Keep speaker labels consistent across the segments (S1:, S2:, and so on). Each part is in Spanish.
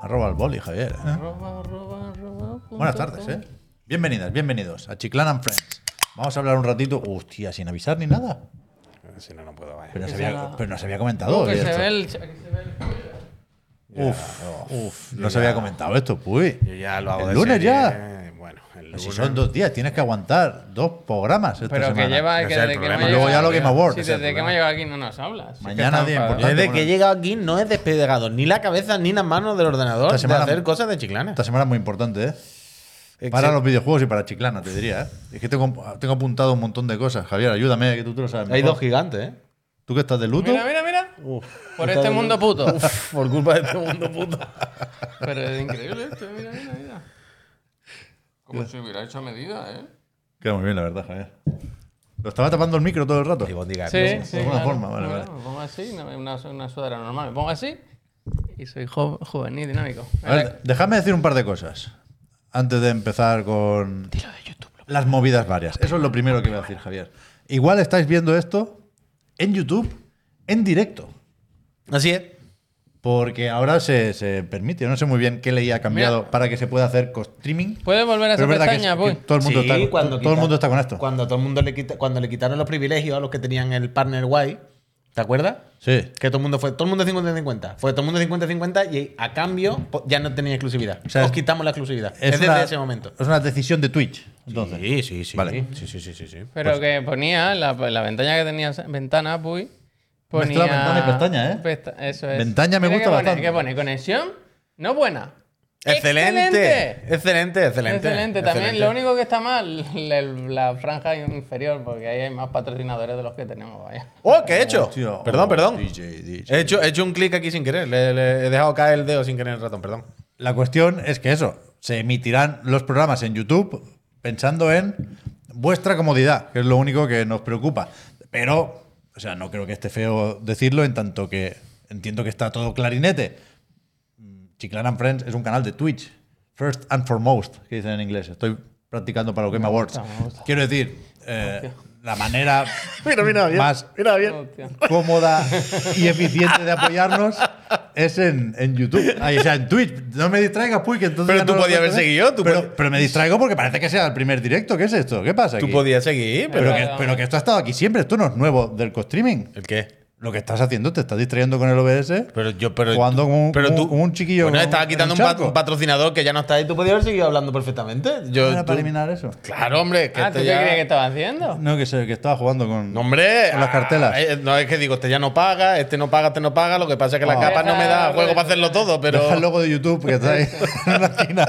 S1: Arroba al boli, Javier. ¿eh?
S2: Ah.
S3: Arroba, arroba, arroba, punto
S1: Buenas tardes,
S3: com.
S1: ¿eh? Bienvenidas, bienvenidos a Chiclan and Friends. Vamos a hablar un ratito, hostia, sin avisar ni nada.
S2: Si no, no puedo, vaya.
S1: Pero no se
S3: Que se
S1: había,
S3: la-
S1: pero no se había comentado.
S3: Que se
S1: esto.
S3: ve el- que se ve el-
S1: Uf, uf, no se había comentado esto, pues.
S2: Yo ya lo hago
S1: El
S2: de
S1: lunes
S2: serie,
S1: ya.
S2: eh, Bueno, el lunes.
S1: Si son dos días, tienes que aguantar dos programas esta
S3: Pero que
S1: semana.
S3: lleva.
S2: Ese
S3: Que
S2: es el
S3: desde que
S2: problema.
S3: hemos
S1: Luego ya
S3: llegado
S1: lo Game
S3: aquí-
S1: Awards,
S3: sí,
S1: ese es el
S3: desde que hemos
S1: problema.
S3: llegado aquí no nos hablas. Sí,
S1: Mañana
S3: que
S1: día
S3: estamos
S1: importante.
S4: Desde que he llegado aquí no he despegado ni la cabeza ni las manos del ordenador
S1: Esta semana-
S4: de hacer cosas de chiclana.
S1: Esta semana es muy importante, ¿eh? Para los videojuegos y para Chiclana, te diría, ¿eh? Es que tengo, tengo apuntado un montón de cosas. Javier, ayúdame, que tú te lo sabes.
S4: Hay
S1: mejor.
S4: dos gigantes, ¿eh?
S1: ¿Tú que estás de
S3: parados.
S1: luto?
S3: Mira, mira, mira. Por este mundo puto.
S4: Uf, por culpa de este mundo puto.
S3: Pero es increíble esto, mira, mira, mira. Como si hubiera hecho a medida, ¿eh?
S1: Queda muy bien, la verdad, Javier. Lo estaba tapando el micro todo el rato.
S4: Y bondiga, ¿no?
S1: de alguna forma, vale,
S3: Bueno,
S1: vale.
S3: Me pongo así, una, una, una sudadera normal. Me pongo así y soy jo- juvenil, dinámico.
S1: A ver, déjame decir un par de cosas. Antes de empezar con las movidas varias. Eso es lo primero que voy a decir, Javier. Igual estáis viendo esto en YouTube, en directo.
S4: Así es.
S1: Porque ahora se, se permite. No sé muy bien qué ley ha cambiado
S3: Mira.
S1: para que se pueda hacer co-streaming.
S3: ¿Puedes volver
S1: Pero
S3: a esa
S1: es verdad que,
S3: pestaña,
S1: es- que
S3: voy?
S1: todo, el mundo
S4: Sí,
S1: está,
S4: cuando
S1: todo el
S4: quita-
S1: mundo está con esto.
S4: Cuando todo el mundo le quita, cuando le quitaron los privilegios a los que tenían el partner guay, ¿te acuerdas?
S1: Sí.
S4: Que todo el mundo fue, todo el mundo 50-50. Fue todo el mundo 50-50 y a cambio po- ya no tenía exclusividad.
S1: O sea,
S4: Os
S1: es-
S4: quitamos la exclusividad. Es,
S1: Es
S4: desde
S1: una-
S4: ese momento.
S1: Es una decisión de Twitch. Entonces.
S4: Sí, sí, sí.
S1: Vale.
S4: Sí, sí, sí, sí, sí.
S3: Pero
S1: Pues-
S3: que ponía la, pues, la ventana que tenía ventana, pues. Ponía
S1: Mezcla ventana y pestaña, ¿eh?
S3: Pesta- eso es.
S1: Ventana me gusta
S3: qué pone,
S1: bastante.
S3: ¿Qué pone? Conexión no buena.
S4: Excelente. Excelente, excelente.
S3: Excelente. También lo único que está mal, el- la franja inferior, porque ahí hay más patrocinadores de los que tenemos, vaya.
S4: ¡Oh, qué he hecho!
S1: Hostia,
S4: perdón,
S1: oh,
S4: perdón.
S1: DJ, DJ.
S4: He, hecho, he hecho un clic aquí sin querer. Le, le he dejado caer el dedo sin querer el ratón, perdón.
S1: La cuestión es que eso, se emitirán los programas en YouTube pensando en vuestra comodidad, que es lo único que nos preocupa. Pero, o sea, no creo que esté feo decirlo, en tanto que entiendo que está todo clarinete. Mm, Chiclan and Friends es un canal de Twitch, first and foremost, que dicen en inglés. Estoy practicando para los Game Awards.
S3: gusta, me gusta.
S1: Quiero decir, eh, la manera
S4: Mira, mira, bien.
S1: más
S4: Mira, bien.
S3: Hostia.
S1: cómoda y eficiente de apoyarnos es en, en YouTube. Ay, o sea, en Twitch. No me distraigas, puy, que entonces.
S4: Pero
S1: ya
S4: tú
S1: no lo
S4: podías
S1: puedo
S4: haber
S1: hacer.
S4: seguido, tú
S1: pero,
S4: pod-
S1: pero me distraigo porque parece que sea el primer directo. ¿Qué es esto? ¿Qué pasa?
S4: Tú
S1: aquí?
S4: podías seguir, pero.
S1: Pero que, pero que esto ha estado aquí siempre. Esto no es nuevo del co-streaming.
S4: ¿El qué?
S1: Lo que estás haciendo, te estás distrayendo con el OBS.
S4: Pero yo, pero.
S1: Jugando como un- como un- como un chiquillo
S4: Bueno,
S1: en
S4: estaba
S1: un
S4: quitando un, pat-
S1: charco.
S4: un patrocinador que ya no está ahí. Tú podías haber seguido hablando perfectamente. Yo,
S1: Era
S4: tú-
S1: para eliminar eso?
S4: Claro, hombre. Que
S3: Ah, ¿tú
S4: esto
S3: qué
S4: ya-
S3: creías que estaba haciendo?
S1: No, que, se, que estaba jugando con.
S4: No, hombre.
S1: Con las
S4: ah,
S1: cartelas.
S4: eh, no, es que digo, este ya no paga, este no paga, este no paga. Lo que pasa es que la
S1: Ah.
S4: capa no me da
S3: Deja-
S4: juego para hacerlo todo, pero.
S1: Deja el logo de YouTube que está ahí en una esquina.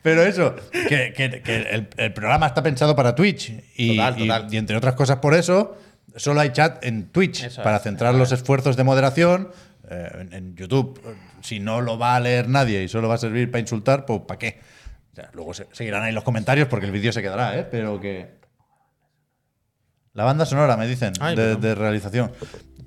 S1: Pero eso, que, que- que el, el programa está pensado para Twitch. Y,
S4: Total,
S1: y-
S4: total.
S1: Y, entre otras cosas por eso, solo hay chat en Twitch
S3: Eso
S1: para
S3: es,
S1: centrar los esfuerzos de moderación. eh, en, en YouTube, eh, si no lo va a leer nadie y solo va a servir para insultar, pues ¿para qué? O sea, luego se- seguirán ahí los comentarios porque el vídeo se quedará, ¿eh? Pero que... La banda sonora, me dicen,
S4: Ay,
S1: de,
S4: perdón.
S1: de realización.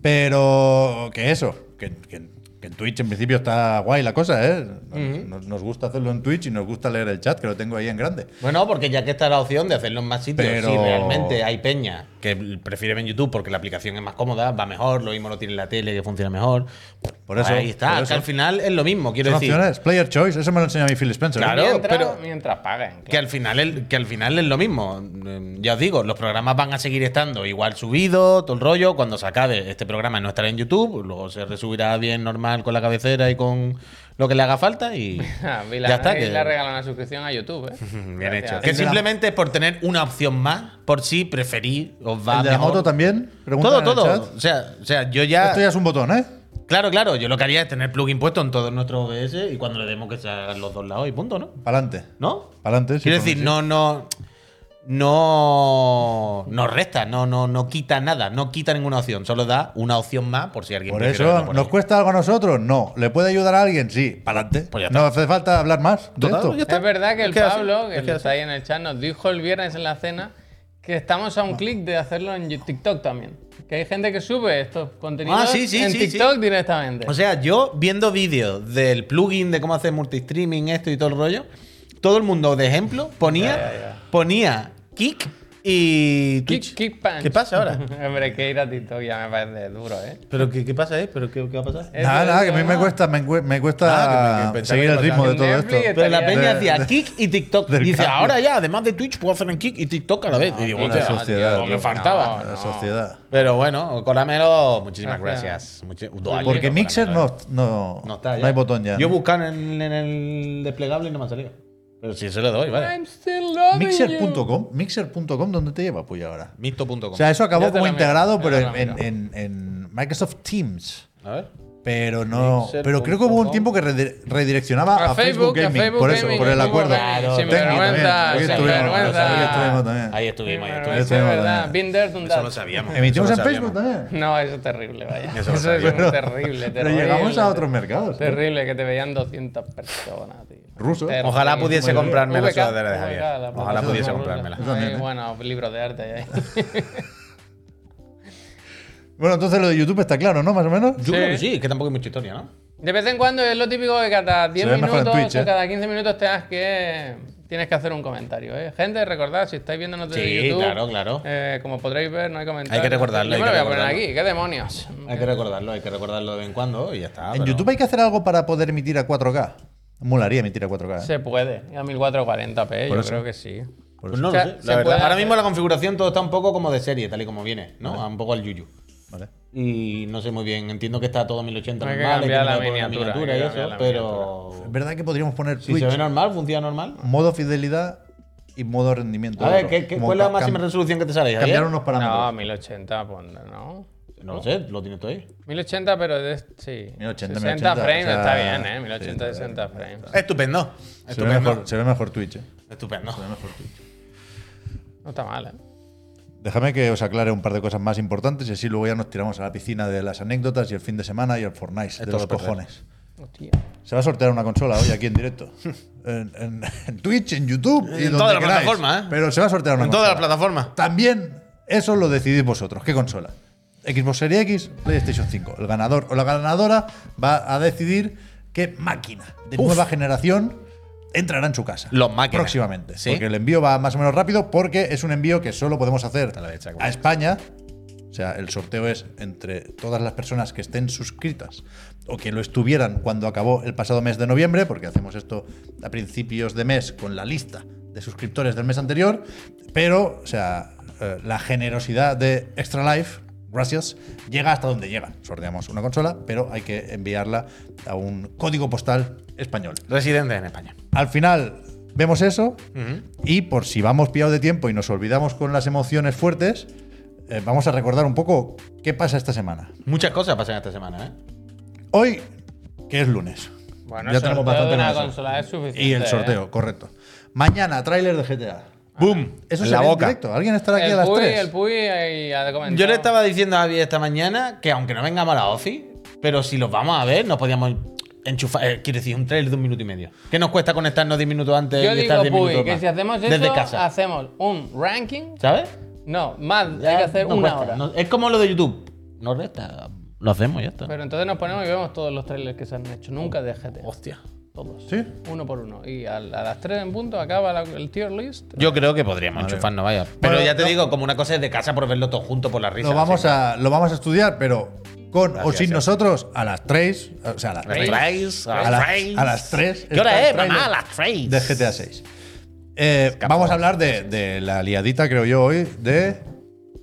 S1: Pero que eso, que, que- que en Twitch en principio está guay la cosa, ¿eh? Nos, nos gusta hacerlo en Twitch y nos gusta leer el chat, que lo tengo ahí en grande.
S4: Bueno, porque ya que está la opción de hacerlo en más sitios,
S1: Pero-
S4: si realmente hay peña que prefiere ver en YouTube porque la aplicación es más cómoda, va mejor, lo mismo lo tiene en la tele que funciona mejor. pues
S1: Por eso,
S4: Ahí está,
S1: por
S4: que
S1: eso.
S4: al final es lo mismo, quiero
S1: Son
S4: decir.
S1: opciones, player choice, eso me lo enseñó a mí Phil Spencer. ¿eh?
S4: Claro,
S3: mientras,
S4: pero-
S3: mientras paguen.
S4: Que al, final el- que al final es lo mismo. Eh, Ya os digo, los programas van a seguir estando igual subido, todo el rollo. Cuando se acabe este programa no estará en YouTube, luego se resubirá bien normal con la cabecera y con lo que le haga falta y
S3: Ah, vi la,
S4: ya está.
S3: y
S4: que-
S3: le regalan una suscripción a YouTube, ¿eh?
S4: Bien hecho.
S3: Gracias.
S4: Que
S1: El de la-
S4: simplemente es por tener una opción más, por si preferís, os va
S1: ¿El de la
S4: mejor.
S1: moto también? Preguntan
S4: Todo,
S1: en el
S4: todo.
S1: chat.
S4: O sea, o sea, yo ya,
S1: Esto ya es un botón, ¿eh?
S4: Claro, claro. Yo lo que haría es tener plugin puesto en todos nuestros OBS y cuando le demos que se hagan los dos lados y punto, ¿no?
S1: Para adelante.
S4: ¿No?
S1: Para adelante, sí.
S4: Quiero
S1: por
S4: decir,
S1: mí sí.
S4: no, no. No. No resta, no, no, no quita nada, no quita ninguna opción. Solo da una opción más por si alguien
S1: Por
S4: prefiere verlo
S1: eso,
S4: por
S1: ¿nos
S4: ahí.
S1: cuesta algo a nosotros? No. ¿Le puede ayudar a alguien? Sí. Para adelante.
S4: Pues ya está.
S1: no hace falta hablar más de
S4: Total,
S1: esto.
S4: ya está.
S3: Es verdad que
S4: Es
S3: el
S4: que así,
S3: Pablo, que
S4: es que
S3: está ahí en el chat, nos dijo el viernes en la cena que estamos
S4: Ah.
S3: a un clic de hacerlo en Yu- TikTok también. Que hay gente que sube estos contenidos
S4: Ah, sí, sí,
S3: en
S4: sí,
S3: TikTok
S4: sí.
S3: directamente.
S4: O sea, yo viendo vídeos del plugin de cómo hacer multistreaming, esto y todo el rollo, todo el mundo de ejemplo ponía, ponía kick Y Twitch.
S3: Kick, kick punch.
S4: ¿Qué pasa ahora?
S3: Hombre, que ir a TikTok ya me parece duro, ¿eh?
S4: ¿Pero qué, qué pasa, eh? ¿Pero qué, qué va a pasar?
S3: Eh,
S1: Nada,
S3: eso
S1: nada,
S3: es
S1: que a mí me
S3: normal.
S1: cuesta, me, encue- me cuesta
S2: Ah, que- que pensaba
S1: seguir
S2: que
S1: el ritmo de
S3: pasaba.
S1: todo
S3: Netflix
S1: esto.
S3: es-
S4: Pero la
S3: estaría-
S4: peña
S1: de-
S4: hacía Kick y TikTok.
S1: del
S4: Y dice,
S1: cambio.
S4: ahora ya, además de Twitch, puedo hacer en Kick y TikTok a la vez. Y digo,
S1: una
S4: hostia,
S1: sociedad,
S4: tío, me
S1: tío.
S4: faltaba.
S1: La sociedad.
S4: Pero bueno, Coramelo, muchísimas
S3: Gracias.
S4: gracias. Muchi- dos años,
S1: Porque
S4: ¿no?
S1: Mixer
S4: Coramelo,
S1: no, no,
S4: ¿eh? no está ya.
S1: no hay botón ya.
S4: Yo buscaba en, en el desplegable y no me ha salido. Pero si se lo doy, vale.
S3: I'm still loving you.
S1: Mixer.com, mixer.com, ¿dónde te lleva Puy ahora?
S4: Mixto.com.
S1: O sea, eso
S3: Ya
S1: acabó
S3: te la
S1: como
S3: miro,
S1: integrado,
S3: ya
S1: pero
S3: te la
S1: en,
S3: miro.
S1: en- en Microsoft Teams.
S4: a ver.
S1: Pero no.
S4: Mixer
S1: Pero creo que hubo un
S4: punto com.
S1: tiempo que redi- redireccionaba
S3: A
S1: a, Facebook,
S3: Facebook, a
S1: Gaming.
S3: Facebook
S1: por eso,
S3: Gaming,
S1: por el
S3: a Google
S1: acuerdo.
S3: Gaming, sin
S1: técnico también.
S3: vergüenza,
S1: Aquí
S3: sin
S1: estuvimos,
S3: vergüenza.
S1: aquí estuvimos también.
S4: Ahí estuvimos, ahí
S3: Sí,
S4: estuvimos.
S3: Es
S1: Eso no lo
S3: verdad,
S1: sabía.
S3: been there, done
S4: Eso
S3: that.
S4: lo sabíamos.
S1: Emitimos
S4: Eso
S1: en
S4: lo
S1: Facebook
S4: sabíamos.
S1: también.
S3: No, eso es terrible, vaya.
S4: Eso
S3: Eso,
S4: lo
S3: es
S4: sabía.
S3: un terrible, terrible.
S1: Pero llegamos a otros mercados. ¿eh?
S3: Terrible que te veían 200 personas, tío.
S1: Ruso.
S3: Terrible.
S4: Ojalá pudiese
S1: Muy bien.
S4: comprarme la
S3: VK,
S4: sudadera de
S3: VK,
S4: Javier.
S3: la puta
S4: Ojalá
S3: madre.
S4: pudiese comprármela.
S1: Eso también,
S3: Ay,
S1: ¿eh?
S3: Bueno, libros de arte ahí.
S1: Bueno, entonces lo de YouTube está claro, ¿no? Más o menos.
S4: Yo creo que sí, es que tampoco hay mucha historia, ¿no?
S3: De vez en cuando es lo típico que cada 10
S1: Se ve mejor en
S3: minutos
S1: Twitch,
S3: o
S1: ¿eh?
S3: cada 15 minutos tengas que tienes que hacer un comentario, ¿eh? Gente, recordad, si estáis viéndonos desde
S4: Sí,
S3: YouTube,
S4: claro, claro.
S3: eh, como podréis ver, no hay comentarios.
S4: Hay que recordarlo,
S3: Yo
S4: hay
S3: me lo
S4: que
S3: voy a poner
S4: recordarlo.
S3: aquí, qué demonios.
S4: Hay que recordarlo, hay que recordarlo de vez en cuando y ya está.
S1: en
S4: Ah, pero-
S1: YouTube hay que hacer algo para poder emitir a 4K. Molaría emitir a 4K. ¿eh?
S3: Se puede, a 1440p, yo
S1: Por eso.
S3: creo que sí.
S1: Por
S4: Pues
S1: eso.
S4: no
S3: O sea,
S4: lo sé, la
S3: se
S4: verdad.
S3: puede
S4: Ahora
S3: hacer.
S4: mismo la configuración todo está un poco como de serie, tal y como viene, ¿no? Un poco al yuyu.
S1: Vale.
S4: Y no sé muy bien, entiendo que está todo 1080
S3: Hay que
S4: normal,
S3: cambiar la
S4: poner
S3: miniatura,
S4: miniatura
S3: hay
S4: y
S3: que
S4: eso,
S3: cambiar la
S4: pero
S1: Es verdad que podríamos poner
S4: si
S1: Twitch,
S4: se ve normal, funciona normal.
S1: modo fidelidad y modo rendimiento.
S4: A ver,
S1: Como
S4: ¿qué, qué- cuál es la
S1: ca-
S4: máxima
S1: cam-
S4: resolución que te sale? Javier?
S1: Cambiar unos
S3: No,
S1: parámetros.
S3: 1080, pon- ¿no?
S4: No lo sé, lo tienes tú ahí.
S3: 1080, pero de, sí.
S1: 1080,
S3: 60 frames,
S1: 1080,
S3: está
S1: o sea,
S3: bien, ¿eh? 1080, 60 frames.
S4: Estupendo.
S1: se, ve mejor, se ve mejor Twitch. ¿eh?
S4: Estupendo.
S3: No está mal, ¿eh?
S1: Déjame que os aclare un par de cosas más importantes y así luego ya nos tiramos a la piscina de las anécdotas y el fin de semana y el Fortnite de
S4: lo
S1: los
S4: voy a perder.
S1: cojones.
S3: Hostia.
S1: Se va a sortear una consola hoy aquí en directo. en, en- en Twitch, en YouTube. y
S4: En
S1: donde
S4: todas las
S1: queráis.
S4: plataformas, ¿eh?
S1: Pero se va a sortear una
S4: En
S1: consola.
S4: todas las plataformas.
S1: También eso lo decidís vosotros. ¿Qué consola? Xbox Series X, PlayStation 5. El ganador o la ganadora va a decidir qué máquina de nueva generación entrará en su casa.
S4: Los máquinas.
S1: Próximamente.
S4: ¿Sí?
S1: Porque el envío va más o menos rápido porque es un envío que solo podemos hacer
S4: la derecha, como
S1: a España. O sea, el sorteo es entre todas las personas que estén suscritas o que lo estuvieran cuando acabó el pasado mes de noviembre, porque hacemos esto a principios de mes con la lista de suscriptores del mes anterior, pero, o sea, eh, la generosidad de Extra Life, gracias, llega hasta donde llega. Sorteamos una consola, pero hay que enviarla a un código postal español.
S4: Residentes en España.
S1: Al final vemos eso y por si vamos pillados de tiempo y nos olvidamos con las emociones fuertes, eh, vamos a recordar un poco qué pasa esta semana.
S4: Muchas cosas pasan esta semana, ¿eh?
S1: Hoy, que es lunes.
S3: Bueno, ya tenemos bastante una consola es suficiente.
S1: Y el
S3: ¿eh?
S1: sorteo, correcto. Mañana, tráiler de GTA.
S4: ¡Boom!
S1: Eso
S4: en
S1: será
S4: la
S1: en
S4: boca.
S1: directo. ¿Alguien estará aquí a
S3: El
S1: las
S3: Puy,
S1: 3?
S3: el Puy ahí ha comentado.
S4: Yo le estaba diciendo a Javi esta mañana que aunque no vengamos a la OFI, pero si los vamos a ver, nos podíamos enchufar. eh, quiero decir, un trailer de un minuto y medio. ¿Qué nos cuesta conectarnos 10 minutos antes
S3: Yo
S4: y estar
S3: digo, Puy,
S4: 10 minutos
S3: que
S4: más?
S3: si hacemos eso,
S4: Desde casa.
S3: hacemos un ranking.
S4: ¿Sabes?
S3: No, más,
S4: Ya
S3: hay que hacer
S4: no
S3: una
S4: cuesta,
S3: hora.
S4: no- es como lo de YouTube. No resta. Lo hacemos, ya está.
S3: Pero entonces nos ponemos y vemos todos los trailers que se han hecho. Nunca de GTA.
S4: Hostia.
S3: Todos.
S1: ¿Sí?
S3: Uno por uno. Y a, a las 3 en punto acaba la- el tier list.
S4: Yo creo que podríamos enchufarnos, vaya. Pero
S1: Bueno,
S4: ya te
S1: no.
S4: digo, como una cosa es de casa por verlo todo junto por la risa.
S1: Lo vamos,
S4: así.
S1: a, lo vamos a estudiar, pero con o
S4: Gracias,
S1: sin
S4: gracias.
S1: nosotros, a las 3. O sea, a las 3.
S4: Trails, a
S1: a,
S4: las
S1: las-
S4: trails.
S1: a las 3.
S4: ¿Qué hora
S1: está
S4: es,
S1: el tráiler
S4: mamá? A las 3.
S1: De GTA 6. Eh, vamos a hablar de, de la liadita, creo yo, hoy, de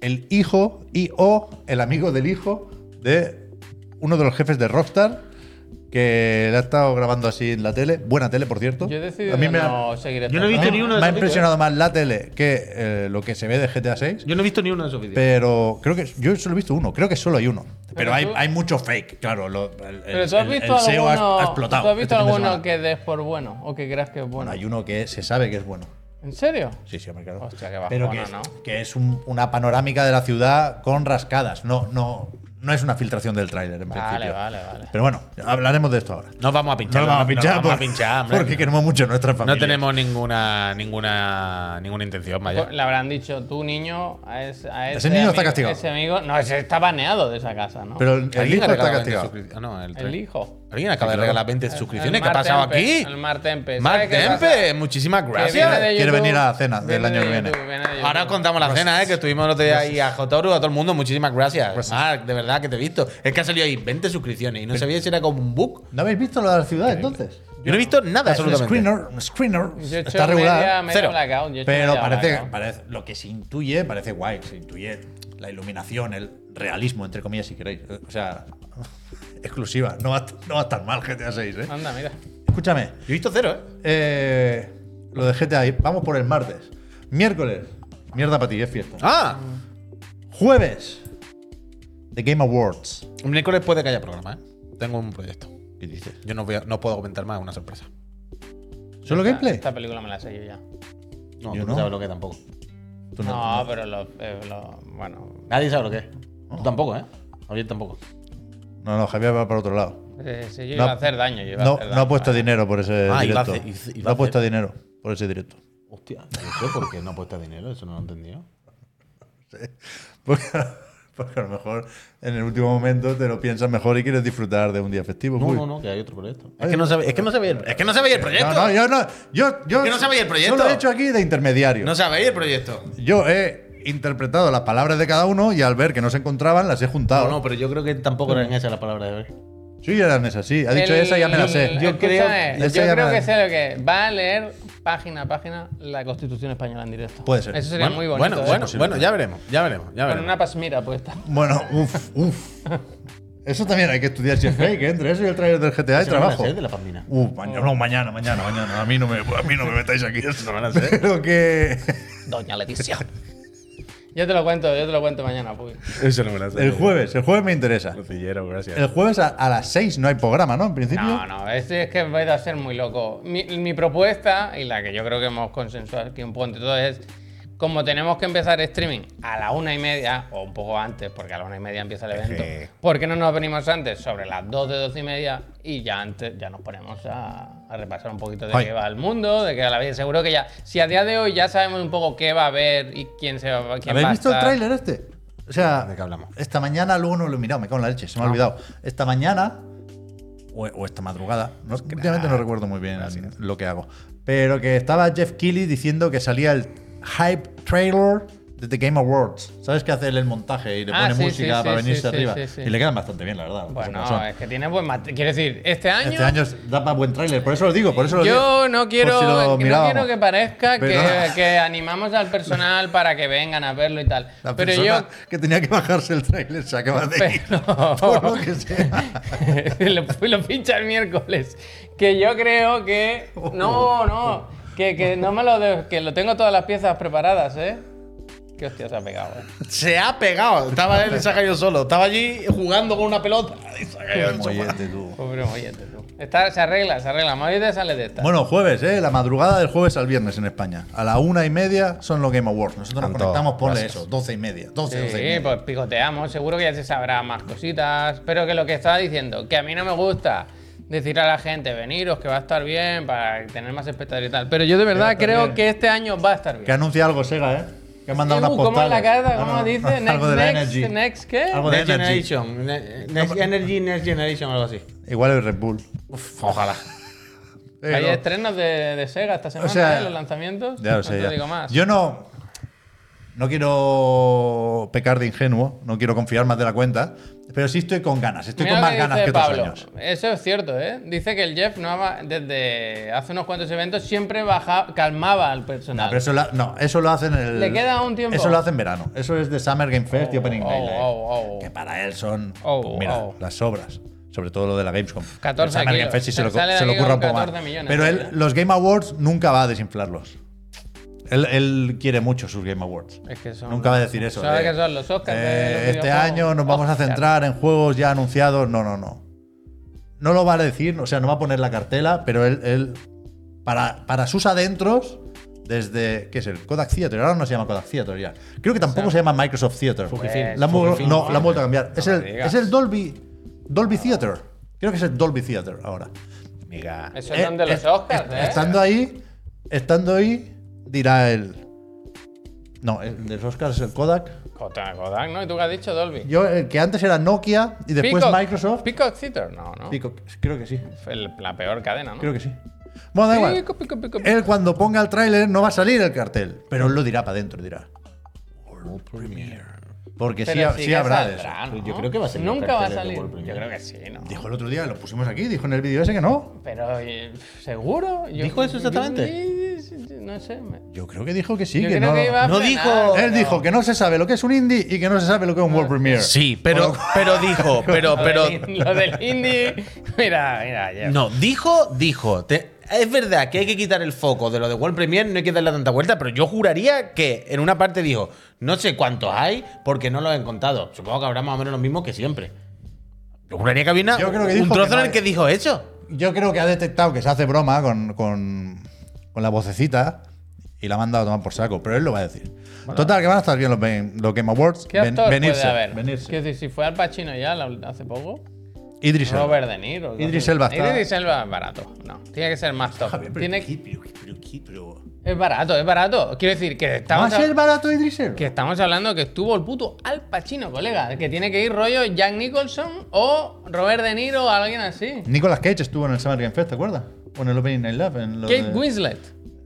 S1: el hijo y o el amigo del hijo de uno de los jefes de Rockstar que la ha estado grabando así en la tele. Buena tele, por cierto.
S3: Yo he decidido
S1: A mí me ha-
S3: no seguir esta
S4: Yo no he visto
S3: trama.
S4: ni uno de
S1: me ha
S4: esos vídeos,
S1: impresionado más la tele que eh, lo que se ve de GTA 6.
S4: Yo no he visto ni uno de esos vídeos.
S1: Pero creo que yo solo he visto uno, creo que solo hay uno.
S3: Pero
S1: Pero hay,
S3: tú-
S1: hay mucho fake, claro. lo- el,
S3: Pero tú has
S1: el- el
S3: visto
S1: SEO ha-
S3: alguno,
S1: ha explotado.
S3: ¿tú has visto
S1: este fin de
S3: alguno
S1: semana.
S3: que des por bueno o que creas que es bueno.
S1: Bueno, hay uno que se sabe que es bueno.
S3: ¿En serio?
S1: Sí, sí, hombre, claro.
S3: Hostia, qué bajona,
S1: Pero que es,
S3: ¿no?
S1: que es un- una panorámica de la ciudad con rascadas. No, no, no es una filtración del tráiler, en
S4: Vale,
S1: principio.
S4: vale, vale.
S1: Pero bueno, hablaremos de esto ahora.
S4: Nos vamos a
S1: No
S4: pinchar.
S1: lo vamos a pinchar,
S4: nos vamos
S1: por-
S4: a pinchar, hombre.
S1: porque queremos mucho a nuestra familia.
S4: No tenemos ninguna, ninguna, ninguna intención, vaya.
S3: Pues, Le habrán dicho, tú niño, a ese, a
S1: Ese niño está
S3: amigo-
S1: castigado.
S3: Ese amigo, no, ese está baneado de esa casa, ¿no?
S1: Pero el, el
S4: ¿Alguien
S1: hijo está
S4: ha regalado 20
S1: castigado.
S4: suscripciones? Ah, no, el tres.
S3: el hijo.
S4: Alguien
S1: Sí,
S4: acaba de
S1: claro.
S4: regalar 20
S3: El
S4: suscripciones. ¿Qué ha
S3: Mar
S4: pasado
S3: Tempe,
S4: aquí?
S3: El Mar Tempe.
S4: Mark
S3: ¿sabes qué pasa?
S4: Tempe, muchísimas
S3: Que viene de
S4: gracias.
S1: Quiere
S3: YouTube,
S1: venir a la cena del
S3: viene
S1: año
S3: de
S1: que viene.
S3: YouTube, de
S4: Ahora os
S3: YouTube.
S4: contamos la cena, ¿eh? que estuvimos el otro día ahí a Jotoru, a todo el mundo. Muchísimas gracias. Mark, de verdad que te he visto. Es que ha salido ahí 20 suscripciones y no sabía si era como un book.
S1: ¿No habéis visto lo de la ciudad entonces?
S4: Yo no he visto nada,
S1: Es un
S4: absolutamente.
S1: screener, un screener
S3: Yo he hecho
S1: está regular,
S3: media- media
S1: cero.
S3: blackout, yo he hecho
S1: pero
S3: media
S1: parece,
S3: blackout.
S1: parece- lo que se intuye, parece guay, se intuye la iluminación, el realismo, entre comillas, si queréis. O sea, exclusiva, no va, a- no va a estar mal GTA 6, ¿eh?
S3: Anda, mira.
S1: Escúchame,
S4: Yo he visto cero, ¿eh?
S1: eh, lo de GTA, vamos por el martes. Miércoles, mierda para ti, es fiesta.
S4: Ah,
S1: Jueves, The Game Awards.
S4: un miércoles puede que haya programa, ¿eh? Tengo un proyecto.
S1: ¿Qué dices?
S4: Yo no, voy a- no puedo comentar más, es una sorpresa.
S1: ¿Solo
S3: Esta-
S1: gameplay?
S3: Esta película me la sé yo ya.
S4: No,
S1: Yo no.
S4: tú no sabes lo que tampoco.
S1: Tú no-
S3: No, pero los. eh, los- bueno.
S4: Nadie sabe lo que es. Tú tampoco, ¿eh? Javier tampoco.
S1: no, no, Javier va para otro lado.
S3: eh, sí, yo
S1: No-
S3: iba a hacer daño. yo iba a
S1: No,
S3: hacer
S1: no ha
S3: daño.
S1: puesto dinero por ese
S4: Ah, iba a
S1: directo.
S4: hacer- iba a
S1: no ha
S4: hacer-
S1: puesto dinero por ese directo.
S4: Hostia, no sé por qué no apuesta dinero, eso no lo he entendido.
S1: Porque, porque a lo mejor en el último momento te lo piensas mejor y quieres disfrutar de un día festivo.
S4: No,
S1: Uy.
S4: no, no, que hay otro proyecto. Es que no sabéis, es que no sabéis el, es que no sabéis el proyecto.
S1: No, no, yo no. Yo, yo
S4: ¿Que no sabéis el proyecto?
S1: Solo he hecho aquí de intermediario.
S4: No sabéis el proyecto.
S1: Yo he interpretado las palabras de cada uno y al ver que no se encontraban las he juntado.
S4: No, no, pero yo creo que tampoco eran esas las palabras de ver.
S1: Sí, eran esas, sí. Ha dicho
S3: El-
S1: esa, ya me la sé.
S3: el-
S4: Yo creo-
S3: escúchame,
S1: esa
S3: yo
S1: ya me
S3: creo
S1: la-
S3: que sé lo que es. Va a leer página a página la Constitución Española en directo.
S1: Puede ser.
S3: Eso sería
S4: bueno,
S3: muy bonito.
S4: bueno,
S3: ¿eh?
S4: bueno, bueno, ya veremos, ya veremos, ya
S3: Con
S4: veremos.
S3: una pues, pasmira puesta.
S1: Bueno, uff, uff. Eso también hay que estudiar si es fake, ¿eh? entre eso y el trailer del GTA hay
S4: Eso no me la
S1: trabajo.
S4: sé, de la Pamina.
S1: Uh, mañana, no, mañana, mañana, mañana. A mí no me, a mí no me metáis aquí.
S4: No me la sé.
S1: Pero que
S3: Doña Leticia. yo te lo cuento, yo te lo cuento mañana, Puy.
S2: Eso no me lo sé.
S1: el jueves, el jueves me interesa.
S2: Lucillero, gracias.
S1: El jueves a, a las 6 no hay programa, ¿no? En principio.
S3: No, no, es, es que vais a ser muy loco. Mi, mi propuesta, y la que yo creo que hemos consensuado aquí un poco entre todos, es como tenemos que empezar streaming a la una y media, o un poco antes, porque a la una y media empieza el evento,
S2: Eje.
S3: ¿por qué no nos venimos antes? Sobre las dos de dos y media, y ya antes ya nos ponemos a, a repasar un poquito de
S1: Ay.
S3: qué va el mundo, de qué va la vida. Seguro que ya, si a día de hoy ya sabemos un poco qué va a haber y quién se va, quién
S1: ¿Habéis
S3: va a
S1: visto el
S3: estar.
S1: tráiler este? O sea,
S4: ¿De qué hablamos?
S1: esta mañana, luego no lo he mirado, me cago en la leche, se me ha olvidado. Esta mañana, o, o esta madrugada, no, últimamente no recuerdo muy bien lo que hago, pero que estaba Jeff Keighley diciendo que salía el hype trailer de The Game Awards. ¿Sabes que hace él el montaje y le
S3: Ah,
S1: pone
S3: sí,
S1: música
S3: sí,
S1: para
S3: sí,
S1: venirse
S3: sí, sí,
S1: arriba?
S3: sí, sí.
S1: Y le quedan bastante bien, la verdad. las cosas como son.
S3: Bueno, pues es que tiene buen material. Quiero decir,
S1: Pues este año es- da para buen trailer, por eso lo digo, por eso lo digo.
S3: Yo no quiero,
S1: Por si lo
S3: no
S1: mirábamos.
S3: quiero que parezca
S1: Pero-
S3: que, que animamos al personal para que vengan a verlo y tal.
S1: La
S3: Pero
S1: persona
S3: yo.
S1: que tenía que bajarse el trailer se acaba de ir.
S3: Pero-
S1: Por lo que sea.
S3: lo, lo pincha el miércoles. Que yo creo que. No, no. Que, que no me lo. de- que lo tengo todas las piezas preparadas, ¿eh? Qué hostia se ha pegado, eh.
S4: Se ha pegado. Estaba él y se ha caído solo. Estaba allí jugando con una pelota. y se ha caído en el sofá.
S1: Mollete, tú.
S3: Pobre mollete, tú. Está- se arregla, se arregla. Mollete sale de esta.
S1: Bueno, jueves, ¿eh? La madrugada del jueves al viernes en España. A la una y media son los Game Awards. Nosotros nos
S4: Tanto,
S1: conectamos, ponle
S4: gracias.
S1: eso, doce y media. doce, doce y
S3: Sí,
S1: media.
S3: pues picoteamos, seguro que ya se sabrá más cositas, pero que lo que estaba diciendo, que a mí no me gusta decir a la gente, veniros, que va a estar bien, para tener más espectadores y tal, pero yo de verdad
S1: Pero
S3: creo
S1: también-
S3: que este año va a estar
S1: Que
S3: bien.
S1: anuncia algo Sega, ¿eh? Que ha mandado unas
S3: Uh, ¿Cómo es
S1: postales.
S3: la carta?
S1: No,
S3: ¿Cómo
S1: no, no,
S3: dice?
S1: algo de la
S3: next,
S1: Energy.
S3: next, next, ¿qué?
S1: Algo de
S4: Next
S1: Energy.
S4: Generation. Ne- Next Energy, Next Generation, algo así.
S1: Igual el Red Bull.
S4: Uf, ojalá.
S3: Hay
S1: Pero-
S3: estrenos de, de Sega esta semana,
S1: sea,
S3: ¿eh? los lanzamientos.
S1: Ya
S3: no
S1: lo sé.
S3: te
S1: ya.
S3: digo más.
S1: Yo no. No quiero pecar de ingenuo, no quiero confiar más de la cuenta, pero sí estoy con ganas, estoy
S3: Mira
S1: con
S3: lo
S1: más
S3: que
S1: ganas
S3: dice
S1: que otros
S3: Pablo.
S1: años.
S3: Eso es cierto, ¿eh? Dice que el Jeff no ama- desde hace unos cuantos eventos siempre baja, calmaba al personal.
S1: No, pero eso, la- no, eso lo hacen en el.
S3: Le queda un tiempo.
S1: Eso lo hacen en verano. Eso es de Summer Game Fest y Opening
S3: oh,
S1: Night Live.
S3: oh, oh.
S1: Que para él son.
S3: Oh,
S1: pues mira,
S3: oh.
S1: las sobras. Sobre todo lo de la Gamescom.
S3: 14
S1: El Summer Game
S3: kilos.
S1: Fest sí se,
S3: Se
S1: lo,
S3: sale de
S1: se lo
S3: aquí
S1: curra un
S3: con
S1: poco más.
S3: 14 millones,
S1: Pero él,
S3: ¿verdad?
S1: los Game Awards nunca va a desinflarlos. Él, él quiere mucho sus Game Awards.
S3: Es que son-
S1: Nunca va a decir eso.
S3: ¿Sabes
S1: de,
S3: qué son los Oscars de
S1: eh,
S3: los
S1: este
S3: videojuegos?
S1: año nos vamos a
S3: Oscar.
S1: centrar en juegos ya anunciados. No, no, no. No lo va a decir, o sea, no va a poner la cartela, pero él, él para, para sus adentros desde, ¿qué es el? Kodak Theater, ahora no se llama Kodak Theater ya. Creo que tampoco se llama Microsoft Theater.
S3: Fujifilm.
S1: La han vuel-
S3: Fujifilm.
S1: no, la han vuelto a cambiar. es,
S3: me
S1: el,
S3: digas.
S1: es el Dolby, Dolby Theater. Creo que es el Dolby Theater ahora.
S4: Amiga.
S3: Eso es
S1: Eh,
S3: donde los
S1: eh,
S3: Oscars,
S1: est-
S3: ¿eh?
S1: Estando ahí, estando ahí, dirá el... No, el de los Oscars es el Kodak.
S3: Kodak, Kodak, ¿no? ¿Y tú qué has dicho, Dolby?
S1: Yo, el que antes era Nokia y después
S3: Peacock.
S1: Microsoft.
S3: Peacock Theater, no, no.
S1: Peacock, creo que sí.
S3: Fue el- la peor cadena, ¿no?
S1: Creo que sí. Bueno, da igual. Eh,
S3: Peacock, Peacock, Peacock.
S1: Él cuando ponga el tráiler no va a salir el cartel, pero él lo dirá para adentro, dirá. Porque sí,
S3: Pero
S1: sí
S3: que
S1: habrá de eso.
S3: saldrá, ¿no?
S4: Yo creo que va a salir los
S3: Nunca va a
S4: carteles de
S3: salir.
S4: World
S3: Yo
S4: Premiere.
S3: creo que sí, ¿no?
S1: Dijo el otro día, lo pusimos aquí, dijo en el vídeo ese que no.
S3: Pero, eh, ¿seguro? Yo-
S4: ¿Dijo eso exactamente?
S3: No sé. me-
S1: Yo creo que dijo que sí,
S3: yo
S1: que
S3: creo
S1: no.
S3: que iba a
S4: no
S3: frenar,
S4: dijo-
S1: Él
S3: pero-
S1: dijo que no se sabe lo que es un indie y que no se sabe lo que es un
S3: Ah,
S1: World Premiere.
S4: Sí, pero, pero dijo, pero,
S3: Lo
S4: pero.
S3: del- Lo del indie. Mira, mira, ya.
S4: No, dijo, dijo. Te- es verdad que hay que quitar el foco de lo de World Premiere, no hay que darle tanta vuelta, pero yo juraría que en una parte dijo, no sé cuántos hay porque no los he contado. Supongo que habrá más o menos lo mismo que siempre. Yo juraría que había una-
S1: Yo creo que
S4: un
S1: dijo
S4: trozo
S1: que no
S4: en el
S1: hay.
S4: que dijo eso.
S1: Yo creo que ha detectado que se hace broma con, con- con la vocecita y la ha mandado a tomar por saco, pero él lo va a decir. Total, que van a estar bien los, Ben- los Game Awards.
S3: ¿Qué actor
S1: venirse,
S3: puede haber?
S1: venirse.
S3: Quiero decir, si fue Al Pacino ya la- hace poco.
S1: Idris Elba.
S3: Robert De Niro.
S1: Idris Elba está-
S3: Idris Elba es barato. No, tiene que ser más top.
S1: Javier, pero
S3: Tiene-
S1: ¿qué- pero qué- pero qué- pero-
S3: Es barato, es barato. Quiero decir que
S1: ¿Va a
S3: estamos,
S1: ser
S3: hab-
S1: barato Idris Elba?
S3: que estamos hablando que estuvo el puto Al Pacino, colega. Que tiene que ir rollo Jack Nicholson o Robert De Niro o alguien así.
S1: Nicolas Cage estuvo en el Summer Game Fest, ¿te acuerdas? O en el Opening Night Live. En lo
S3: Kate
S1: de,
S3: Winslet.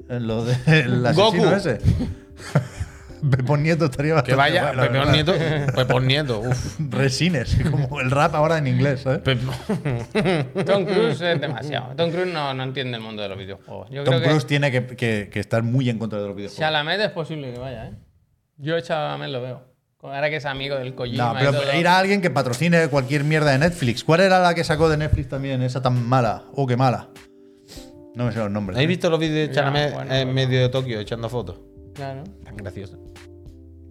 S1: En lo de el asesino
S4: Goku.
S1: ese. Pepón Nieto estaría bastante
S4: Que vaya,
S1: guay, la
S4: Pepón
S1: verdad.
S4: Nieto, Pepón Nieto, uff.
S1: Resines, como el rap ahora en inglés, ¿sabes?
S3: Tom Cruise es demasiado. Tom Cruise no, no entiende el mundo de los videojuegos. Yo
S1: Tom
S3: creo
S1: Cruise
S3: que
S1: tiene que, que- que estar muy en contra de los videojuegos.
S3: Chalamet es posible que vaya, ¿eh? Yo a Chalamet lo veo. Ahora que es amigo del Kojima
S1: No,
S3: y todo.
S1: pero ir a alguien que patrocine cualquier mierda de Netflix. ¿Cuál era la que sacó de Netflix también? Esa tan mala. Oh, qué mala. No me sé los nombres. eh.
S4: ¿Habéis visto los vídeos de
S3: Ya,
S4: Chalamet
S3: bueno,
S4: en
S3: bueno.
S4: medio de Tokio echando fotos?
S3: Claro.
S4: Tan gracioso.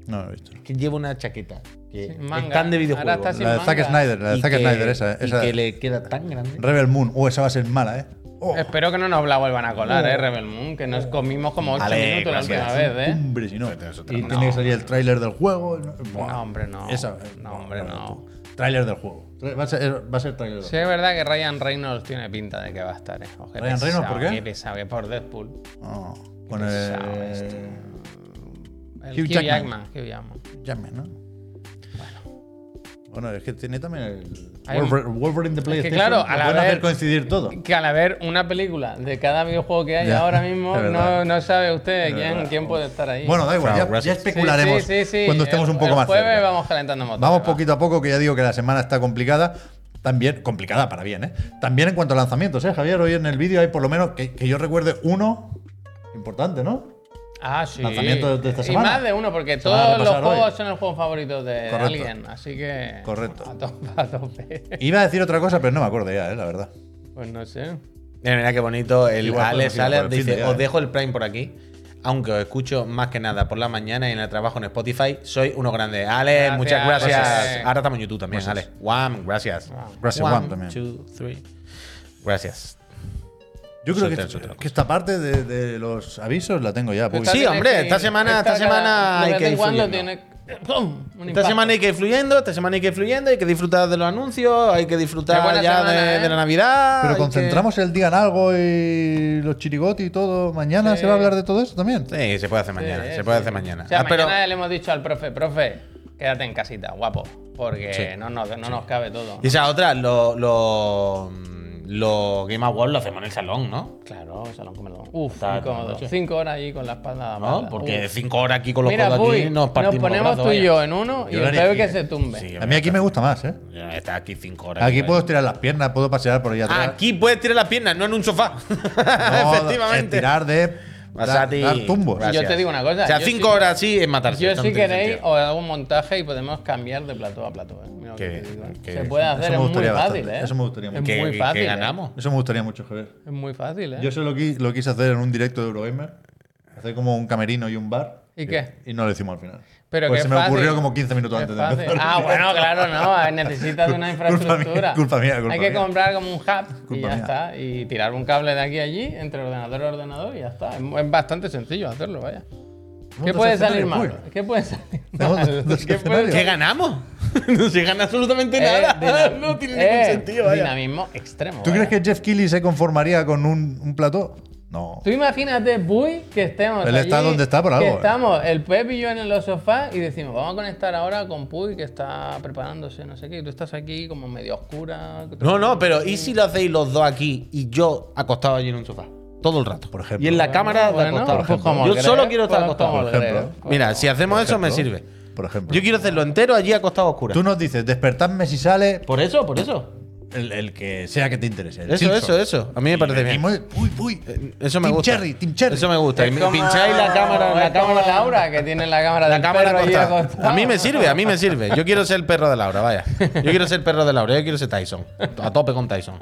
S1: No, no he visto.
S4: Que lleva una chaqueta que
S3: Sí, manga.
S4: es tan de
S3: Ahora
S4: videojuego.
S3: está sin
S1: La de
S3: manga.
S1: Zack Snyder, la de
S4: Y
S1: Zack
S4: que-
S1: Snyder, esa.
S4: y
S1: esa.
S4: que le queda tan grande.
S1: Rebel Moon. Oh, esa va a ser mala, ¿eh? Oh.
S3: Espero que no nos la vuelvan a colar, ¿eh? Rebel Moon, que nos comimos como 8
S4: Ale,
S3: minutos la
S4: gracias.
S3: última vez, ¿eh?
S1: Hombre, si no.
S2: eso
S1: Y tiene que salir el tráiler del juego. Buah.
S3: No, hombre, no.
S1: Esa, eh,
S3: No, hombre, no.
S1: Tráiler del juego. Tra- Va a ser, va a ser tráiler del
S3: Sí,
S1: juego.
S3: es verdad que Ryan Reynolds tiene pinta de que va a estar, ¿eh? Ojo, qué
S1: ¿Ryan Reynolds,
S3: pesado,
S1: por qué?
S3: Qué pesado, que por Deadpool.
S1: Oh, con
S3: pesado este.
S1: el.
S3: El
S1: Hugh
S3: Hugh
S1: Jackman.
S3: Jackman, Hugh Jackman.
S1: Jackman, ¿no? Bueno, es que tiene también el
S3: Hay un-
S1: Wolver- Wolverine de PlayStation.
S3: claro,
S1: lo
S3: a la
S1: pueden hacer
S3: vez-
S1: coincidir todo.
S3: Que al haber una película de cada videojuego que hay
S1: Ya,
S3: ahora mismo,
S1: es verdad.
S3: no, no sabe usted quién, quién puede estar ahí.
S1: Bueno, da igual,
S4: Claro,
S1: ya, ya
S4: gracias.
S1: especularemos
S3: Sí, sí, sí, sí.
S1: cuando estemos
S3: El-
S1: un poco
S3: el
S1: más
S3: jueves
S1: cerca.
S3: vamos calentando motores.
S1: Vamos
S3: va.
S1: poquito a poco, que ya digo que la semana está complicada. También, complicada para bien, ¿eh? También en cuanto a lanzamientos, ¿eh, Javier? Hoy en el vídeo hay por lo menos, que, que yo recuerde, uno importante, ¿no?
S3: Ah, sí.
S1: Lanzamiento de esta
S3: y
S1: semana.
S3: más de uno, porque
S1: Se van a
S3: todos los
S1: repasar
S3: juegos
S1: hoy.
S3: son el juego favorito de
S1: Correcto.
S3: alguien, así que.
S1: Correcto.
S3: A tope, a tope.
S1: Iba a decir otra cosa, pero no me acuerdo ya, ¿eh? La verdad.
S3: Pues no sé.
S4: Mira, mira qué bonito. El
S1: Igual
S4: Alex
S1: podemos ir
S4: Alex
S1: por el fin
S4: dice:
S1: de ya,
S4: Os
S1: eh".
S4: dejo el Prime por aquí. Aunque os escucho más que nada por la mañana y en el trabajo en Spotify, soy uno grande. Alex,
S3: Gracias,
S4: muchas gracias.
S3: Alex.
S4: Ahora estamos en YouTube también,
S1: Gracias.
S4: Alex. One, gracias.
S1: Gracias, Juan, también.
S4: two, three. Gracias.
S1: Yo creo que,
S4: Soltar, soltar.
S1: que esta parte de, de los avisos la tengo ya.
S3: Pero
S1: publicada.
S3: esta
S4: Sí,
S3: tienes
S4: hombre,
S3: que
S4: esta
S3: ir-
S4: semana- esta semana hay
S3: lo
S4: que
S3: de
S4: ir
S3: Juan lo
S4: fluyendo.
S3: tiene- ¡Pum! Un
S4: Esta
S3: impacto.
S4: semana hay que ir fluyendo, esta semana hay que ir fluyendo, hay que disfrutar de los anuncios, hay que
S3: Qué buena
S4: disfrutar ya
S3: semana,
S4: de,
S3: ¿eh?
S4: de la Navidad.
S1: Pero
S4: hay que-
S1: concentramos el día en algo y los chirigoti y todo. Mañana
S3: Sí.
S1: se va a hablar de todo eso también.
S4: Sí, se puede hacer
S3: Sí,
S4: mañana,
S3: sí,
S4: se puede
S3: sí.
S4: hacer mañana.
S3: O sea,
S4: Ah, pero-
S3: mañana le hemos dicho al profe, profe, quédate en casita, guapo. Porque no, nos, no nos cabe todo.
S4: Y esa otra, los lo, lo Game Awards lo hacemos en el salón, ¿no?
S3: Claro, salón comedor. Uf,
S4: Está
S3: incómodo.
S4: noche.
S3: Cinco horas allí con la espalda
S4: ¿no?
S3: mala.
S4: Porque
S3: Uf.
S4: cinco horas aquí con los
S3: Mira,
S4: codos
S3: Puy,
S4: aquí
S3: nos,
S4: nos partimos
S3: ponemos
S4: los brazos,
S3: tú y
S4: vaya.
S3: yo en uno y
S1: Yo lo
S3: el
S1: haría
S3: peor
S1: aquí,
S3: que
S1: eh.
S3: se tumbe.
S4: Sí,
S1: A mí aquí me gusta más, ¿eh?
S4: Ya Está aquí cinco horas.
S1: Aquí
S4: vaya.
S1: puedo estirar las piernas, puedo pasear por allá atrás.
S4: Aquí puedes tirar las piernas, no en un sofá.
S1: No,
S4: Efectivamente.
S1: Estirar de
S4: Vas
S1: dar,
S4: a ti.
S1: dar tumbos.
S3: Yo te digo una cosa,
S4: O sea,
S3: yo
S4: cinco
S3: sí-
S4: horas así es matarse.
S3: Yo
S4: esto no
S3: si
S4: tiene
S3: queréis oh,
S4: sentido.
S3: os hago un montaje y podemos cambiar de plató a plató. ¿eh? Mira lo que
S4: Qué-
S3: te digo, ¿eh?
S4: qué-
S3: se puede hacer,
S1: me
S3: es muy
S1: gustaría
S3: fácil.
S1: bastante,
S3: ¿eh?
S1: eso me gustaría mucho.
S3: Es
S4: Que-
S3: muy
S4: que
S3: fácil. ¿eh?
S4: ganamos.
S1: Eso me gustaría mucho, Javier.
S3: Es muy fácil, ¿eh?
S1: Yo eso lo, qui- lo quise hacer en un directo de Eurogamer. Hacer como un camerino y un bar.
S3: ¿Y qué?
S1: Y no lo decimos al final.
S3: Pero
S1: pues
S3: qué
S1: se me
S3: fácil.
S1: ocurrió como 15 minutos
S3: Qué
S1: antes de
S3: fácil.
S1: empezar.
S3: Ah, bueno, claro, no. Necesitas una
S1: Culpa mía,
S3: infraestructura.
S1: culpa mía, culpa
S3: Hay que
S1: mía.
S3: comprar como un hub y
S1: Culpa mía.
S3: ya está. Y tirar un cable de aquí a allí, entre ordenador y ordenador, y ya está. Es, es bastante sencillo hacerlo, vaya. ¿Qué
S1: Montas
S3: puede
S1: escenario,
S3: salir
S1: muy
S3: mal?
S1: bien.
S3: ¿Qué puede salir
S1: Montas-
S3: mal?
S1: montas
S3: ¿Qué puede
S1: escenario.
S4: ¿Qué ganamos? no se gana absolutamente
S3: Eh,
S4: nada.
S3: dinam-
S4: no tiene
S3: eh,
S4: ningún sentido, vaya.
S3: Dinamismo extremo.
S1: ¿Tú
S3: vaya.
S1: crees que Jeff Keighley se conformaría con un, un plató? No.
S3: Tú imagínate, Bui, que estemos.
S1: Él está
S3: allí,
S1: donde está por algo,
S3: Que
S1: eh.
S3: estamos, el Pep y yo en los sofás y decimos, vamos a conectar ahora con Puy que está preparándose, no sé qué. Y tú estás aquí como medio oscura.
S4: No, no, pero ¿y si lo hacéis los dos aquí y yo acostado allí en un sofá? Todo el rato.
S1: Por ejemplo.
S4: Y en la cámara de
S3: Bueno,
S4: acostado.
S3: pues como
S4: yo
S3: crees,
S4: solo quiero estar
S3: pues
S4: acostado.
S3: como
S1: por ejemplo.
S3: crees.
S4: Mira, si hacemos eso me
S1: ejemplo.
S4: sirve.
S1: Por ejemplo.
S4: Yo quiero hacerlo entero allí acostado a oscura.
S1: Tú nos dices, despertadme si sale
S4: Por eso, por eso.
S1: el, el que sea que te interese. el
S4: Eso,
S1: Simpson.
S4: eso, eso. A mí me parece bien. Eh,
S1: Venimos- Uy, uy.
S4: Eso me
S1: Team
S4: gusta.
S1: Cherry, Team Cherry.
S4: Eso me gusta. Y
S3: Es como-
S4: pincháis la cámara, la
S3: es como
S4: cámara,
S3: Laura, que tiene la cámara
S4: La
S3: del
S4: cámara
S3: perro allí
S4: acostada.
S3: acostado.
S4: A mí me sirve, a mí me sirve. Yo quiero ser el perro de Laura, vaya. Yo quiero ser el perro de Laura, yo quiero ser Tyson. A tope con Tyson.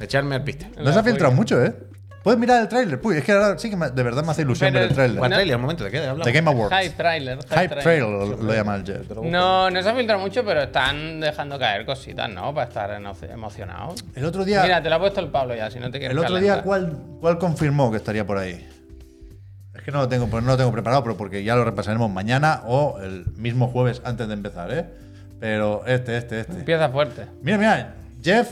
S4: Echarme al piste.
S1: No se ha filtrado mucho, ¿eh? Puedes mirar el tráiler. Uy, es que ahora sí que me- de verdad me hace ilusión
S3: Pero
S1: ver el
S3: el-
S1: tráiler.
S4: ¿Cuál trailer? Un momento, te queda. hablamos.
S1: The Game Awards.
S3: Hype trailer.
S1: Hype Trail lo, lo llama el Jeff.
S3: No, no se ha filtrado mucho, pero están dejando caer cositas, ¿no? Para estar eno- emocionados.
S1: El otro día,
S3: Mira, te lo ha puesto el Pablo ya, si no te quieres
S1: el otro
S3: calentar.
S1: día ¿cuál, ¿cuál confirmó que estaría por ahí? Es que no lo tengo, pues no lo tengo preparado, pero porque ya lo repasaremos mañana o el mismo jueves antes de empezar, ¿eh? Pero este, este, este.
S3: Empieza fuerte.
S1: Mira, mira, Jeff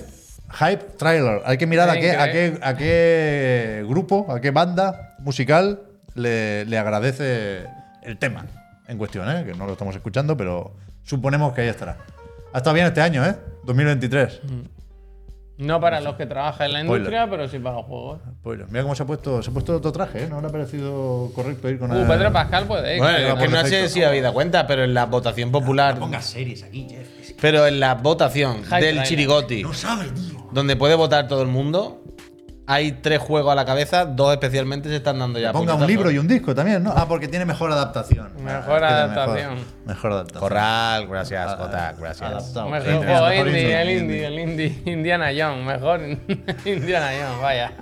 S1: Hype Trailer. Hay que mirar a qué, a, qué, a qué grupo, a qué banda musical le, le agradece el tema en cuestión, ¿eh? que no lo estamos escuchando, pero suponemos que ahí estará. Ha estado bien este año, ¿eh? 2023.
S3: No para los que trabajan en la
S1: Spoiler.
S3: industria, pero sí para los juegos.
S1: Spoiler. Pues mira cómo se ha puesto, se ha puesto otro traje, ¿eh? No le ha parecido correcto ir con
S3: Uh,
S1: el-
S3: Pedro Pascal puede ir.
S4: Ah. Bueno,
S3: creo,
S4: es
S1: por
S4: que no sé
S1: defecto.
S4: si habéis dado cuenta, pero en la votación popular.
S1: series aquí, Jeff.
S4: Pero en la votación
S3: Hype
S4: del
S3: trailer.
S4: Chirigoti,
S1: sabe, tío.
S4: donde puede votar todo el mundo, hay tres juegos a la cabeza, dos especialmente se están
S3: pues
S4: dando ya.
S1: Ponga un
S4: puñetazos.
S1: libro y un disco también, ¿no? Ah, porque tiene mejor adaptación.
S3: Mejor
S1: Ah, tiene
S3: adaptación.
S1: Mejor, mejor adaptación.
S4: Corral, gracias, Jota, gracias.
S1: Ah, Adaptado.
S3: Mejor
S1: Indie,
S3: juego
S1: mejor
S3: indie,
S1: indie,
S3: el
S1: indie.
S3: indie, el indie. Indiana Jones, mejor Indiana Jones, vaya.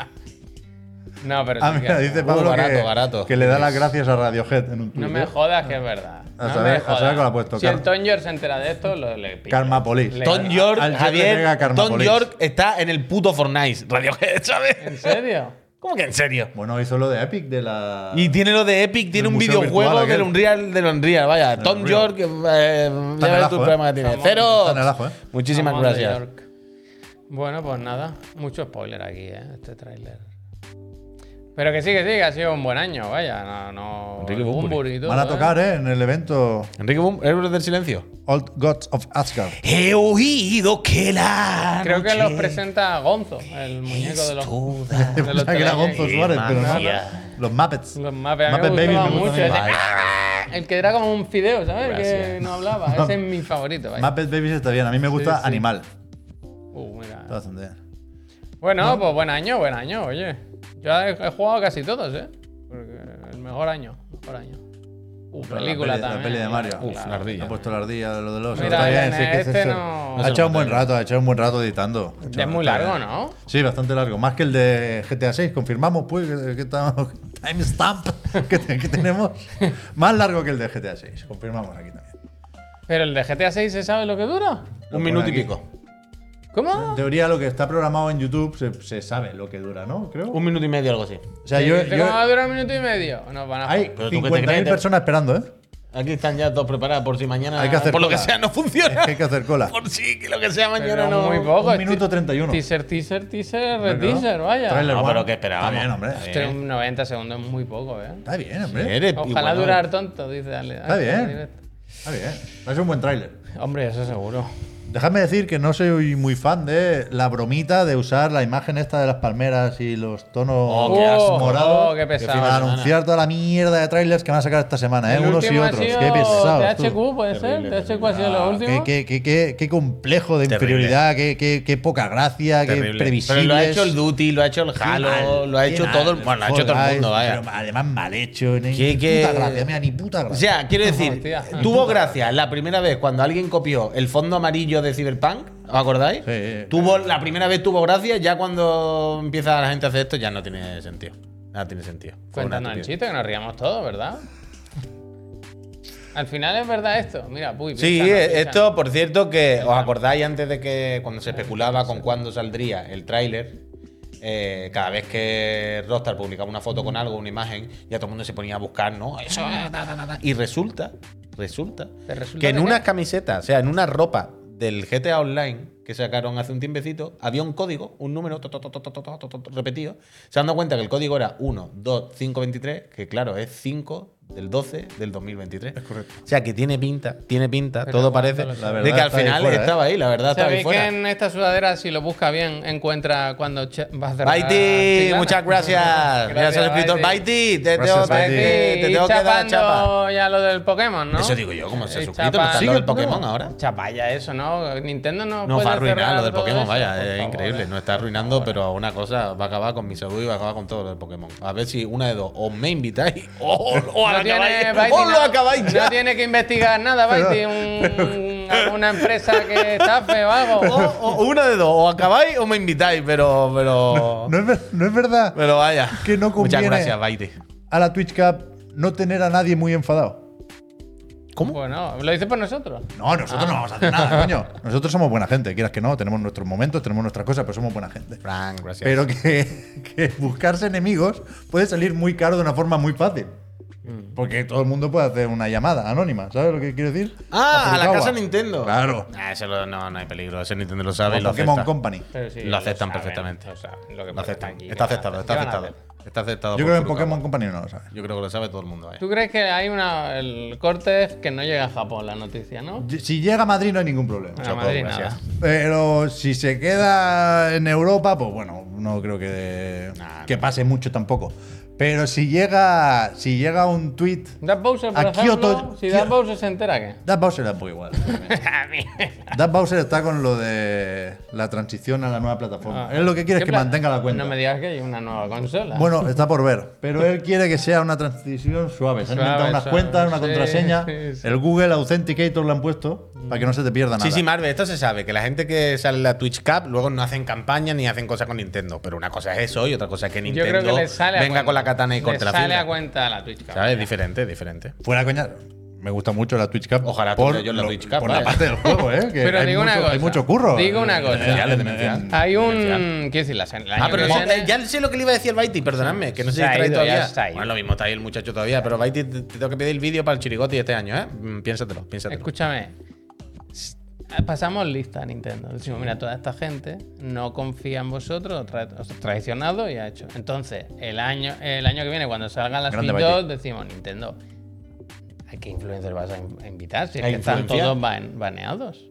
S3: No, pero
S1: Ah,
S3: sí que-
S1: mira, dice
S4: Uh,
S1: Pablo que,
S4: barato, barato.
S1: que le da las gracias a Radiohead en un tuit. ¿eh?
S3: No me jodas que es verdad.
S1: A
S3: No
S1: saber-
S3: me
S1: a
S3: jodas.
S1: saber cómo la ha puesto,
S3: Si el
S1: Car-
S3: Tom York se entera de esto, lo, le pillo.
S1: Karma Police.
S3: Le-
S4: Tom York,
S1: Al Jeff le pega
S4: Javier,
S1: karma
S4: Tom
S1: por
S4: York está en el puto Fortnite, Radiohead, ¿sabes?
S3: ¿En serio?
S4: ¿Cómo que en serio?
S1: Bueno, hizo lo de Epic de la.
S4: Y tiene lo de Epic, tiene un
S1: museo
S4: videojuego
S1: virtual
S4: del
S1: aquel.
S4: Unreal, del Unreal, vaya. Tom
S1: Unreal.
S4: York, eh, ya ves
S1: relajo,
S4: tu
S1: ¿eh?
S4: problema que tiene.
S3: Estamos-
S4: Cero.
S1: están relajo, ¿eh?
S4: Muchísimas
S3: Vamos de
S4: gracias.
S3: York. Bueno, pues nada. Mucho spoiler aquí, ¿eh? Este tráiler. Pero que sí, que sí, que ha sido un buen año, vaya. No, no.
S4: Enrique
S3: el
S4: Bunbury.
S3: Bunbury y todo,
S1: Van a
S3: ¿eh?
S1: tocar, ¿eh? En el evento
S4: Enrique Boom, Héroes del Silencio.
S1: Old Gods of Asgard.
S4: He oído que la.
S3: Creo que los
S4: noche
S3: presenta Gonzo, el muñeco de
S4: es
S3: los.
S4: toda-
S3: de los
S1: Pensaba que era
S3: Teleñeques.
S1: Gonzo Suárez, pero no.
S4: magia.
S1: Los Muppets.
S3: Los Muppets, a mí me
S1: Muppet Babies
S3: gustaba
S1: me
S3: mucho.
S1: gustan
S3: ese- El que era como un fideo, ¿sabes? El Que
S4: Gracias.
S3: no hablaba. Ese es mi favorito. vaya.
S1: Muppet Babies está bien. A mí me gusta
S3: sí.
S1: Animal.
S3: Uh, mira.
S1: Está bastante bien.
S3: Bueno, pues buen año, buen año, oye. Yo he, he jugado casi todos, ¿eh? Porque el mejor año, mejor año. Uh,
S1: La
S3: película
S1: peli- la
S3: también. eh,
S1: peli de Mario.
S3: claro.
S4: Uf, la
S1: Ha
S4: ardilla.
S1: puesto la ardilla, lo de los. está
S3: Mira,
S1: bien,
S3: en
S1: sí, es que es
S3: este
S1: eso.
S3: no-
S1: Ha echado un buen rato, ha echado un buen rato editando. Ha
S3: Ya
S1: echado-
S3: es muy
S1: está
S3: largo,
S1: bien.
S3: ¿no?
S1: Sí, bastante largo. Más que el de GTA 6. Confirmamos, pues, que, que estamos- timestamp que, te- que tenemos. Más largo que el de GTA 6. Confirmamos aquí también.
S3: Pero el de GTA 6 se sabe lo que dura.
S1: Lo
S4: Un minuto y
S1: pone aquí.
S4: pico.
S1: En
S3: ¿Cómo?
S1: teoría, lo que está programado en YouTube se, se sabe lo que dura, ¿no? Creo.
S4: Un minuto y medio, algo así.
S1: O sea,
S3: ¿Te
S1: yo.
S3: dice
S1: yo-
S3: cómo va a durar un minuto y medio? Nos van a
S1: hay
S4: Pero tú qué te
S1: 50.000
S4: crees,
S1: personas esperando, ¿eh?
S4: Aquí están ya todos preparados por si mañana.
S1: Hay que hacer
S4: por lo que
S1: cola.
S4: sea, no
S1: Es
S4: funciona.
S1: que hay que hacer cola.
S4: Por si que lo que sea
S3: Pero
S4: mañana no.
S3: muy poco.
S1: Un minuto 31.
S3: Teaser, teaser, teaser,
S1: Hombre, claro.
S3: teaser, vaya.
S1: Trailer
S4: No,
S1: one.
S4: pero que esperábamos.
S1: Está bien, hombre.
S4: Está bien.
S3: Tres- 90 segundos es muy poco, ¿eh?
S1: Está bien, hombre.
S4: Eres
S3: Ojalá
S4: igual,
S3: durar tonto, dice Dale.
S1: Está bien. Está bien. Ha sido un buen tráiler.
S3: Hombre, eso seguro.
S1: Dejadme decir que no soy muy fan de la bromita de usar la imagen esta de las palmeras y los tonos
S4: Oh, qué asco.
S1: morados
S3: Oh, qué pesado.
S1: para anunciar toda la mierda de trailers que van a sacar esta semana, ¿eh?
S3: El
S1: unos y
S3: último ha
S1: otros.
S3: sido
S1: Qué pesados. tú. Ah,
S3: THQ, puede
S4: Terrible,
S3: ser. THQ ha sido lo
S1: Qué,
S3: último.
S1: qué- qué- qué- qué complejo de
S4: Terrible.
S1: inferioridad, qué, qué- qué poca gracia, qué
S4: Terrible.
S1: previsible.
S4: Pero lo ha hecho el Duty, lo ha hecho el Halo, lo ha hecho todo el, bueno, lo ha hecho todo el mundo, vaya.
S1: además mal hecho, ni,
S4: Qué-
S1: ni
S4: qué-
S1: puta gracia, mira, ni puta
S4: O
S1: gracia.
S4: sea, quiero decir,
S3: Ah, Hostia.
S1: Ah,
S4: tuvo gracia la primera vez cuando alguien copió el fondo amarillo de Cyberpunk, ¿os acordáis?
S1: Sí, sí.
S4: Tuvo, la primera vez tuvo gracia, ya cuando empieza la gente a hacer esto ya no tiene sentido. Ah, tiene sentido. Fue una
S3: Cuéntanos el
S4: estupidez.
S3: chiste, que nos ríamos todos, ¿verdad? Al final es verdad esto. Mira, uy,
S4: Sí,
S3: piénsalo,
S4: eh,
S3: piénsalo.
S4: esto, por cierto, que os acordáis antes de que cuando se especulaba con cuándo saldría el tráiler, eh, cada vez que Rockstar publicaba una foto con algo, una imagen, ya todo el mundo se ponía a buscar, ¿no? Eso,
S3: Ah,
S4: eh, ta, ta, ta, ta. Y resulta, resulta,
S3: ¿Te resulta
S4: que en
S3: de qué?
S4: unas camisetas, o sea, en una ropa del GTA Online que sacaron hace un tiempecito, había un código, un número to, to, to, to, to, to, to, to, to, repetido. Se han dado cuenta que el código era 1, 2, 5, 23, que claro, es 5 del 12 del 2023.
S1: correcto.
S4: O sea, que tiene pinta, tiene pinta,
S3: Pero
S4: todo
S3: ¿cuánto
S4: parece.
S3: lo
S1: La verdad
S4: de que al
S1: está ahí
S4: final
S1: fuera, ¿eh?
S4: estaba ahí, la verdad estaba ahí
S3: Sabéis que
S4: fuera.
S3: en esta sudadera, si lo busca bien, encuentra cuando che- va a cerrar.
S4: Baiti,
S3: Chiclana.
S4: muchas gracias. Gracias al escritor. Baiti, te,
S1: Gracias,
S4: tengo,
S1: Baiti.
S4: que- te, tengo
S3: Y
S4: que dar
S3: chapando
S4: chapa.
S3: ya lo del Pokémon, ¿no?
S4: Eso digo yo, como se ha
S3: Y
S4: suscrito,
S3: chapa-
S4: pero está lo del Pokémon ahora.
S3: Chapa ya eso, ¿no? Nintendo no
S4: Nos
S3: puede
S4: va a arruinar
S3: cerrar
S4: lo del
S3: todo
S4: Pokémon,
S3: eso,
S4: vaya,
S3: por
S4: es
S3: favor,
S4: increíble.
S3: eh.
S4: Nos está arruinando, pero una cosa va a acabar con mi salud y va a acabar con todo lo del Pokémon. A ver si una de dos, o me invitáis, o, o
S3: No
S4: acabáis,
S3: tiene, Baiti,
S4: o lo
S3: no-
S4: acabáis ya.
S3: no tiene que investigar nada, Baiti. Un, alguna empresa que estafe o algo.
S4: O, o una de dos, o acabáis o me invitáis, pero. pero...
S1: No es, ver- no es verdad
S4: Pero vaya.
S1: Que no
S4: Muchas
S1: conviene.
S4: gracias, Baiti.
S1: a la Twitch Cup no tener a nadie muy enfadado.
S4: ¿Cómo?
S3: Bueno, lo dices por nosotros.
S1: No, nosotros no vamos a hacer nada, coño. Nosotros somos buena gente, quieras que no, tenemos nuestros momentos, tenemos nuestras cosas, pero somos buena gente.
S4: Frank, gracias.
S1: Pero que, que buscarse enemigos puede salir muy caro de una forma muy fácil. Porque todo el mundo puede hacer una llamada anónima, ¿sabes lo que quiero decir?
S4: ah, a la
S1: Furukawa.
S4: casa Nintendo.
S1: Claro.
S4: Ah, eso lo- no, no hay peligro. Eso Nintendo lo sabe. y
S1: Como
S4: Lo
S1: Pokémon
S4: acepta.
S1: Company.
S3: Pero sí,
S4: Lo aceptan perfectamente.
S3: Lo saben, lo que
S4: Lo
S3: pasa
S4: aceptan.
S3: aquí,
S4: Está
S3: ¿qué van a
S4: aceptado,
S3: hacer?
S4: está
S3: ¿Qué van a
S4: aceptado.
S3: hacer?
S4: Está aceptado.
S1: Yo
S4: por
S1: creo que en
S4: Furukawa.
S1: Pokémon Company no lo sabes.
S4: Yo creo que lo sabe todo el mundo. vaya.
S3: ¿Tú crees que hay una, el corte es que no llega a Japón la noticia, no?
S1: Y- Si llega a Madrid no hay ningún problema.
S3: A Madrid
S4: gracias.
S3: nada.
S1: Pero si se queda en Europa, pues bueno, no creo que,
S4: Nah,
S1: que pase mucho tampoco. Pero si llega, si llega un tweet,
S3: Dad Bowser, por
S1: A
S3: ejemplo,
S1: Kyoto-
S3: si Dad
S1: Kyo-
S3: Bowser se entera, ¿qué?
S1: Dad Bowser da poco igual.
S3: A mí.
S1: Dad Bowser está con lo de la transición a la nueva plataforma.
S3: Ah.
S1: Él lo que quiere es
S3: ¿Qué
S1: que
S3: plan-
S1: mantenga la cuenta.
S3: No me digas que hay una nueva consola.
S1: Bueno, está por ver. Pero él quiere que sea una transición suave. Se han
S3: Suave,
S1: inventado unas
S3: suave.
S1: cuentas, una
S3: Sí,
S1: contraseña.
S3: sí, sí.
S1: El Google Authenticator lo han puesto para que no se te pierda nada.
S4: Sí, sí, Marvel, esto se sabe, que la gente que sale en la Twitch Cup luego no hacen campaña ni hacen cosas con Nintendo. Pero una cosa es eso y otra cosa es que
S3: yo
S4: Nintendo
S3: creo que le sale a
S4: venga
S3: cuenta.
S4: con la katana y
S3: Le
S4: corte la
S3: sale
S4: fila.
S3: a cuenta la Twitch. cabrón.
S4: ¿Sabes? Es diferente, es diferente.
S1: Fuera coña. Me gusta mucho la Twitch Cup.
S4: Ojalá
S1: por,
S4: tuviera yo la
S1: lo-
S4: Twitch Cup,
S1: por
S4: vaya.
S1: la parte del juego, ¿eh? Que
S3: Pero
S1: hay
S3: digo una
S1: mucho- Hay
S3: cosa.
S1: mucho curro.
S3: Digo una cosa.
S4: Demenciales, demenciales.
S3: Hay un.
S4: Diferencial.
S3: ¿Qué decir? La, el
S4: Ah,
S3: año
S4: pero
S3: que
S4: no-
S3: viene-
S4: eh, ya sé lo que le iba a decir el Baiti, perdonadme, que no sé
S3: Se
S4: si
S3: ha
S4: trae
S3: ido,
S4: todavía.
S3: ya está ahí.
S4: Bueno, lo mismo está ahí el muchacho todavía, pero Baiti, te, te tengo que pedir el vídeo para el chirigoti este año, ¿eh? Mm, Piénsatelo, piénsatelo.
S3: Escúchame. S- Pasamos lista a Nintendo. Decimos, mira, toda esta gente no confía en vosotros, tra- os ha traicionado y ha hecho. Entonces, el año, el año que viene, cuando salgan las
S1: Grande
S3: Switch 2,
S1: Baiti.
S3: decimos, Nintendo, ¿a qué influencer vas a in- a invitar? Si es
S4: ¿A
S3: que están
S4: influenciar?
S3: todos ban- baneados.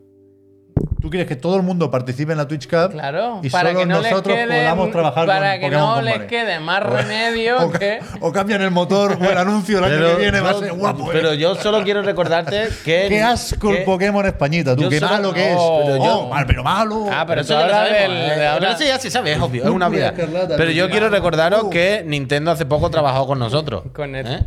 S1: ¿Tú quieres que todo el mundo participe en la Twitch Cup?
S3: Claro,
S1: Y solo nosotros
S3: quede-
S1: podamos trabajar
S3: para
S1: con
S3: que
S1: Pokémon
S3: no les
S1: Company.
S3: quede más
S1: o,
S3: remedio que.
S1: o cambian el motor o el anuncio el año que viene va a ser guapo. ¿eh?
S4: pero yo solo quiero recordarte que.
S1: Qué asco el
S4: que-
S1: Pokémon Españita, tú.
S4: Yo
S1: Qué
S4: solo-
S1: malo que es.
S3: No,
S4: pero yo-
S1: Oh, mal, pero malo.
S3: Ah, pero
S4: Pero
S3: tú
S4: eso ya lo
S3: hablas del.
S4: sabemos, eh.
S3: de
S4: Pero
S3: ahora-
S4: eso ya se sabe, es obvio, es una
S1: Púrpura
S4: obviedad.
S1: escarlata,
S4: Pero yo
S1: púrpura.
S4: quiero recordaros
S1: Uh.
S4: que Nintendo hace poco trabajó con nosotros.
S3: Con el-
S4: ¿eh?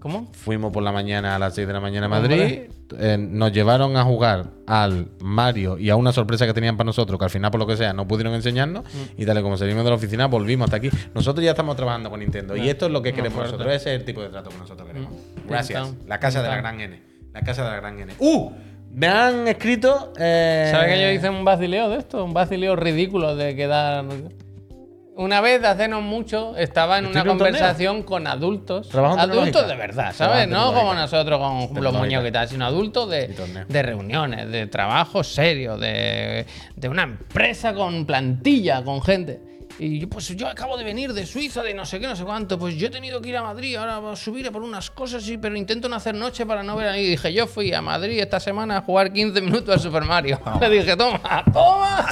S3: ¿Cómo?
S4: Fuimos por la mañana a las 6 de la mañana a Madrid.
S3: Hombre.
S4: eh, nos llevaron a jugar al Mario y a una sorpresa que tenían para nosotros, que al final, por lo que sea, no pudieron enseñarnos.
S3: Mm.
S4: Y tal y como salimos de la oficina, volvimos hasta aquí. Nosotros ya estamos trabajando con Nintendo. Y esto es lo que queremos
S3: fuerte.
S4: nosotros. Ese es el tipo de trato que nosotros queremos.
S3: Mm.
S4: Gracias.
S3: Bien,
S4: La casa de la
S3: bien.
S4: gran N. La casa de la gran N. ¡Uh! Me han escrito. eh,
S3: ¿Sabes que yo hice un vacileo de esto? Un vacileo ridículo de quedar. Una vez, hace no mucho, estaba en una
S4: Estoy en un torneo.
S3: conversación con adultos.
S4: Trabajo en
S3: adultos de
S4: tecnológica.
S3: verdad,
S4: Trabajo
S3: ¿sabes?
S4: en
S3: No como
S4: tecnológica.
S3: nosotros con los
S4: Tecnológica.
S3: muñecos y tal, sino adultos de,
S4: Y torneo.
S3: de reuniones, de trabajo serio, de, de una empresa con plantilla, con gente. Y yo, pues yo acabo de venir de Suiza, de no sé qué, no sé cuánto. Pues yo he tenido que ir a Madrid, ahora voy a subir a por unas cosas, y, pero intento no hacer noche para no ver ahí. Y dije, yo fui a Madrid esta semana a jugar 15 minutos al Super Mario. Le dije, toma, toma.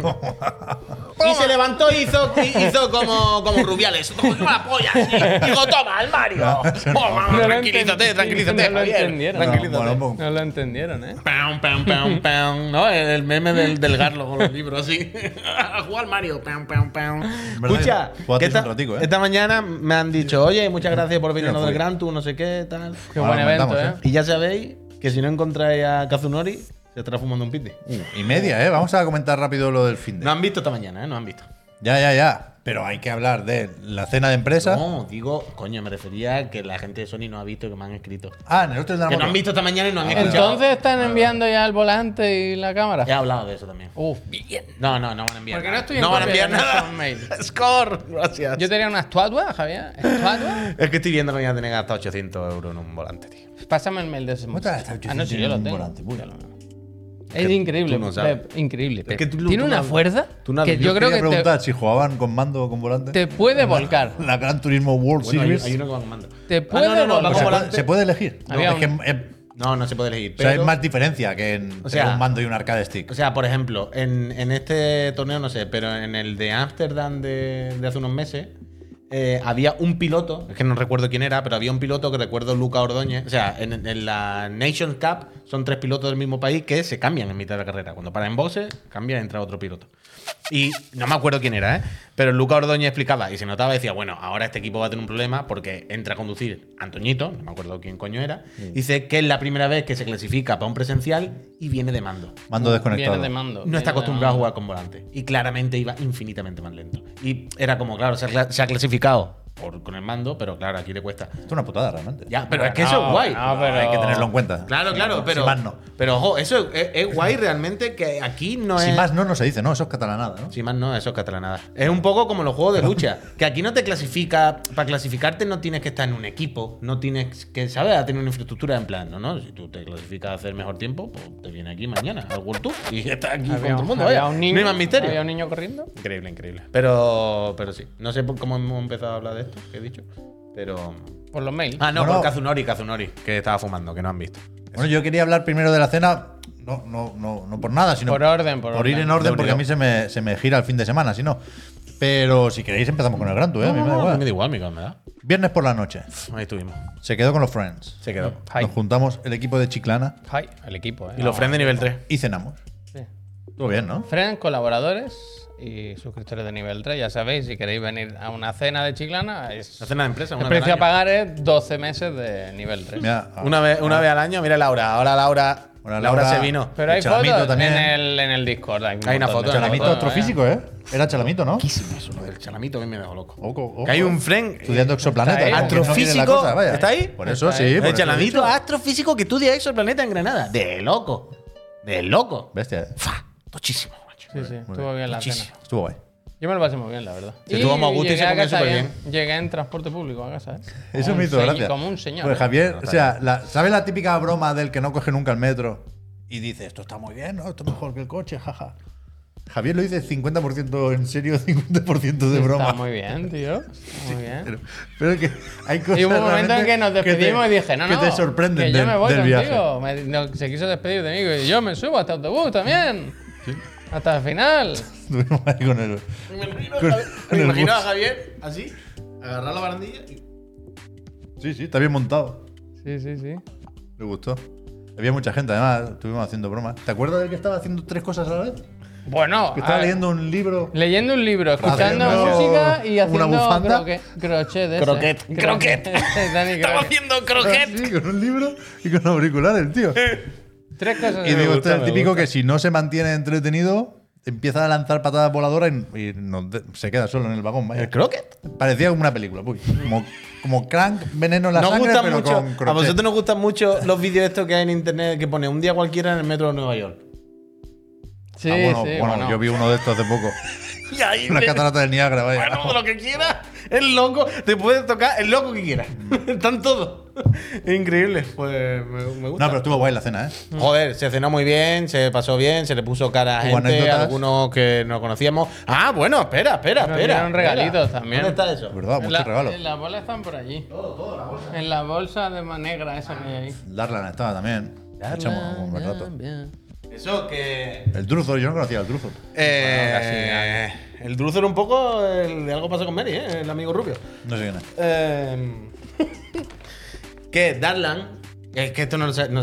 S4: Y se levantó y hizo, y- hizo como, como rubiales. Como una polla. así. Digo, toma, al Mario. Toma,
S3: No lo
S4: tranquilízate,
S3: entendí,
S4: tranquilízate,
S3: no lo
S4: Javier.
S3: entendieron.
S4: Tranquilízate.
S1: No, bueno,
S3: No lo entendieron, ¿eh?
S4: Pam, pam, pam, pam. ¿No? El, el meme del, del Garlo con los libros así. A jugar Mario. Pam, pam, pam.
S1: verdad
S4: Escucha,
S1: que jugasteis
S4: que esta,
S1: un ratico, ¿eh?
S4: esta mañana me han dicho, oye, muchas gracias por venir
S1: Mira,
S4: a lo del
S1: fui.
S4: Gran Tour, no sé qué, tal.
S3: Qué
S1: Ahora
S3: buen
S1: lo
S3: evento, ¿eh?
S1: comentamos,
S4: Y ya sabéis que si no encontráis a Kazunori, se estará fumando un piti.
S1: Uh, y media, ¿eh? Vamos a comentar rápido lo del fin de.
S4: No han visto esta mañana, ¿eh? No han visto.
S1: Ya, ya, ya. Pero hay que hablar de la cena de empresa.
S4: No, digo, coño, me refería a que la gente de Sony no ha visto que me han escrito.
S1: Ah, en el otro de la
S4: Que no
S1: moto.
S4: han visto esta mañana y no han
S1: Ah,
S4: escuchado.
S3: Entonces están enviando ya el volante y la cámara.
S4: He hablado de eso también.
S3: Uf, bien.
S4: No, no, no van a enviar.
S3: Porque no
S4: nada.
S3: estoy en
S4: van a
S3: copia
S4: enviar
S3: de nuestros
S4: nada.
S3: mails.
S4: Score, gracias.
S3: Yo tenía una estatua, Javier. ¿Estatua?
S4: Es que estoy viendo que voy a tener gastado 800 euros en un volante, tío.
S3: Pásame el mail de ese
S1: ¿Cómo te vas a gastar
S3: Ah, no, sí,
S1: 800
S3: yo
S1: en
S3: lo
S1: un
S3: tengo.
S1: volante? Uy.
S3: Ya lo veo. Es increíble,
S4: tú no sabes.
S3: Pep. Increíble. Pep.
S4: que tú no-
S3: Tiene
S4: tú
S3: una
S4: no-
S3: fuerza
S4: tú no-
S3: que
S4: yo
S3: yo creo
S1: Quería
S3: que te,
S1: preguntar si jugaban con mando o con volante.
S3: te puede volcar.
S1: La Gran Turismo World
S4: Bueno, hay,
S1: Series.
S4: hay uno que va con mando.
S3: Te
S4: Ah,
S3: puede
S4: no, no, no, va
S1: O
S3: volver.
S4: con
S1: sea,
S4: volante.
S1: ¿Se puede elegir?
S3: Había
S1: es que,
S3: un-
S1: eh,
S4: No, no se puede elegir.
S1: o sea, hay
S4: pero-
S1: más diferencia que en
S4: O
S1: o
S4: sea-
S1: un mando y un arcade stick.
S4: O sea, por ejemplo, en, en este torneo, no sé, pero en el de Ámsterdam de, de hace unos meses, eh, había un piloto, es que no recuerdo quién era, pero había un piloto que recuerdo Luca Ordóñez. O sea, en, en la Nations Cup son tres pilotos del mismo país que se cambian en mitad de la carrera. Cuando paran en boxe, cambia y entra otro piloto. Y no me acuerdo quién era, ¿eh? Pero Luca Ordóñez explicaba y se notaba, decía, bueno, ahora este equipo va a tener un problema porque entra a conducir Antoñito, no me acuerdo quién coño era, dice que es la primera vez que se clasifica para un presencial y viene de mando
S1: Mando desconectado.
S3: Viene de mando.
S4: no está
S3: viene de
S4: acostumbrado a
S3: mando.
S4: jugar con volante. Y claramente iba infinitamente más lento. Y era como, claro, se ha, cla- se ha clasificado por, con el mando, pero claro, aquí le cuesta.
S1: Esto es una putada realmente.
S4: Ya, pero es que
S3: No,
S4: eso es guay.
S3: no, Ah, pero-
S1: Hay que tenerlo en cuenta.
S4: Claro, claro, pero.
S1: Sin más no.
S4: Pero ojo, eso es, es guay realmente que aquí no
S1: Sin
S4: es.
S1: más no, no se dice, no, eso es catalanada, ¿no?
S4: Sin más no, eso es catalanada. Es un poco como los juegos de lucha, que aquí no te clasifica, para clasificarte no tienes que estar en un equipo, no tienes que, ¿sabes? A tener una infraestructura en plan, no, no, si tú te clasificas a hacer mejor tiempo, pues te viene aquí mañana al World Tour y estás aquí con
S3: Había,
S4: todo el mundo,
S3: había
S4: vaya.
S3: un niño,
S4: no hay más misterio.
S3: Había un niño corriendo.
S4: Increíble, increíble. Pero, pero sí. No sé por cómo hemos empezado a hablar de esto que he dicho. Pero.
S3: Por los mails.
S4: Ah, no,
S1: Bueno.
S4: por Kazunori, Kazunori, que estaba fumando, que no han visto.
S1: Bueno, yo quería hablar primero de la cena, no, no, no, no por nada, sino
S3: Por orden, por
S1: ir
S3: orden.
S1: en orden,
S4: De
S1: porque a
S4: unido.
S1: mí se me, se me gira el fin de semana, si no. Pero si queréis empezamos con el Gran Tour, ¿eh? A mí me da igual.
S4: me da igual, amigo, me da.
S1: Viernes por la noche,
S4: Pff, Ahí estuvimos.
S1: se quedó con los Friends.
S4: Se quedó.
S3: Hi.
S1: Nos juntamos el equipo de Chiclana
S3: Hi, el equipo. eh.
S4: Y los friends de nivel 3.
S1: y cenamos.
S3: Sí.
S1: Todo bien, ¿no?
S3: Fren, colaboradores y suscriptores de nivel 3. Ya sabéis, si queréis venir a una cena de Chiclana, es,
S4: No hacen nada de empresa.
S3: el
S4: Una,
S3: precio a
S4: vez, al año.
S3: pagar es 12 meses de nivel 3.
S1: Mira, ah,
S4: una, vez, una vez al año, mira Laura. Ahora Laura.
S1: Ahora
S4: Laura,
S1: Laura-
S4: se vino.
S3: Pero hay
S1: El Chalamito
S3: fotos
S1: también.
S3: En, el, en el Discord. Hay, un
S4: Hay una
S3: montón
S4: foto,
S3: de
S1: Chalamito,
S4: Chalamito,
S3: fotos,
S1: otro
S3: ¿eh?
S1: físico, ¿eh? Era Chalamito, ¿no?
S4: Poquísimo eso, lo del chalamito a mí me dejó loco.
S1: Ojo, ojo.
S4: Que hay un eh, friend.
S1: Estudiando exoplaneta.
S3: Está
S1: como
S3: ahí.
S1: que no quiere la
S4: Astrofísico,
S1: cosa, vaya.
S4: ¿está ahí?
S1: Por eso
S3: Está
S1: sí.
S3: ahí.
S1: por
S4: El
S1: eso
S4: chalamito
S1: he dicho.
S4: astrofísico que estudia exoplaneta en Granada. De loco. De loco.
S1: Bestia, ¿eh?
S4: Fa, Tochísimo, macho.
S3: Sí, sí, estuvo bien la cena.
S4: Muchísimo.
S1: Estuvo guay.
S3: Yo me lo pasé muy bien, la verdad.
S4: Se estuvo muy a gusto y
S3: llegué
S4: se comió
S3: casa
S4: súper
S3: Llegué en transporte público a casa. ¿eh? Como
S1: Eso
S3: un
S1: me hizo
S3: señ-
S1: gracia.
S3: Como un señor.
S1: Pues
S3: ¿eh?
S1: Javier, o sea, la, ¿sabes la típica broma del que no coge nunca el metro? Y dice, esto está muy bien, ¿no? Esto es mejor que el coche, jaja. Javier lo dice 50% en serio, 50% de broma.
S3: Está muy bien, tío. Está Muy bien.
S1: Pero, pero es que hay cosas
S3: Y hubo un momento en
S1: realmente
S3: que nos
S1: te-
S3: despedimos y dije, no,
S1: que
S3: no.
S1: te sorprenden
S3: que yo
S1: del-
S3: me voy
S1: del viaje.
S3: contigo. Me- no, se quiso despedir de mí. Y yo me subo hasta autobús también. Hasta el final.
S1: Estuvimos ahí con el-
S4: Me imagino, a
S1: Con-
S4: Javier-
S1: con
S4: me
S1: el
S4: imagino a
S1: bus.
S4: Javier así, agarrar la barandilla y.
S1: Sí, sí, está bien montado.
S3: Sí, sí, sí.
S1: Me gustó. Había mucha gente, además, estuvimos haciendo bromas. ¿Te acuerdas del que estaba haciendo tres cosas a la vez?
S3: Bueno,
S1: Que
S4: Ah.
S1: estaba
S3: a-
S1: leyendo un libro.
S3: leyendo un libro, escuchando
S1: gracias.
S3: música y
S1: Una
S3: haciendo
S1: bufanda.
S3: croque- crochet de ese.
S4: Croquet. Croquet.
S3: Ese, Dani,
S4: Estaba
S3: croquet.
S4: haciendo croquet.
S1: Sí, con un libro y con auriculares, tío.
S3: Tres cosas.
S1: Y
S3: que me
S1: digo,
S3: gustan.
S1: este es el típico que si no se mantiene entretenido, empieza a lanzar patadas voladoras y, y nos de- se queda solo en el vagón. vaya.
S4: ¿El croquet?
S1: Parecía como una película, uy. Como, como crank, veneno en la
S4: Nos
S1: sangre,
S4: gustan
S1: pero
S4: mucho,
S1: con crochet.
S4: a vosotros nos gustan mucho los vídeos estos que hay en internet que pone un día cualquiera en el metro de Nueva York.
S3: Sí,
S1: Ah, bueno,
S3: sí,
S1: bueno,
S3: bueno.
S1: yo vi uno de estos hace poco.
S4: Y ahí,
S1: Las
S4: le-
S1: cataratas del Niágara, vaya.
S4: bueno, de lo que quieras, el loco, te puedes tocar el loco que quieras. Están todos. Increíble, pues me, me gusta. Mm.
S1: No, pero estuvo guay la cena, ¿eh?
S4: Joder, se cenó muy bien, se pasó bien, se le puso cara a
S1: Hubo
S4: gente,
S1: anécdotas.
S4: algunos que no conocíamos. Ah, bueno, espera, espera,
S3: Nos
S4: espera.
S3: dieron regalitos
S4: espera.
S3: también.
S4: ¿Dónde está eso?
S1: ¿Verdad?
S3: En
S1: Muchos
S3: la-
S1: regalos.
S3: En las bolas están por allí. En la bolsa de manegra esa que hay ahí.
S1: Darlan estaba también. Echamos un buen rato.
S4: Eso que.
S1: El Druzo, yo no conocía el Druzo.
S4: Eh, el Druzo era un poco el de algo pasa con Mary, ¿eh? el amigo rubio.
S1: No sé quién es.
S4: Eh, que Darlan, es que esto no lo sabe, no,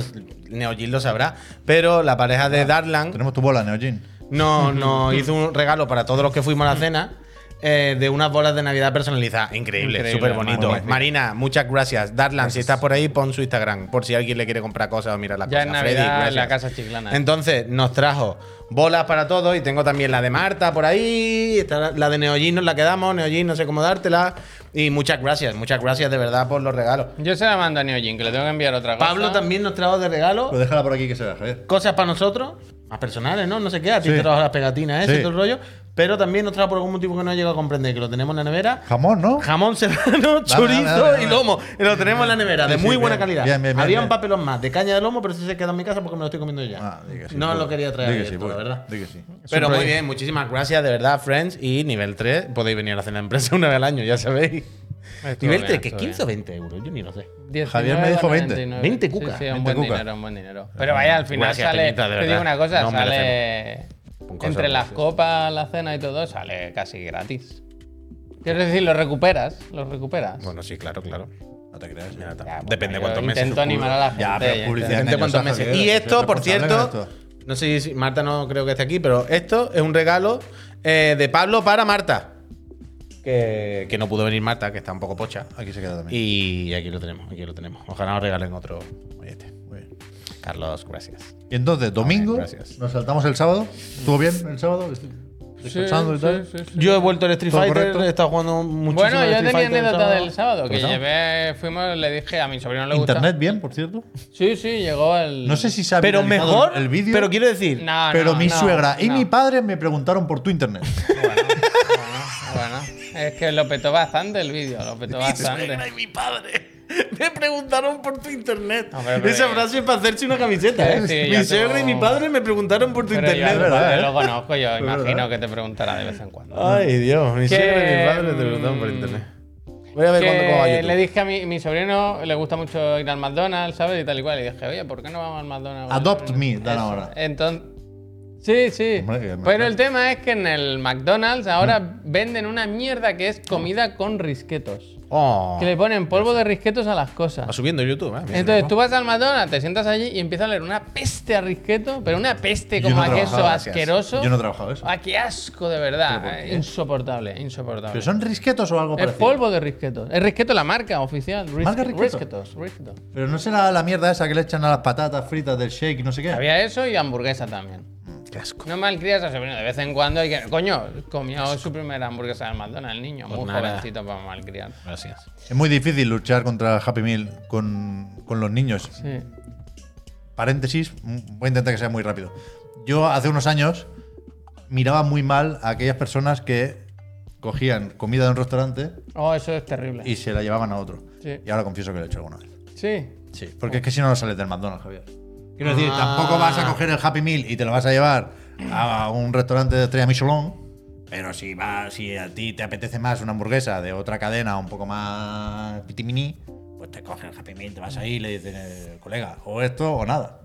S4: Neogil lo sabrá, pero la pareja
S3: Ah,
S4: de Darlan
S1: Tenemos tu bola, Neojin.
S4: nos no hizo un regalo para todos los que fuimos a la cena. eh, de unas bolas de Navidad personalizadas. Increíble,
S3: Increíble,
S4: súper bonito.
S3: magnífico.
S4: Marina, muchas gracias. Darlan, si estás por ahí, pon su Instagram, por si alguien le quiere comprar cosas o mirar las
S3: Ya
S4: cosas.
S3: en
S4: Freddy,
S3: Navidad en
S4: gracias.
S3: la casa chiclana.
S4: Entonces, nos trajo bolas para todos y tengo también la de Marta por ahí, está la- la de Neogin nos la quedamos, Neogin no sé cómo dártela. Y muchas gracias, muchas gracias de verdad por los regalos.
S3: Yo se la mando a Neojin, que le tengo que enviar otra cosa.
S4: Pablo también nos trajo de regalo
S1: Pues déjala por aquí que se vea, Javier.
S4: cosas para nosotros, más personales, ¿no? No sé qué, a ti
S1: Sí.
S4: te trajo las pegatinas, ese
S1: Sí.
S4: todo el rollo. Pero también nos trajo por algún motivo que no he llegado a comprender, que lo tenemos en la nevera.
S1: Jamón, ¿no?
S4: Jamón serrano, chorizo
S1: dame, dame.
S4: y lomo. Y Lo tenemos en la nevera,
S1: Sí,
S4: de
S1: sí,
S4: muy buena
S1: bien,
S4: calidad.
S1: bien, bien, bien,
S4: Había un
S1: bien.
S4: papelón más de caña de lomo, pero ese se queda en mi casa porque me lo estoy comiendo yo ya.
S1: Ah, di que sí,
S4: no
S1: pues.
S4: lo quería traer,
S1: Di que
S4: abierto,
S1: pues.
S4: la verdad.
S1: Di que sí.
S4: Pero muy
S3: proyecto.
S4: bien, muchísimas gracias, de verdad, friends. Y nivel 3, podéis venir a la cena de empresa una vez al año, ya sabéis.
S3: Estuvo
S4: Nivel
S3: bien,
S4: 3, que es
S3: estuvo
S4: 15 o 20 euros, yo ni lo sé.
S3: 19,99.
S1: Javier me dijo 20.
S4: 20
S3: Sí,
S4: cuca,
S3: Sí, un
S1: 20
S3: buen
S1: cuca.
S3: dinero, un buen dinero. Pero vaya, al final
S4: Gracias,
S3: sale.
S4: Peñita, de
S3: te digo
S4: verdad.
S3: una cosa,
S4: Nos
S3: sale.
S4: Un consejo,
S3: Entre las
S4: gracias.
S3: copas, la cena y todo, sale casi gratis. Quiero decir, lo recuperas, lo recuperas.
S4: Bueno, sí, claro, claro.
S1: No te creas.
S4: Ya está.
S3: Ya, bueno,
S4: Depende
S3: yo
S4: cuántos meses.
S3: Intento animar a la gente.
S1: Ya, pero
S3: yo
S1: publicidad
S3: intento-
S4: Depende cuántos
S1: engañosa,
S4: meses.
S1: Javier,
S4: Y
S1: soy
S4: esto, por
S1: responsable
S4: cierto,
S1: con esto.
S4: no sé si Marta no creo que esté aquí, pero esto es un regalo eh, de Pablo para Marta. Que, que no pudo venir Marta, que está un poco pocha.
S1: Aquí se queda también.
S4: Y aquí lo tenemos, aquí lo tenemos. Ojalá nos regalen otro. oyete.
S1: Muy bien.
S4: Carlos, gracias.
S1: Y entonces, domingo,
S4: gracias.
S1: nos saltamos el sábado. ¿Estuvo bien el sábado? Estoy Descansando y tal.
S3: sí, sí, sí.
S4: Yo he vuelto al Street
S1: ¿Todo
S4: Fighter,
S1: correcto?
S4: he estado jugando muchísimo.
S3: Bueno,
S4: al
S3: yo
S4: Street
S3: tenía
S4: Fighter el
S3: anécdota del sábado, que
S4: ¿Qué pasó?
S3: llevé, fuimos, le dije a mi sobrino le gusta.
S1: Internet bien, por cierto.
S3: Sí, sí, llegó el.
S1: No sé si se ha
S4: Pero
S1: viralizado
S4: mejor,
S1: el vídeo.
S4: pero Ah, quiero decir,
S3: No,
S1: pero
S3: no,
S1: mi
S3: no,
S1: suegra y
S3: no.
S1: mi padre me preguntaron por tu internet.
S3: Bueno, bueno, bueno. Es que lo petó bastante el vídeo, lo petó
S4: Mi suegra
S3: bastante.
S4: y mi padre me preguntaron por tu internet.
S3: Hombre, pero-
S4: Esa frase es para hacerse una camiseta. ¿eh?
S3: Sí, sí, ya
S4: mi suegra y
S3: tengo-
S4: mi padre me preguntaron por tu
S3: Pero yo,
S4: internet.
S3: al
S1: verdad,
S3: padre
S1: ¿eh?
S3: lo conozco, yo imagino
S1: verdad.
S3: que te preguntará de vez en cuando.
S4: Ay, Dios,
S3: Que,
S4: mi suegra y mi padre me preguntaron por
S3: mm,
S4: internet. Voy a ver cuándo cómo va
S3: Que
S4: YouTube.
S3: le dije a mi, mi sobrino, le gusta mucho ir al McDonald's, ¿sabes? Y tal y cual. Y dije, oye, ¿por qué no vamos al McDonald's? con el
S1: Adopt
S3: sobrino?"
S1: me, dan
S3: Eso.
S1: ahora.
S3: Entonces. Sí, sí.
S1: Hombre, que el
S3: Pero
S1: McDonald's.
S3: el tema es que en el McDonald's ahora
S4: Mm.
S3: venden una mierda que es comida con risquetos.
S4: Oh,
S3: Que le ponen polvo de risquetos a las cosas.
S4: va subiendo YouTube, ¿eh? Mira,
S3: Entonces tú vas al McDonald's, te sientas allí y empieza a leer una peste a risqueto, pero una peste
S1: Yo
S3: como
S1: no
S3: a
S1: trabajaba,
S3: queso
S1: gracias.
S3: asqueroso.
S1: Yo no he trabajado eso.
S3: Ah, qué asco de verdad. eh, insoportable, insoportable.
S1: ¿Pero son risquetos o algo
S3: es
S1: parecido?
S3: polvo de risqueto. Es risqueto la marca oficial. Risque-
S1: ¿Marca risqueto?
S3: Risquetos, risqueto.
S1: Pero no será la mierda esa que le echan a las patatas fritas del shake, no sé qué.
S3: Había eso y hamburguesa también.
S4: Qué asco.
S3: No malcrías a sobrino. De vez en cuando hay que. Coño, comió su primera hamburguesa del McDonald's, el niño.
S4: Pues
S3: muy
S4: nada.
S3: jovencito para malcriar.
S4: Gracias.
S1: Es muy difícil luchar contra Happy Meal con, con los niños.
S3: Sí.
S1: Paréntesis, mm, voy a intentar que sea muy rápido. Yo hace unos años miraba muy mal a aquellas personas que cogían comida de un restaurante
S3: Oh, eso es terrible.
S1: y se la llevaban a otro.
S3: Sí.
S1: Y ahora confieso que lo he hecho alguna vez.
S3: Sí.
S1: Sí, porque es que si no, no sales del McDonald's, Javier. Quiero decir,
S4: Ah.
S1: tampoco vas a coger el Happy Meal y te lo vas a llevar a un restaurante de estrella Michelin. Pero si, vas, si a ti te apetece más una hamburguesa de otra cadena un poco más pitimini, pues te coges el Happy Meal, te vas ahí y le dices, eh, colega, o esto o nada.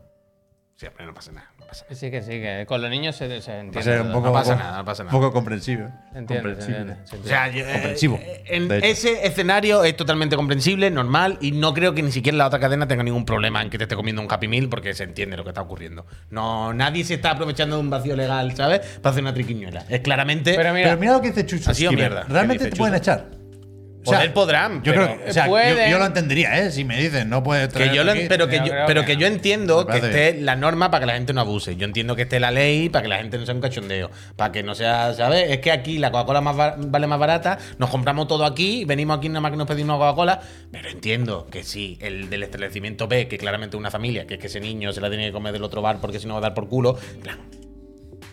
S4: Sí, hombre, no pasa nada. No pasa nada.
S3: Que Sí, que sí, que con los niños se, se
S1: Va a
S3: entiende.
S1: ser
S3: todo.
S1: un poco,
S4: No pasa
S1: com-
S4: nada, no pasa nada.
S1: poco comprensible.
S3: Entiendo,
S1: comprensible.
S3: entiendo, entiendo.
S4: O sea, yo- eh,
S1: Comprensivo,
S4: eh, en
S1: de hecho.
S4: ese escenario es totalmente comprensible, normal, y no creo que ni siquiera la otra cadena tenga ningún problema en que te esté comiendo un Happy Meal porque se entiende lo que está ocurriendo. No, nadie se está aprovechando de un vacío legal, ¿sabes? Para hacer una triquiñuela. Es claramente.
S3: Pero mira,
S1: Pero mira lo que dice Chucho.
S4: Ha sido
S1: Esquivel.
S4: mierda.
S1: Realmente te
S4: ¿Qué dice
S1: pueden
S4: Chucho?
S1: echar. O
S4: Poder podrán,
S1: Yo
S4: pero-
S1: creo que, o sea, yo- yo,
S3: Pueden.
S1: lo entendería, ¿eh? Si me dicen, no puedes
S4: Que yo lo-
S1: traer aquí.
S4: pero que
S3: Yo
S4: yo,
S3: creo
S4: pero
S3: que
S4: que
S3: no.
S4: yo entiendo
S1: Me
S4: que
S1: parece
S4: esté la norma para que la gente no abuse. Yo entiendo que esté la ley para que la gente no sea un cachondeo. Para que no sea, ¿sabes? Es que aquí la Coca-Cola más bar- vale más barata, nos compramos todo aquí, venimos aquí nada más que nos pedimos una Coca-Cola. Pero entiendo que si el del establecimiento ve que claramente es una familia, que es que ese niño se la tiene que comer del otro bar porque si no va a dar por culo, en plan.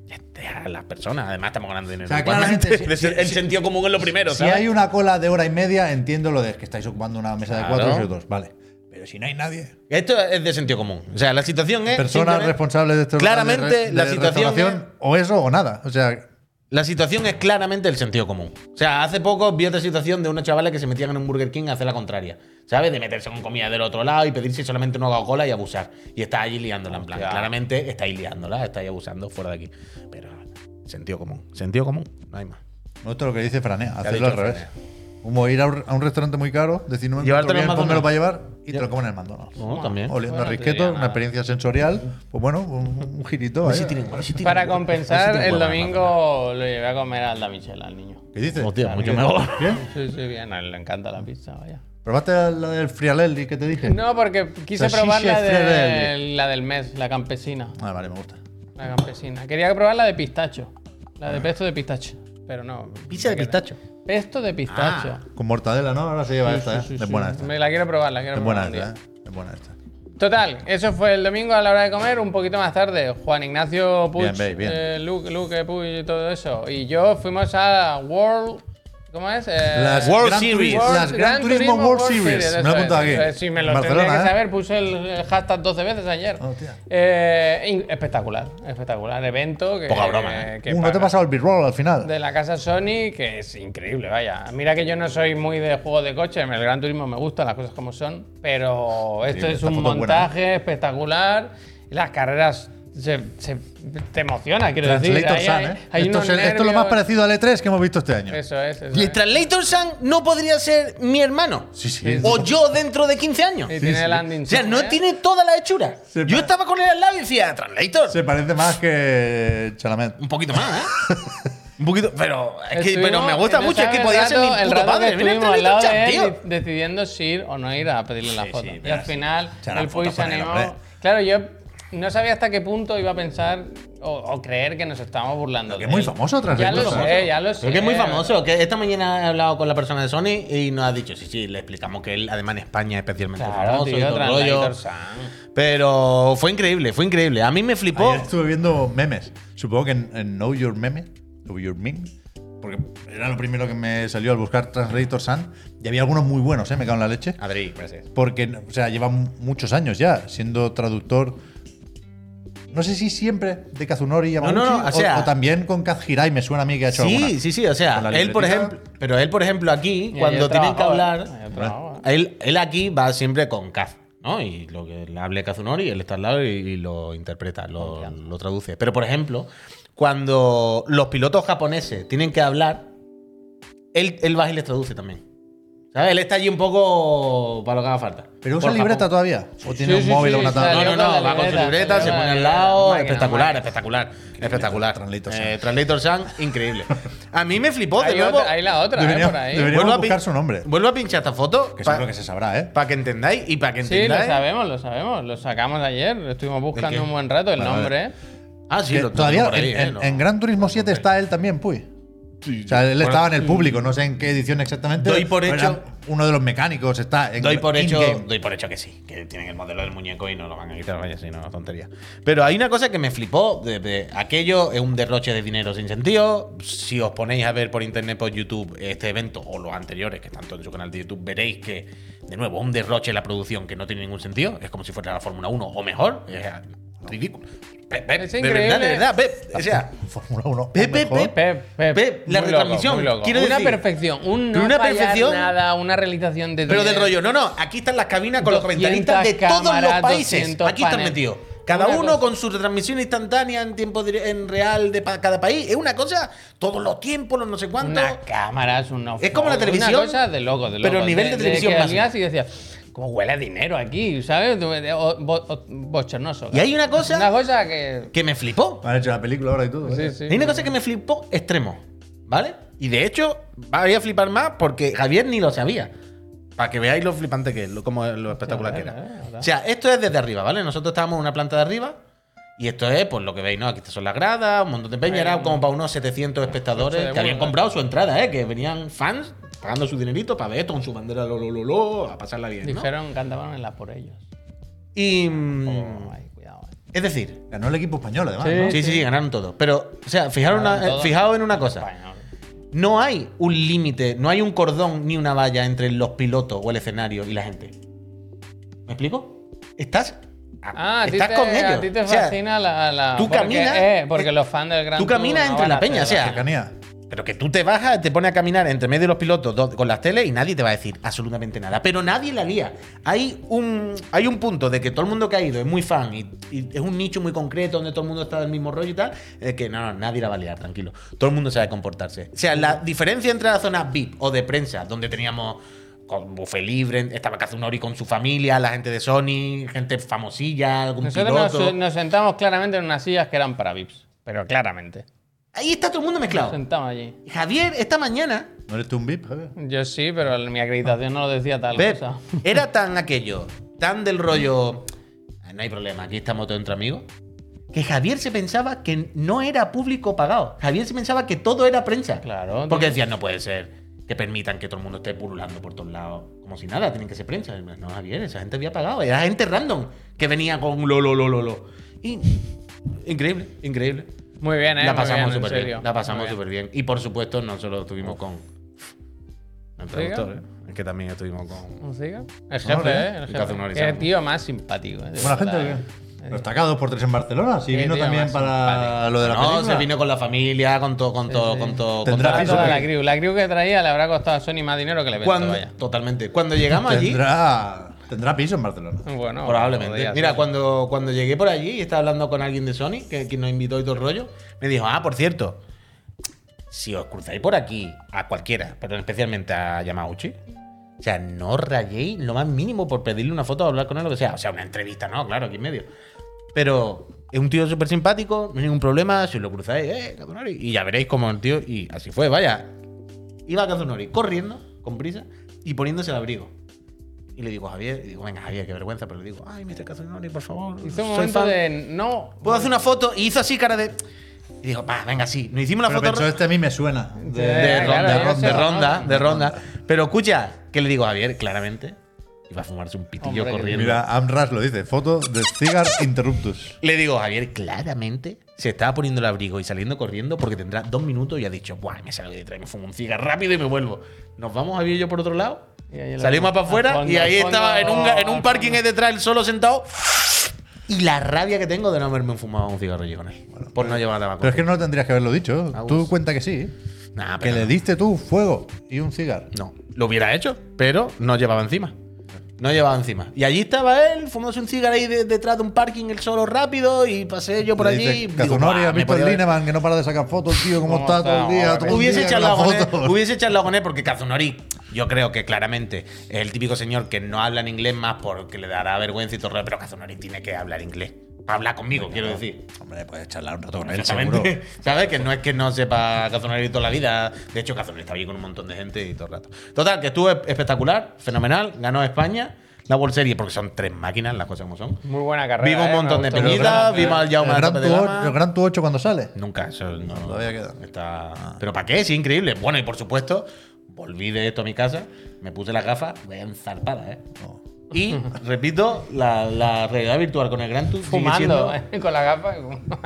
S4: este, a las personas, además estamos ganando dinero.
S1: O sea,
S4: igualmente.
S1: claramente,
S4: Es
S1: si-
S4: el sentido común es lo primero,
S1: Si
S4: ¿sabes?
S1: hay una cola de hora y media, entiendo lo de que estáis ocupando una mesa
S4: Claro.
S1: de cuatro y dos, vale. Pero si no hay nadie.
S4: Esto es de sentido común. O sea, la situación es.
S3: Eh,
S1: Personas
S4: simplemente-
S1: responsables de estos
S4: Claramente,
S1: de re-
S4: la
S1: de
S4: situación
S1: restauración, O eso o nada. O sea,
S4: La situación es claramente el sentido común. O sea, hace poco vi otra situación de unos chavales que se metían en un Burger King a hacer la contraria. ¿Sabes? De meterse con comida del otro lado y pedirse solamente una Coca-Cola y abusar. Y está allí liándola, en plan.
S3: Hostia.
S4: Claramente estáis liándola, estáis abusando fuera de aquí. Pero sentido común. Sentido común, no hay más.
S1: no es lo que dice Franea,
S4: ha
S1: hacerlo al
S4: dicho
S1: revés.
S4: Franea.
S1: Como ir a un, a un restaurante muy caro, "Pues decir, no me
S4: Llevártelo
S1: encuentro bien,
S4: más o
S1: pónmelo
S4: menos.
S1: para llevar y te lo comen en el McDonald's.
S4: No, también.
S1: Oliendo
S3: Bueno,
S1: a
S3: no te
S1: risqueto,
S3: diría
S1: una
S3: nada.
S1: experiencia sensorial. Pues bueno, un, un girito. ahí.
S3: Para compensar, el domingo lo llevé a comer a la Michela, al niño.
S1: ¿Qué dices?
S4: Hostia, mucho
S1: ¿Qué?
S4: mejor.
S1: ¿Qué?
S3: Sí, sí, bien, a él le encanta la pizza, vaya.
S1: ¿Probaste la del frialelli que te dije?
S3: No, porque quise
S1: Salchicha
S3: probar la, de-
S1: Fredelli.
S3: la del mes, la campesina.
S1: Ah, vale, me gusta.
S3: La campesina. Quería probar la de pistacho. La
S1: Ah.
S3: de pesto de pistacho. Pero no.
S4: Pizza de pistacho.
S3: Pesto de pistacho.
S1: Con mortadela, ¿no? Ahora se lleva
S3: Sí,
S1: esta,
S3: sí, sí,
S1: ¿eh?
S3: sí.
S1: es buena esta.
S3: Me la quiero probar, la quiero
S1: Es
S3: probar.
S1: buena
S3: un día.
S1: esta, ¿eh? Es buena esta.
S3: Total, eso fue el domingo a la hora de comer, un poquito más tarde. Juan Ignacio Puig,
S1: Bien, babe, bien.
S3: eh, Luke, Luke Puig y todo eso. Y yo fuimos a World. ¿Cómo es? Eh,
S1: Las
S4: World
S1: Gran
S4: Series.
S1: Turismo- Las Gran, Turismo World Series. Me lo he
S3: eso
S1: apuntado
S3: es,
S1: aquí.
S3: eso es. Sí, me lo
S1: Barcelona,
S3: tendría
S1: ¿eh?
S3: que
S1: Oh,
S3: saber. Puse el el hashtag 12 veces ayer.
S1: Hostia.
S3: Eh, in- espectacular, espectacular. Evento que.
S4: Poca broma,
S3: que-
S4: ¿eh?
S3: que
S1: Uh, no te
S3: paga
S1: he pasado el B-roll al final.
S3: de la casa Sony, que es increíble, vaya. Mira que yo no soy muy de juegos de coche, el Gran Turismo me gusta, las cosas como son, pero esto
S1: Sí,
S3: es
S1: esta
S3: un
S1: foto es buena, ¿eh?
S3: montaje espectacular. Las carreras se, se- te emociona, quiero decir.
S1: Translator
S3: Hay-
S1: Sun,
S3: hay-
S1: ¿eh?
S3: hay
S1: esto,
S3: unos
S1: es, el- esto es lo más
S3: nervios.
S1: parecido al E3 que hemos visto este año.
S3: Eso es, eso
S4: Y el
S3: es.
S4: Translator Sun no podría ser mi hermano.
S1: Sí, sí.
S4: O yo dentro de 15 años.
S3: Y tiene
S1: sí.
S3: el landing
S4: O sea,
S3: zone,
S4: no
S3: ¿eh?
S4: tiene toda la hechura.
S1: Se
S4: Yo
S1: pa-
S4: estaba con él al lado y decía, Translator.
S1: Se parece más que Chalamet.
S4: Un poquito más, ¿eh? Un poquito, pero, es que,
S3: Estuvimos-
S4: pero me gusta
S3: no
S4: mucho, es
S3: sabes
S4: que
S3: el
S4: podía ser mi
S3: rato- el
S4: puto
S3: rato que
S4: padre. Mira el
S3: estuvimos al lado
S4: Translator
S3: de
S4: Sun,
S3: él
S4: tío.
S3: y decidiendo si ir o no ir a pedirle la foto. y al final,
S1: Se harán
S3: el Puy
S1: fotos
S3: se
S1: con él,
S3: animó.
S1: hombre.
S3: claro, yo no sabía hasta qué punto iba a pensar o, o creer que nos estábamos burlando.
S1: que
S3: de
S1: es muy
S3: él.
S1: famoso,
S3: Ya
S1: Translator
S3: lo
S1: Sun.
S3: sé, ya lo sé.
S4: Creo que es muy famoso. Que esta mañana he hablado con la persona de Sony y nos ha dicho, sí, sí, le explicamos que él, además en España, es especialmente
S3: Claro,
S4: famoso y
S3: tío,
S4: todo el rollo.
S3: Translator Sun.
S4: Pero fue increíble, fue increíble. A mí me flipó.
S1: Ayer estuve viendo memes. Supongo que en, en Know Your Meme, Know Your Meme, porque era lo primero que me salió al buscar Translator Sun. Y había algunos muy buenos, ¿eh? Me cago en la leche.
S4: Adri, gracias.
S1: Porque, o sea, lleva mu- muchos años ya siendo traductor. No sé si siempre de Kazunori Yamauchi
S4: no, no, o
S1: o,
S4: sea-
S1: o también con Kaz Hirai, me suena a mí que ha hecho alguna.
S4: Sí, sí, sí. O sea,
S1: Con la
S4: él, por
S1: libretita.
S4: ejemplo, pero él, por ejemplo, aquí,
S3: Y
S4: cuando
S3: ayer
S4: tienen que
S3: trabajaba,
S4: hablar,
S3: ¿eh? Ayer trabajaba.
S4: él, él aquí va siempre con Kaz, ¿no? Y lo que le hable Kazunori, él está al lado y, y lo interpreta, lo, lo traduce. Pero, por ejemplo, cuando los pilotos japoneses tienen que hablar, él, él va y les traduce también. ¿Sabes? Él está allí un poco para lo que haga falta.
S1: ¿Pero usa
S4: Por
S1: libreta
S4: Japón.
S1: todavía? ¿O tiene
S3: Sí,
S1: un
S3: sí,
S1: móvil
S3: sí,
S1: o una
S3: está-
S1: tablet?
S4: Ah, No,
S3: Salió
S4: no,
S3: con la
S4: no, va con su
S3: libreta,
S4: libreta, se
S3: salió con
S4: pone
S3: la
S4: al
S3: libreta.
S4: lado,
S3: Máquina,
S4: espectacular,
S3: máquina.
S4: espectacular, espectacular.
S1: Translator Sun.
S4: Eh, Translator Sun, increíble. A mí me flipó, de
S3: Hay,
S4: nuevo.
S3: otra- hay la otra, eh,
S1: Debería-
S3: por ahí.
S1: debería- Deberíamos
S4: Vuelvo a
S1: buscar
S4: pin-
S1: su nombre.
S4: Vuelvo a pinchar esta foto
S1: Que
S4: para
S1: seguro que se sabrá, ¿eh?
S4: que entendáis y para que
S3: Sí, lo
S4: entendáis.
S3: sabemos, lo sabemos. Lo sacamos ayer. Estuvimos
S4: ¿eh? qué?
S3: buscando un buen rato el
S1: Vale, vale.
S3: nombre. ¿eh?
S4: ah, sí,
S1: Que
S4: lo tengo
S1: todavía
S4: por ahí,
S1: en,
S4: eh,
S1: en-
S4: no.
S1: en Gran Turismo 7 está él también, Puy. O sea, él estaba en el público, no sé en qué edición exactamente.
S4: mm. Doy por
S1: pero era
S4: hecho-
S1: Uno de los mecánicos está en
S4: Doy por, hecho,
S1: in-game.
S4: doy por hecho que sí, que tienen el modelo del muñeco y no lo van a quitar, vaya, si no, tontería. Pero hay una cosa que me flipó, de, de- aquello es un derroche de dinero sin sentido. Si os ponéis a ver por internet, por YouTube, este evento o los anteriores, que tanto en su canal de YouTube, veréis que, de nuevo, un derroche en la producción que no tiene ningún sentido. Es como si fuera la Fórmula 1 o mejor. Es ridículo. Pep, pep,
S3: Es
S4: de verdad, de
S3: increíble.
S4: verdad, Pep. O sea,
S1: Fórmula 1. o
S4: Pepe,
S1: mejor.
S4: Pepe.
S3: Pep, Pep,
S4: Pep, la
S3: muy loco,
S4: retransmisión,
S3: muy loco.
S4: quiero
S3: una
S4: decir.
S3: perfección, un no
S4: Pero una
S3: fallar
S4: perfección-
S3: nada, una realización de
S4: Pero del
S3: 10.
S4: rollo, no, no, aquí están las cabinas con los
S3: 200
S4: comentaristas de todos los
S3: cámaras,
S4: países.
S3: 200
S4: Aquí están
S3: paneles.
S4: metidos. Cada
S3: Una
S4: uno
S3: cosa.
S4: con su retransmisión instantánea en tiempo dire- en real de pa- cada país. Es una cosa, todos los tiempos, los no sé cuántos.
S3: Unas cámaras, unos.
S4: Es como la
S3: focos,
S4: televisión,
S3: Una cosa de loco, de loco.
S4: pero nivel de televisión
S3: que
S4: máximo.
S3: salías y decías, ¿cómo huele a dinero aquí? ¿Sabes? O- bo- o- bochornoso.
S4: Y hay una cosa-
S3: Una cosa que.
S4: Que me flipó.
S1: Han hecho la película ahora y todo.
S3: Sí,
S1: ¿eh?
S3: sí.
S4: Hay una cosa que me flipó extremo, ¿vale? Y de hecho, voy a flipar más porque Javier ni lo sabía. Para que veáis lo flipante que es, lo, como lo espectacular que
S3: a ver,
S4: era.
S3: a ver.
S4: O sea, esto es desde arriba, ¿vale? Nosotros estábamos en una planta de arriba y esto es, pues lo que veis, ¿no? Aquí son las gradas, un montón de peña, era como para unos 700
S3: Coche
S4: espectadores
S3: de
S4: que habían
S3: bola.
S4: comprado su entrada, ¿eh? Que venían fans pagando su dinerito para ver esto con su bandera, lo, lo, lo, lo, a pasarla bien, ¿no?
S3: Dijeron, cantaban en la por ellos.
S4: Y... mm,
S3: Oh, ay, cuidado. eh.
S4: Es decir,
S1: Ganó el equipo español, además.
S3: Sí.
S1: ¿no?
S4: sí, sí, sí, ganaron todos. Pero, o sea, fijaron
S3: Ganaron
S4: una- eh,
S3: todos.
S4: fijaos en una cosa.
S3: Español.
S4: No hay un límite, no hay un cordón ni una valla entre los pilotos o el escenario y la gente. ¿Me explico? Estás,
S3: Ah, a ti
S4: estás
S3: te,
S4: con ellos.
S3: A ti te
S4: O sea,
S3: fascina la, la-
S4: tú
S3: porque,
S4: caminas-
S3: eh, porque los fans del Gran
S4: tú caminas
S3: Tour no van
S4: entre la
S3: a hacer
S4: peña, o
S3: la-
S4: sea,
S1: Cercanía.
S4: pero que tú te bajas, te pones a caminar entre medio de los pilotos do- con las teles y nadie te va a decir absolutamente nada. Pero nadie la lía. Hay un, hay un punto de que todo el mundo que ha ido es muy fan y, y es un nicho muy concreto donde todo el mundo está del mismo rollo y tal. eh, que no, no, nadie la va a liar, tranquilo. Todo el mundo sabe comportarse. O sea, la diferencia entre la zona VIP o de prensa, donde teníamos con buffet libre, estaba casi una hora y con su familia, la gente de Sony, gente famosilla, algún
S3: Nosotros nos,
S4: piloto.
S3: nos sentamos claramente en unas sillas que eran para VIPs, pero claramente.
S4: Ahí está todo el mundo
S3: Nos
S4: mezclado.
S3: sentamos allí.
S4: Javier, esta mañana,
S1: ¿No eres tú un VIP, Javier?
S3: Yo sí, pero el- mi acreditación no lo decía tal
S4: Pep,
S3: cosa.
S4: era tan aquello, tan del rollo. "Ah, No hay problema, aquí estamos todos entre amigos. Que Javier se pensaba que no era público pagado. Javier se pensaba que todo era prensa.
S3: Claro,
S4: Porque
S3: tío.
S4: decían, no puede ser que permitan que todo el mundo esté pululando por todos lados. Como si nada, tienen que ser prensa. Y, No, Javier, esa gente había pagado. Era gente random que venía con lo, lo, lo, lo, lo. Y. Increíble, increíble.
S3: Muy bien, ¿eh?
S4: la
S3: Muy
S4: pasamos
S3: bien, en
S4: súper bien,
S3: serio.
S4: La
S3: Muy
S4: pasamos
S3: bien. Oh.
S4: súper bien. Y por supuesto, no solo estuvimos con. El productor, ¿eh? Es que también estuvimos con.
S3: ¿Un cigarro? El jefe,
S1: bien.
S3: ¿eh? El
S4: Y te hace
S3: jefe.
S4: una orilla.
S3: Qué tío más simpático. de
S1: ¿Buena gente
S3: verdad,
S1: o qué?
S3: ¿eh?
S1: Los tacados por tres en Barcelona. Si
S3: Qué
S1: vino
S3: tío
S1: también
S3: más
S1: para
S3: simpático.
S1: lo de la
S4: No,
S1: película.
S4: se vino con la familia, con todo, con todo,
S3: sí.
S4: con todo. con
S1: Tendrá
S4: todo.
S3: Para
S1: piso
S3: toda la
S1: que-
S3: crew. La crew que traía le habrá costado a Sony más dinero que el evento,
S4: Cuando-
S3: vaya.
S4: totalmente. Cuando llegamos allí,
S1: Tendrá, tendrá piso en Barcelona.
S3: Bueno,
S4: probablemente.
S3: podía
S4: Mira,
S3: ser.
S4: cuando, cuando llegué por allí y estaba hablando con alguien de Sony, que quien nos invitó y todo el rollo, me dijo, ah, por cierto, si os cruzáis por aquí, a cualquiera, pero especialmente a Yamauchi, o sea, no rayéis lo más mínimo por pedirle una foto o hablar con él, lo que sea. O sea, una entrevista, no, claro, aquí en medio. Pero es un tío súper simpático, no hay ningún problema, si lo cruzáis, eh, Kazunori. Y ya veréis cómo el tío, y así fue, vaya. Iba Kazunori corriendo, con prisa, y poniéndose el abrigo. Y le digo, Javier, y digo, venga, Javier, qué vergüenza, pero le digo, ay, Mr. Kazunori, por favor.
S3: Hizo un
S4: soy
S3: momento
S4: fan".
S3: de no.
S4: ¿Puedo hacer una foto? Y hizo así, cara de. Y dijo, va, venga, sí. Nos hicimos la
S1: Pero
S4: foto
S1: pensó, este a mí me suena. De,
S3: Sí,
S4: de,
S3: Eh, claro,
S4: ronda,
S3: yo sé,
S4: de ronda,
S3: ¿no?
S4: de ronda. Pero escucha, ¿qué le digo a Javier? Claramente, iba a fumarse un pitillo
S3: Hombre,
S4: corriendo.
S1: Mira, Amras lo dice. Foto de Cigar Interruptus.
S4: Le digo, Javier, claramente se estaba poniendo el abrigo y saliendo corriendo porque tendrá dos minutos y ha dicho, ¡buah! Me salgo de detrás, me fumo un cigarro rápido y me vuelvo. Nos vamos, Javier y yo, por otro lado.
S3: Y ahí lo-
S4: Salimos para
S3: al
S4: afuera
S3: fondo,
S4: y ahí
S3: al fondo,
S4: estaba en un, ga- en un
S3: al
S4: parking
S3: fondo.
S4: ahí detrás, él solo sentado. Y la rabia que tengo de no haberme fumado un cigarrillo con él. por no llevar tabaco.
S1: Pero es que no tendrías que haberlo dicho.
S4: Agus.
S1: Tú cuenta que sí.
S4: Nah,
S1: Que
S4: pero
S1: le
S4: no.
S1: diste tú fuego y un cigar.
S4: No, lo hubiera hecho, pero no llevaba encima. No llevaba encima. Y allí estaba él, fumándose un cigarro ahí de- detrás de un parking, el solo rápido, y pasé yo por
S1: Le
S4: allí. y
S1: dice,
S4: digo,
S1: Kazunori,
S4: "Buah,
S1: has
S4: me
S1: visto el
S4: podía haber-".
S1: Lineman que no para de sacar fotos, tío, cómo,
S3: ¿Cómo
S1: está, todo el
S3: está?
S1: día.
S3: Joder.
S1: Todo el
S4: Hubiese
S1: día con
S4: charlado,
S1: las
S4: con él,
S1: fotos.
S4: hubiese charlado con él porque Kazunori, yo creo que claramente es el típico señor que no habla en inglés más porque le dará vergüenza y todo el rollo, pero Kazunori tiene que hablar inglés. Para hablar conmigo, quiero decir.
S1: Hombre, puedes charlar un rato con él, seguro.
S4: Exactamente. ¿Sabes? Que no es que no sepa Cazonari toda la vida. De hecho, Cazonari está ahí con un montón de gente y todo el rato. Total, que estuvo espectacular, fenomenal. Ganó España la World Series porque son tres máquinas, las cosas como son.
S3: Muy buena carrera.
S4: Vimos un
S3: ¿eh? Me
S4: montón de
S3: gustó mucho.
S4: peleas, vimos al
S1: El
S4: Jaume a
S1: Gran
S4: tope de
S1: Tour-
S4: gama.
S1: el Gran Tu 8 cuando sale.
S4: Nunca, eso no.
S1: todavía queda. Ah.
S4: Está... ¿Pero para qué? Sí, increíble. Bueno, y por supuesto, volví de esto a mi casa, me puse las gafas, vean zarpada, ¿eh?
S1: Oh.
S4: Y, repito, la, la realidad virtual con el Gran Tour sigue siendo-
S3: Fumando ¿eh? con la gafa. y fumando.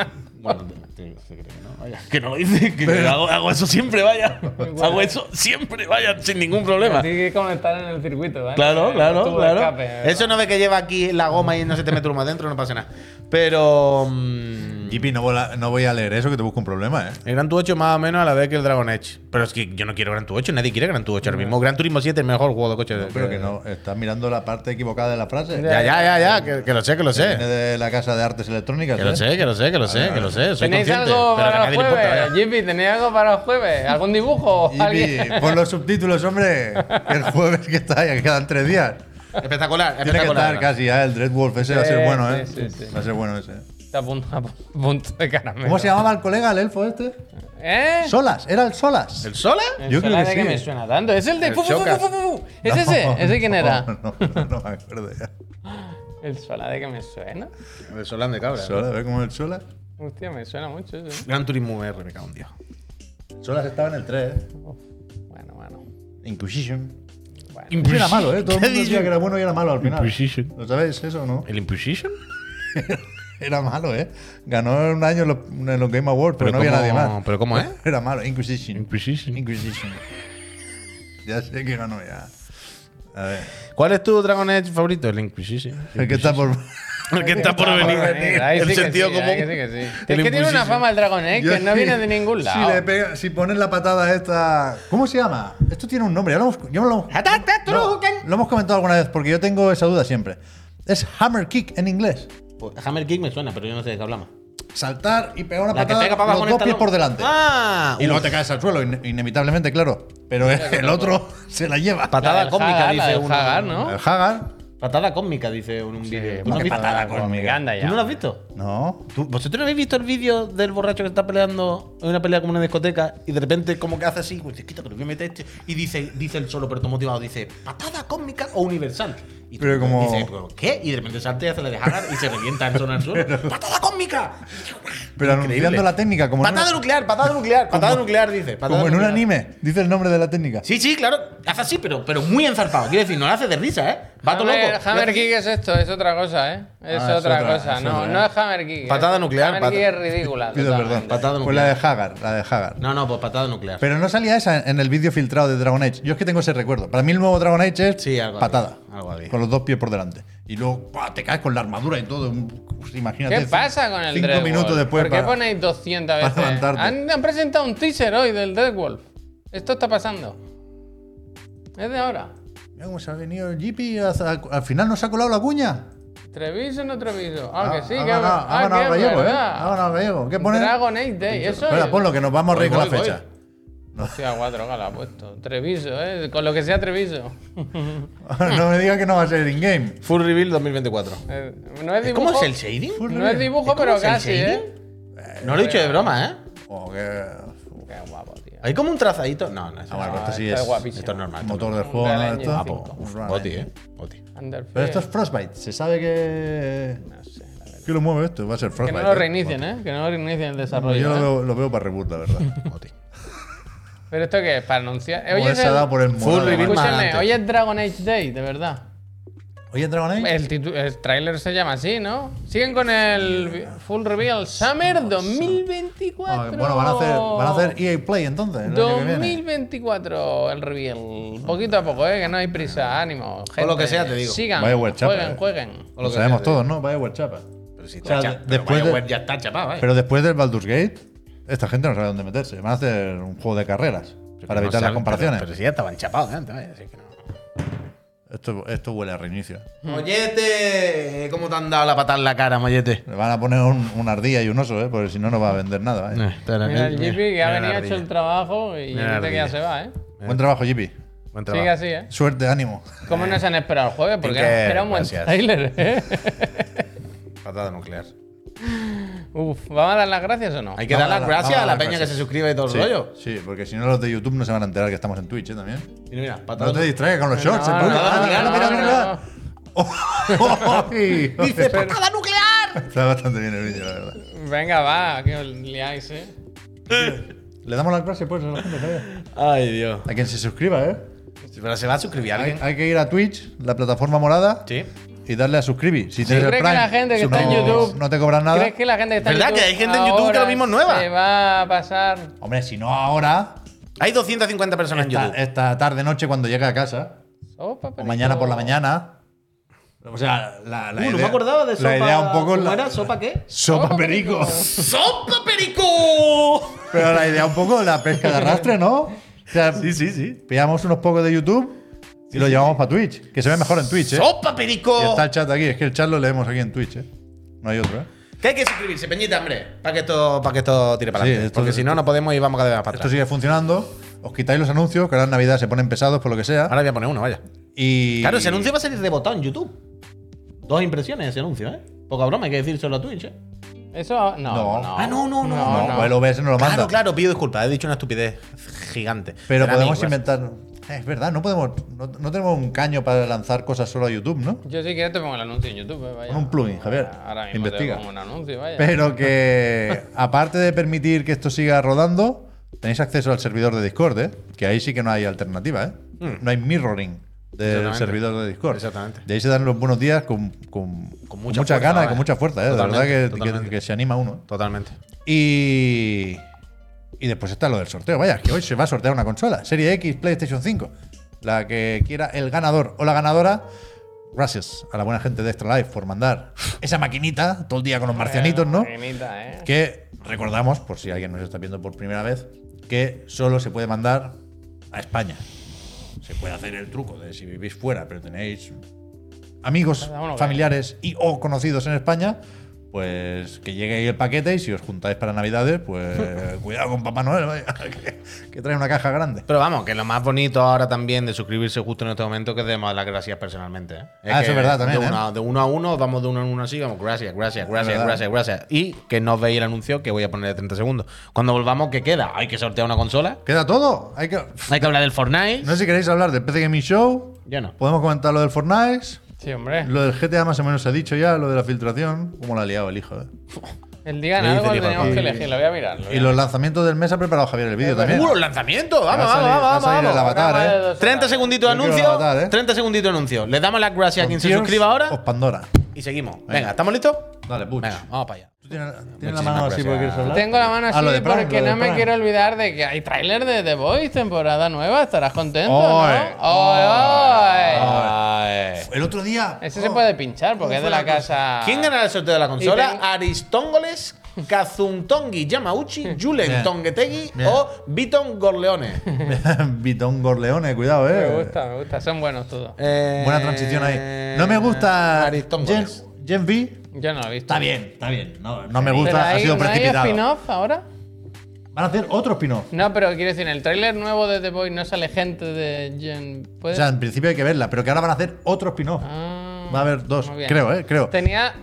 S4: bueno, te- te- se cree que no, vaya. Que no lo dice, que hago, hago eso siempre, vaya. hago eso siempre, vaya, sin ningún problema.
S3: Así que como estar en el circuito, ¿eh?
S4: Claro,
S3: Eh,
S4: claro,
S3: tubo de
S4: claro.
S3: escape, ¿eh? ¿verdad?
S4: eso no ve que lleva aquí la goma y no se te mete humo adentro, no pasa nada. Pero. mm,
S1: Jippy, no, vola- no voy a leer eso que te busco un problema, ¿eh?
S4: el Gran Turismo 8 más o menos a la vez que el Dragon Edge. Pero es que yo no quiero Gran Turismo 8, nadie quiere Gran Turismo 8 ahora mismo. Gran Turismo 7 es el mejor juego de coche. de-
S1: Pero que no, estás mirando la parte equivocada de la frase.
S4: Ya, ya, ya, ya, que, que lo sé, que lo
S1: Viene
S4: sé.
S1: de la Casa de Artes Electrónicas.
S4: Que lo
S1: ¿eh?
S4: sé, que lo sé, que lo sé, que lo sé. Soy
S3: ¿Tenéis
S4: consciente.
S3: algo
S4: Pero que a
S3: para
S4: nadie
S3: los
S4: le importa,
S3: jueves?
S4: vaya.
S3: Jimmy, ¿tenéis algo para los jueves? ¿Algún dibujo? o alguien?
S1: Jippy, pon los subtítulos, hombre. Que el jueves que está, ya quedan tres días.
S4: Espectacular,
S1: Tiene que
S4: espectacular.
S1: estar casi, ¿eh? El Dread Wolf ese va a ser
S3: Sí,
S1: bueno, ¿eh?
S3: sí, sí, sí.
S1: Va a ser bueno ese.
S3: Está a punto, a punto de caramelo.
S1: ¿Cómo se llamaba el colega, el elfo este?
S3: ¿Eh?
S1: Solas, era el Solas.
S4: ¿El Sola?
S1: Yo creo que
S3: de que
S1: sí.
S3: me suena tanto. Es el de.
S4: El
S3: fu, fu, fu,
S4: Chocas.
S3: fu, fu, fu. ¿Es
S1: No,
S3: ese? ¿Ese quién era?
S1: No, no, no, no me acuerdo ya.
S3: El sola de que me suena.
S4: El Solán de cabra.
S1: Solas, ¿ves cómo es el Solas?
S3: Hostia, me suena mucho ¿eh? eso.
S4: Gran Turismo R, me cago en Dios.
S1: Solas estaba en el 3, ¿eh?
S3: Uf. Bueno, bueno.
S1: Inquisition.
S3: Bueno.
S1: Ese era malo, ¿eh? Todo el mundo
S4: Pues ¿Qué
S1: decía
S4: dices? Pues
S1: que era bueno y era malo al final.
S4: Inquisition.
S1: ¿Lo sabéis eso o no?
S4: ¿El Imposition?
S1: Era malo, ¿eh? Ganó un año en los, en los Game Awards, pero,
S4: Pero
S1: no había
S4: cómo-
S1: nadie más.
S4: pero cómo es?
S1: Era malo, Inquisition.
S4: Inquisition.
S1: Inquisition. ya sé que ganó ya. A ver.
S4: ¿Cuál es tu Dragon Edge favorito? El Inquisition.
S1: El que está por.
S4: El que está por venir.
S3: Ahí sí
S4: El
S3: que
S4: sentido
S3: sí, ahí que sí
S4: común.
S3: que sí.
S4: El
S3: Es que tiene una
S4: impulsísimo.
S3: fama el Dragon Egg
S1: Yo
S3: que no
S1: sí.
S3: viene de ningún lado.
S1: Si, le pega- si pones la patada esta. ¿Cómo se llama? Esto tiene un nombre. ya lo hemos- yo lo, lo- lo hemos comentado alguna vez porque yo tengo esa duda siempre. Es hammer kick en inglés.
S4: Pues, Hammer Kick me suena, pero yo no sé de qué hablamos.
S1: saltar y pegar una
S4: La que
S1: patada
S4: pega para abajo
S1: los
S4: en el
S1: dos pies
S4: talón.
S1: por delante.
S4: Ah,
S1: y
S4: uf.
S1: luego te caes al suelo, in- inevitablemente, claro. Pero el otro se la lleva.
S4: Patada
S3: La del
S4: cósmica,
S3: Hagar, la
S4: dice
S3: del
S4: uno.
S3: Hagar, ¿no?
S1: El Hagar.
S4: Patada cósmica, dice un, un vídeo. ¿Tú no has
S1: ¿Qué
S4: visto?
S1: patada
S3: Con
S1: cósmica?
S3: Miguel anda ya.
S4: ¿Tú no lo has visto?
S1: No.
S4: ¿Tú- ¿Vosotros no habéis visto el vídeo del borracho que está peleando en una pelea como en una discoteca y de repente como que hace así, pues quita que lo voy a meter este? Y dice, dice el solo pero motivado, dice, patada cósmica o universal. Y tú
S1: Pero como-
S4: dices, "¿Pero ¿qué? Y de repente salta y hace la de Hagar y se revienta en zona al suelo. ¡Patada cósmica!
S1: Pero anunciando la técnica, como, en,
S4: Patada
S1: una-
S4: nuclear, patada nuclear, patada nuclear, dice. patada
S1: como en un
S4: nuclear.
S1: anime. Dice el nombre de la técnica.
S4: Sí, sí, claro. Hace así, pero, pero muy enzarpado. Quiero decir, no lo hace de risa, ¿eh? Va todo
S3: Hammer,
S4: loco.
S3: Hammer Kick es esto, es otra cosa, ¿eh? Es,
S1: Ah, es
S3: otra,
S1: otra,
S3: cosa,
S1: es
S3: no,
S1: otra,
S3: no
S1: ¿eh?
S3: es Hammer Kick.
S4: Patada
S3: es-
S4: nuclear,
S3: Hammer
S4: pata-
S3: Kick es ridícula.
S1: Pido perdón.
S3: totalmente.
S4: Patada
S1: Pues la de
S4: nuclear.
S1: Hagar, la de Hagar.
S4: No, no, pues patada nuclear.
S1: Pero no salía esa en el vídeo filtrado de Dragon Age. Yo es que tengo ese recuerdo. Para mí el nuevo Dragon Age es
S4: Sí, algo había,
S1: patada.
S4: algo había.
S1: con los dos pies por delante. Y luego ¡pua! te caes con la armadura y todo. Un- pues, Imagínate.
S3: ¿Qué
S1: cin-
S3: pasa con el
S1: Cinco
S3: Dreadwolf?
S1: minutos después.
S3: ¿Por qué
S1: para-
S3: ponéis 200 veces?
S1: para levantarte.
S3: Han, han presentado un teaser hoy del Dreadwolf. Esto está pasando. Es de ahora.
S1: Mira cómo se ha venido el Jeepy. hasta- Al final nos ha colado la cuña.
S3: ¿Treviso o no Treviso? Ah, que sí,
S1: ha
S3: que
S1: ganado-
S3: ah,
S1: ha ganado
S3: que
S1: el
S3: es
S1: gallego, ¿eh?
S3: verdad.
S1: Ha ganado el gallego. ¿Qué pone?
S3: Dragon Age Day, eso es.
S1: Espera, ponlo, que nos vamos a reír con
S4: Voy,
S1: la
S4: voy,
S1: fecha.
S3: Hostia, cuatro que la ha puesto. Treviso, ¿eh? Con lo que sea Treviso.
S1: no me digas que no va a ser in-game.
S4: Full Reveal 2024.
S3: Eh, no es dibujo.
S4: ¿Cómo es el shading?
S3: No es dibujo,
S4: ¿Cómo
S3: pero
S4: es el
S3: casi,
S4: shading?
S3: ¿eh?
S4: No lo he dicho de broma, ¿eh?
S1: Oh, qué-
S3: Qué guapo, tío.
S4: Hay como un trazadito. No, no, eso
S1: Ah, bueno,
S4: no.
S1: esto sí
S3: esto es
S1: es.
S3: guapísimo. Ah, pues,
S4: pues Esto es normal. esto
S1: Motor
S4: es
S1: del
S3: Un
S1: juego. ¿no?
S3: Dragon Age
S1: Esto.
S4: normal.
S3: cinco.
S4: Guapo.
S1: Un
S4: Uf,
S1: Dragon
S4: Boti,
S1: Age.
S4: ¿eh? Boti.
S1: Pero
S3: Underfield.
S1: esto es Frostbite. Se sabe que.
S3: No sé, la verdad.
S1: ¿Qué lo mueve esto? Va a ser
S3: Que
S1: Frostbite.
S3: no lo
S1: ¿eh?
S3: reinicien, ¿eh? Que no lo reinicien el desarrollo.
S1: Yo lo
S3: ¿eh?
S1: veo, lo veo para reboot, la verdad.
S4: Boti.
S3: ¿Pero esto qué es? ¿Para anunciar? Eh,
S1: Como
S3: Oye,
S1: él
S3: es
S1: se ha
S3: el-
S1: dado por el
S4: Full
S1: morado.
S4: reveal. más
S3: Escúchame,
S4: adelante.
S3: hoy es Dragon Age Day, de verdad.
S1: Oye, Dragon Age.
S3: El, titu- el trailer se llama así, ¿no? Siguen con el vi- Full Reveal Summer 2024.
S1: Ah, bueno, van a, hacer, van a hacer EA Play entonces. El año que viene.
S3: 2024 el reveal. Poquito a poco, ¿eh? Que no hay prisa, ánimo. Gente,
S4: lo que sea, te digo.
S3: Sigan,
S1: Bioware chapa,
S3: jueguen,
S1: eh.
S3: jueguen.
S4: O
S1: Lo
S4: que
S1: sabemos
S4: sea,
S1: todos, ¿no? Bioware Chapa.
S4: Pero si
S1: O sea,
S4: está
S1: de-
S4: cha- pero
S1: después de-
S4: Bioware ya está chapado, ¿eh?
S1: Pero después del Baldur's Gate, esta gente no sabe dónde meterse. Van a hacer un juego de carreras para
S4: No
S1: evitar las
S4: saben,
S1: comparaciones.
S4: Pero, pero si ya estaban chapados antes, ¿eh? Así que no.
S1: Esto, esto huele a reinicio.
S4: Mollete, ¿cómo te han dado la patada en la cara, Mollete?
S1: Le van a poner un, un ardilla y un oso, ¿eh? Porque si no, no va a vender nada. ¿eh?
S3: Mira el JP que ha venido, ha hecho el trabajo y
S4: Mira la
S3: gente que ya
S4: ardilla.
S3: se va, ¿eh?
S1: Buen trabajo, Jippy.
S4: Buen
S3: Sigue así, ¿eh?
S1: Suerte, ánimo.
S3: ¿Cómo no se han esperado el jueves? Porque
S4: Tinker,
S3: han esperado un buen
S4: gracias.
S3: trailer, ¿eh?
S4: Patada nuclear.
S3: Uf, ¿vamos a dar las gracias o no?
S4: Hay que
S1: Vamos
S4: dar
S1: a
S4: las
S1: dar-
S4: gracias
S1: vamos
S4: a
S1: a
S4: la
S1: dar
S4: peña que
S1: gracias.
S4: se suscribe y todo el
S1: Sí,
S4: rollo.
S1: sí, porque si no, los de YouTube no se van a enterar que estamos en Twitch ¿eh? también.
S4: Y mira, patada
S1: No te distraigas con los shorts.
S3: No,
S1: el
S3: no,
S1: público.
S4: no,
S1: Ah,
S4: no,
S1: mira, mira,
S3: no,
S1: mira. ¡Ay!
S4: Dice patada nuclear.
S1: Está bastante bien el vídeo, la verdad.
S3: Venga, va, que os liáis, ¿eh?
S1: Le damos las gracias pues a la gente, Javier.
S4: Ay, Dios.
S1: A quien se suscriba, ¿eh?
S4: Pero se va a suscribir
S1: Hay,
S4: alguien.
S1: hay que ir a Twitch, la plataforma morada,
S4: Sí.
S1: y darle a suscribir. Si tienes el
S3: ¿crees que
S1: Prime,
S3: la gente que
S1: si
S3: está en
S1: no-
S3: YouTube-
S1: no te cobran nada.
S3: ¿Crees que la gente que está en
S4: ¿Verdad
S3: YouTube
S4: que hay gente en YouTube que
S3: ahora
S4: lo mismo es nueva?
S3: Se va a pasar.
S1: Hombre, si no ahora,
S4: Hay 250 personas en
S1: esta,
S4: YouTube.
S1: esta tarde noche cuando llega a casa
S3: Sopa,
S1: o
S3: perito.
S1: mañana por la mañana. eh, O sea, la, la
S4: Uh,
S1: idea,
S4: no me acordaba de sopa.
S1: la idea un poco es
S4: ¿Cómo
S1: la-
S4: era? ¿Sopa qué?
S1: sopa
S3: Sopa
S1: perico.
S4: ¡Sopa perico!
S1: Pero la idea un poco de la pesca de arrastre, ¿no? O sea,
S4: sí, sí.
S1: pillamos unos pocos de YouTube y los llevamos para Twitch, que se ve mejor en Twitch, ¿eh?
S4: ¡Sopa
S1: Y
S4: perico!
S1: está el chat aquí, es que el chat lo leemos aquí en Twitch, ¿eh? No hay otro, ¿eh?
S4: Que hay que suscribirse, Peñita, hombre. Para que esto, para que esto tire para
S1: Sí,
S4: adelante.
S1: esto-
S4: Porque si no, no podemos y vamos cada vez más para
S1: Esto
S4: atrás.
S1: sigue funcionando. Os quitáis los anuncios, que ahora en Navidad se ponen pesados por lo que sea.
S4: Ahora voy a poner uno, vaya.
S1: Y.
S4: Claro, ese anuncio va a salir rebotado en YouTube. Dos impresiones ese anuncio, ¿eh? Poca broma, hay que decírselo a Twitch, ¿eh?
S3: Eso no. no.
S4: Ah, no, no, no,
S1: No,
S3: no.
S1: pues el OBS no lo manda.
S4: Claro, claro, pido disculpas, he dicho una estupidez gigante.
S1: Pero
S4: Será
S1: podemos
S4: mi-
S1: inventar. Eh, Es verdad, no podemos. No, no tenemos un caño para lanzar cosas solo a YouTube, ¿no?
S3: Yo si quieres te pongo el anuncio en YouTube, eh, vaya.
S1: Pon un plugin, Javier.
S3: Ahora mismo
S1: Investiga.
S3: te pongo un anuncio, vaya.
S1: Pero que, aparte de permitir que esto siga rodando, tenéis acceso al servidor de Discord, ¿eh? Que ahí sí que no hay alternativa, ¿eh? No hay mirroring del
S4: Hmm. Exactamente.
S1: servidor de Discord.
S4: Exactamente.
S1: De ahí se dan los buenos días con, con, con
S4: mucha
S1: muchas
S4: fuerza,
S1: ganas y
S4: ¿eh?
S1: con mucha fuerza, ¿eh? de
S4: Totalmente,
S1: verdad que- que,
S4: totalmente.
S1: que se anima uno. ¿eh?
S4: Totalmente.
S1: Y. Y después está lo del sorteo. Vaya, que hoy se va a sortear una consola. Serie X, PlayStation 5. La que quiera el ganador o la ganadora. Gracias a la buena gente de Extra Life por mandar esa maquinita todo el día con los marcianitos, ¿no?
S3: Maquinita, ¿eh?
S1: Que recordamos, por si alguien nos está viendo por primera vez, que solo se puede mandar a España. Se puede hacer el truco de si vivís fuera, pero tenéis amigos,
S3: Cada uno que-
S1: familiares y o conocidos en España, pues que llegue ahí el paquete y si os juntáis para Navidades, pues cuidado con Papá Noel, vaya, que, que trae una caja grande.
S4: Pero vamos, que lo más bonito ahora también de suscribirse justo en este momento que demos las gracias personalmente. ¿eh?
S1: Ah,
S4: que
S1: eso es verdad también,
S4: De,
S1: ¿eh?
S4: uno, a- de uno a uno, vamos de uno en uno así, vamos, gracias, gracias, gracias,
S1: verdad.
S4: gracias, gracias. Y que no os veáis el anuncio que voy a poner de 30 segundos. Cuando volvamos, ¿qué queda? Hay que sortear una consola,
S1: Queda todo. Hay que,
S4: hay que hablar del Fortnite.
S1: no sé si queréis hablar del PC Gaming Show.
S4: Yo no.
S1: Podemos comentar lo del Fortnite.
S3: Sí, hombre.
S1: Lo del GTA más o menos se ha dicho ya, lo de la filtración. ¿Cómo la ha liado el hijo? eh?
S3: El día
S4: Sí,
S3: algo
S4: dice
S3: teníamos
S4: Liverpool.
S3: que elegir, lo voy a mirar. lo voy
S1: Y
S3: a
S1: los lanzamientos del mes ha preparado Javier el vídeo también.
S4: ¡Uh, los lanzamientos! Vamos,
S1: Va a
S4: vamos,
S1: salir-
S4: vamos,
S1: va a salir el
S4: vamos.
S1: avatar.
S3: Programa
S1: ¿eh?
S3: de dos
S4: 30
S3: horas.
S4: segunditos de
S1: Yo quiero
S4: anuncio.
S1: avatar, ¿eh?
S4: 30 segunditos de anuncio. Le damos las gracias a quien se
S1: Tears
S4: suscriba
S1: of
S4: ahora
S1: Pandora.
S4: y seguimos. Venga, ¿estamos listos?
S1: Dale, Puch.
S4: Venga, vamos para allá.
S1: ¿Tú tienes, tienes la
S4: Muchísimas
S1: mano así
S4: gracias.
S1: porque quieres hablar?
S3: Tengo la mano
S1: Ah,
S3: así
S1: lo de Prime,
S3: porque
S1: lo de
S3: no me
S1: Prime.
S3: quiero olvidar de que hay tráiler de The Voice, temporada nueva. Estarás contento,
S1: Oy.
S3: ¿no? Oy, oy.
S4: Ay.
S1: El otro día.
S3: Ese
S1: oh,
S3: se puede pinchar porque es de la
S1: ¿Cómo fue la cosa?
S3: casa.
S4: ¿Quién ganará el sorteo de la
S3: Y
S4: consola?
S3: ten-
S4: Aristóngoles, Kazuntongi Yamauchi, Julen
S1: Bien.
S4: Tonguetegui
S1: Bien.
S4: o Viton Gorleone.
S1: Vitón Gorleone, cuidado, eh.
S3: Me gusta, Eh, me gusta. Son buenos todos.
S4: Eh,
S1: Buena transición ahí. No me gusta. Gen,
S4: Aristóngoles.
S1: Gen V.
S3: Yo no lo he visto.
S1: Está bien, está bien. No, no me
S3: Pero
S1: gusta, ha
S3: hay-
S1: sido
S3: ¿no hay
S1: precipitado.
S3: spin-off ahora?
S1: Van a hacer otro spin-off.
S3: No, pero quiero decir, en el tráiler nuevo de The Voice no sale gente de Gen.
S1: O
S3: ¿Puede?
S1: sea, en principio hay que verla, pero que ahora van a hacer otro spin-off.
S3: Ah,
S1: Va a haber dos,
S3: muy bien.
S1: creo, eh, creo.
S3: Tenía.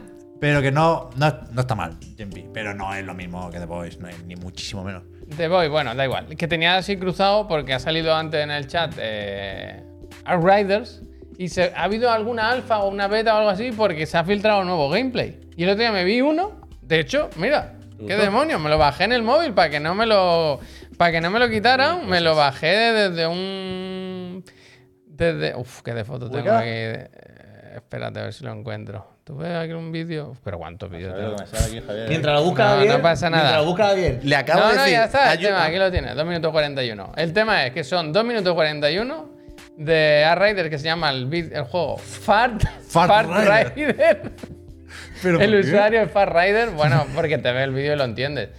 S1: Pero que no, no, no está mal, Gen V. Pero no es lo mismo que The Boys, no es ni muchísimo menos.
S3: The Voice, bueno, da igual. Que tenía así cruzado porque ha salido antes en el chat eh, Outriders. Y se, ha habido alguna alfa o una beta o algo así porque se ha filtrado nuevo gameplay. Y el otro día me vi uno. De hecho, mira, qué demonios, me lo bajé en el móvil para que no me lo. Para que no me lo quitaran, me lo bajé desde un. Desde. Uf, qué de foto tengo
S1: ¿Ubicada?
S3: aquí. Eh, espérate a ver si lo encuentro. ¿Tuve aquí un vídeo? Pero cuántos vídeos tengo.
S4: Mientras lo busca
S3: No, no
S4: Javier,
S3: pasa nada.
S4: Mientras lo busca Javier, le acabo
S3: no,
S4: de
S3: no,
S4: decir.
S3: ya está, el
S4: ayu-
S3: tema, aquí lo tienes, 2 minutos 41. El tema es que son 2 minutos 41 de A Rider que se llama el, vid- el juego Fart,
S1: Fart Rider.
S3: Rider.
S1: Pero
S3: El
S1: ¿por qué?
S3: usuario es Fart Rider, bueno, porque te ve el vídeo y lo entiendes.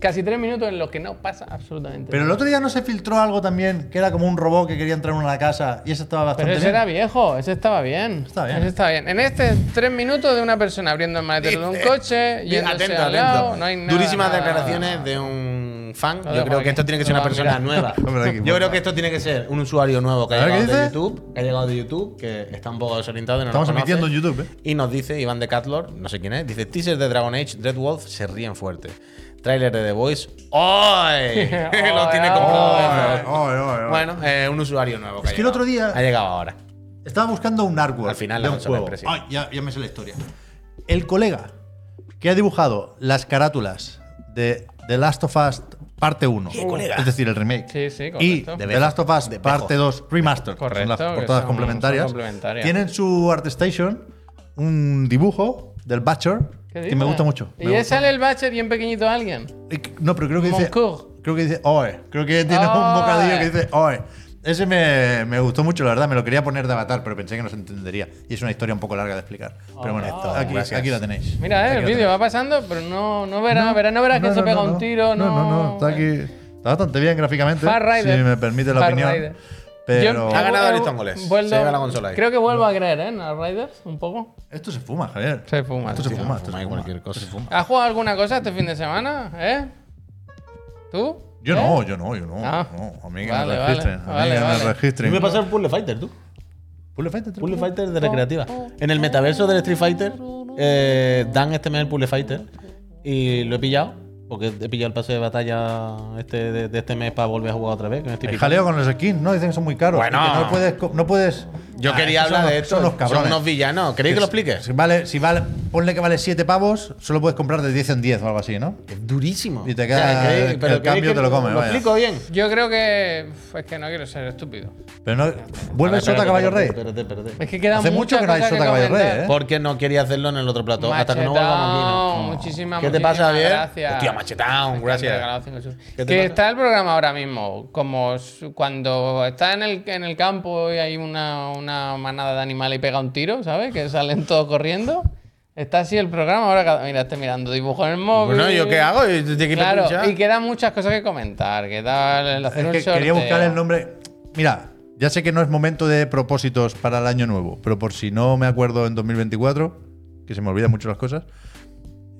S3: Casi 3 minutos en los que no pasa absolutamente
S1: Pero el
S3: nada.
S1: otro día no se filtró algo también, que era como un robot que quería entrar en una casa y eso estaba
S3: Pero
S1: bastante
S3: ese
S1: bien.
S3: era viejo, ese estaba bien.
S1: Está bien.
S3: Ese estaba bien. En este, 3 minutos de una persona abriendo el maletero de un
S4: Dice-
S3: coche,
S4: Bien,
S3: yéndose
S4: atento,
S3: al lado,
S4: atento.
S3: no hay nada,
S4: Durísimas
S3: nada, nada,
S4: declaraciones
S3: nada.
S4: de un fan.
S3: Lo
S4: Yo
S3: dejo
S4: creo
S3: aquí.
S4: que esto tiene que ser
S3: Lo
S4: una
S3: vamos
S4: persona
S3: a
S4: nueva.
S1: Hombre, aquí,
S4: Yo
S1: por
S4: creo
S1: favor.
S4: que esto tiene que ser un usuario nuevo que
S1: A
S4: ha
S1: ver,
S4: llegado
S1: ¿qué
S4: de
S1: dice?
S4: YouTube, que ha llegado de YouTube, que está un poco desorientado. y no nos
S1: Estamos
S4: conoce.
S1: emitiendo en YouTube, ¿eh?
S4: Y nos dice Iván de Catlor, no sé quién es, dice teaser de Dragon Age, Dread Wolf se ríen fuerte. Tráiler de The Voice. ¡Oy! Lo tiene
S3: Oy,
S4: comprado.
S1: Oy, oy, oy.
S4: Bueno, eh, un usuario nuevo.
S1: Es
S4: ha
S1: que el
S4: llegado.
S1: otro día-
S4: Ha llegado ahora.
S1: Estaba buscando un artwork
S4: Al final
S1: de
S4: la
S1: un
S4: consola
S1: juego.
S4: impresiva.
S1: Ay, ya, ya me sé la historia. El colega que ha dibujado las carátulas de The Last of Us parte 1,
S4: colega?
S1: es decir, el remake,
S3: Sí, sí,
S1: y
S3: correcto.
S1: The Last of Us parte 2 remaster, que
S3: Correcto,
S1: son las
S3: que
S1: portadas
S3: son-
S1: complementarias,
S3: son complementarias.
S1: tienen su ArtStation un dibujo del Butcher
S3: ¿Qué
S1: que
S3: dices?
S1: me gusta mucho.
S3: Y
S1: me
S3: ahí
S1: gusta.
S3: sale el Batcher bien pequeñito alguien.
S1: Eh, No, pero creo que dice.
S3: Moncourt.
S1: Creo que dice. Oe. Creo que tiene un
S3: Oe.
S1: bocadillo que dice. Oe. Ese me, me gustó mucho, la verdad. Me lo quería poner de avatar, pero pensé que no se entendería. Y es una historia un poco larga de explicar. Pero bueno,
S3: Ah,
S1: aquí,
S4: Gracias.
S1: aquí la tenéis.
S3: Mira, eh,
S1: Aquí
S3: el
S1: la
S3: vídeo
S1: tenéis.
S3: va pasando, pero no, no verás, verás, no verás que
S1: no,
S3: se
S1: no,
S3: pega
S1: no,
S3: un tiro, no.
S1: No, no, no. Está aquí. Está bastante bien gráficamente.
S3: Far Rider.
S1: Si me permite la
S3: Far
S1: opinión.
S3: Rider.
S1: Pero.
S3: Yo-
S4: Ha ganado
S3: eh,
S4: Aristóngoles.
S3: vuelvo-
S4: Se lleva la consola ahí.
S3: Creo que vuelvo a creer, ¿eh? En Al Riders, un poco.
S1: Esto se fuma, Javier.
S3: Se fuma,
S1: Esto
S3: se
S1: se
S4: fuma.
S1: fuma. Esto
S4: Fuma
S1: se
S4: y
S1: fuma.
S4: cualquier cosa.
S1: Esto se fuma.
S3: ¿Has jugado alguna cosa este fin de semana? ¿Eh? ¿Tú?
S1: Yo
S3: ¿Eh?
S1: no, yo no, yo no.
S3: Ah.
S1: no. A mí que
S3: Vale,
S1: me
S3: vale,
S1: registren. a mí
S3: vale,
S1: que
S3: vale.
S1: me registren.
S4: Me pasó el Puzzle Fighter, tú.
S1: Puzzle Fighter,
S4: Puzzle Fighter de recreativa. En el metaverso del Street Fighter eh, dan este mes el Puzzle Fighter y lo he pillado porque he pillado el pase de batalla este de, de este mes para volver a jugar otra vez. que me estoy
S1: El
S4: picando.
S1: jaleo con los skins, ¿no? Dicen que son muy caros.
S4: Bueno.
S1: y que no puedes. co- No puedes
S4: Yo
S1: Ah,
S4: quería
S1: es que son
S4: hablar de
S1: unos-
S4: esto.
S1: Son unos cabrones.
S4: Son unos villanos. ¿Queréis que lo explique?
S1: Si vale, si vale, ponle que vale 7 pavos, solo puedes comprar de 10 en 10 o algo así, ¿no?
S4: Es durísimo.
S1: Y te queda
S4: ¿queréis-
S1: el- el
S4: queréis
S1: cambio
S4: que
S1: te lo come,
S4: ¿Lo
S1: vaya.
S4: explico bien?
S3: Yo creo que. uf, Es que no quiero ser estúpido.
S1: Pero no. ¿Vuelve el Sota Caballo Rey?
S4: Espérate, espérate.
S3: Es que queda
S1: Hace
S3: mucha
S1: mucho que no hay
S3: cosa
S1: Sota Caballo Rey,
S3: comentar.
S1: ¿eh?
S4: Porque no quería hacerlo en el otro plato. Hasta que no volvamos aquí.
S3: Machetown,
S4: ¿no?
S3: muchísimas
S4: ¿Qué te
S3: muchísimas
S4: pasa, Javier?
S3: gracias.
S4: Hostia, Machetown,
S3: Te he
S4: gracias.
S3: regalado cinco chus.
S4: ¿Qué te
S3: Que
S4: pasa?
S3: está el programa ahora mismo, como su- cuando está en el, en el campo y hay una, una manada de animales y pega un tiro, ¿sabes? Que salen todos corriendo. Está así el programa ahora. cada- Mira, estoy mirando dibujos en el móvil.
S4: Bueno, ¿yo qué hago? Yo tengo que pinchar.
S3: Claro, y quedan muchas cosas que comentar. Que tal el hacer un
S1: Es que quería
S3: sorteo.
S1: buscar el nombre. Mira, ya sé que no es momento de propósitos para el año nuevo, pero por si no me acuerdo en 2024, que se me olvidan mucho las cosas,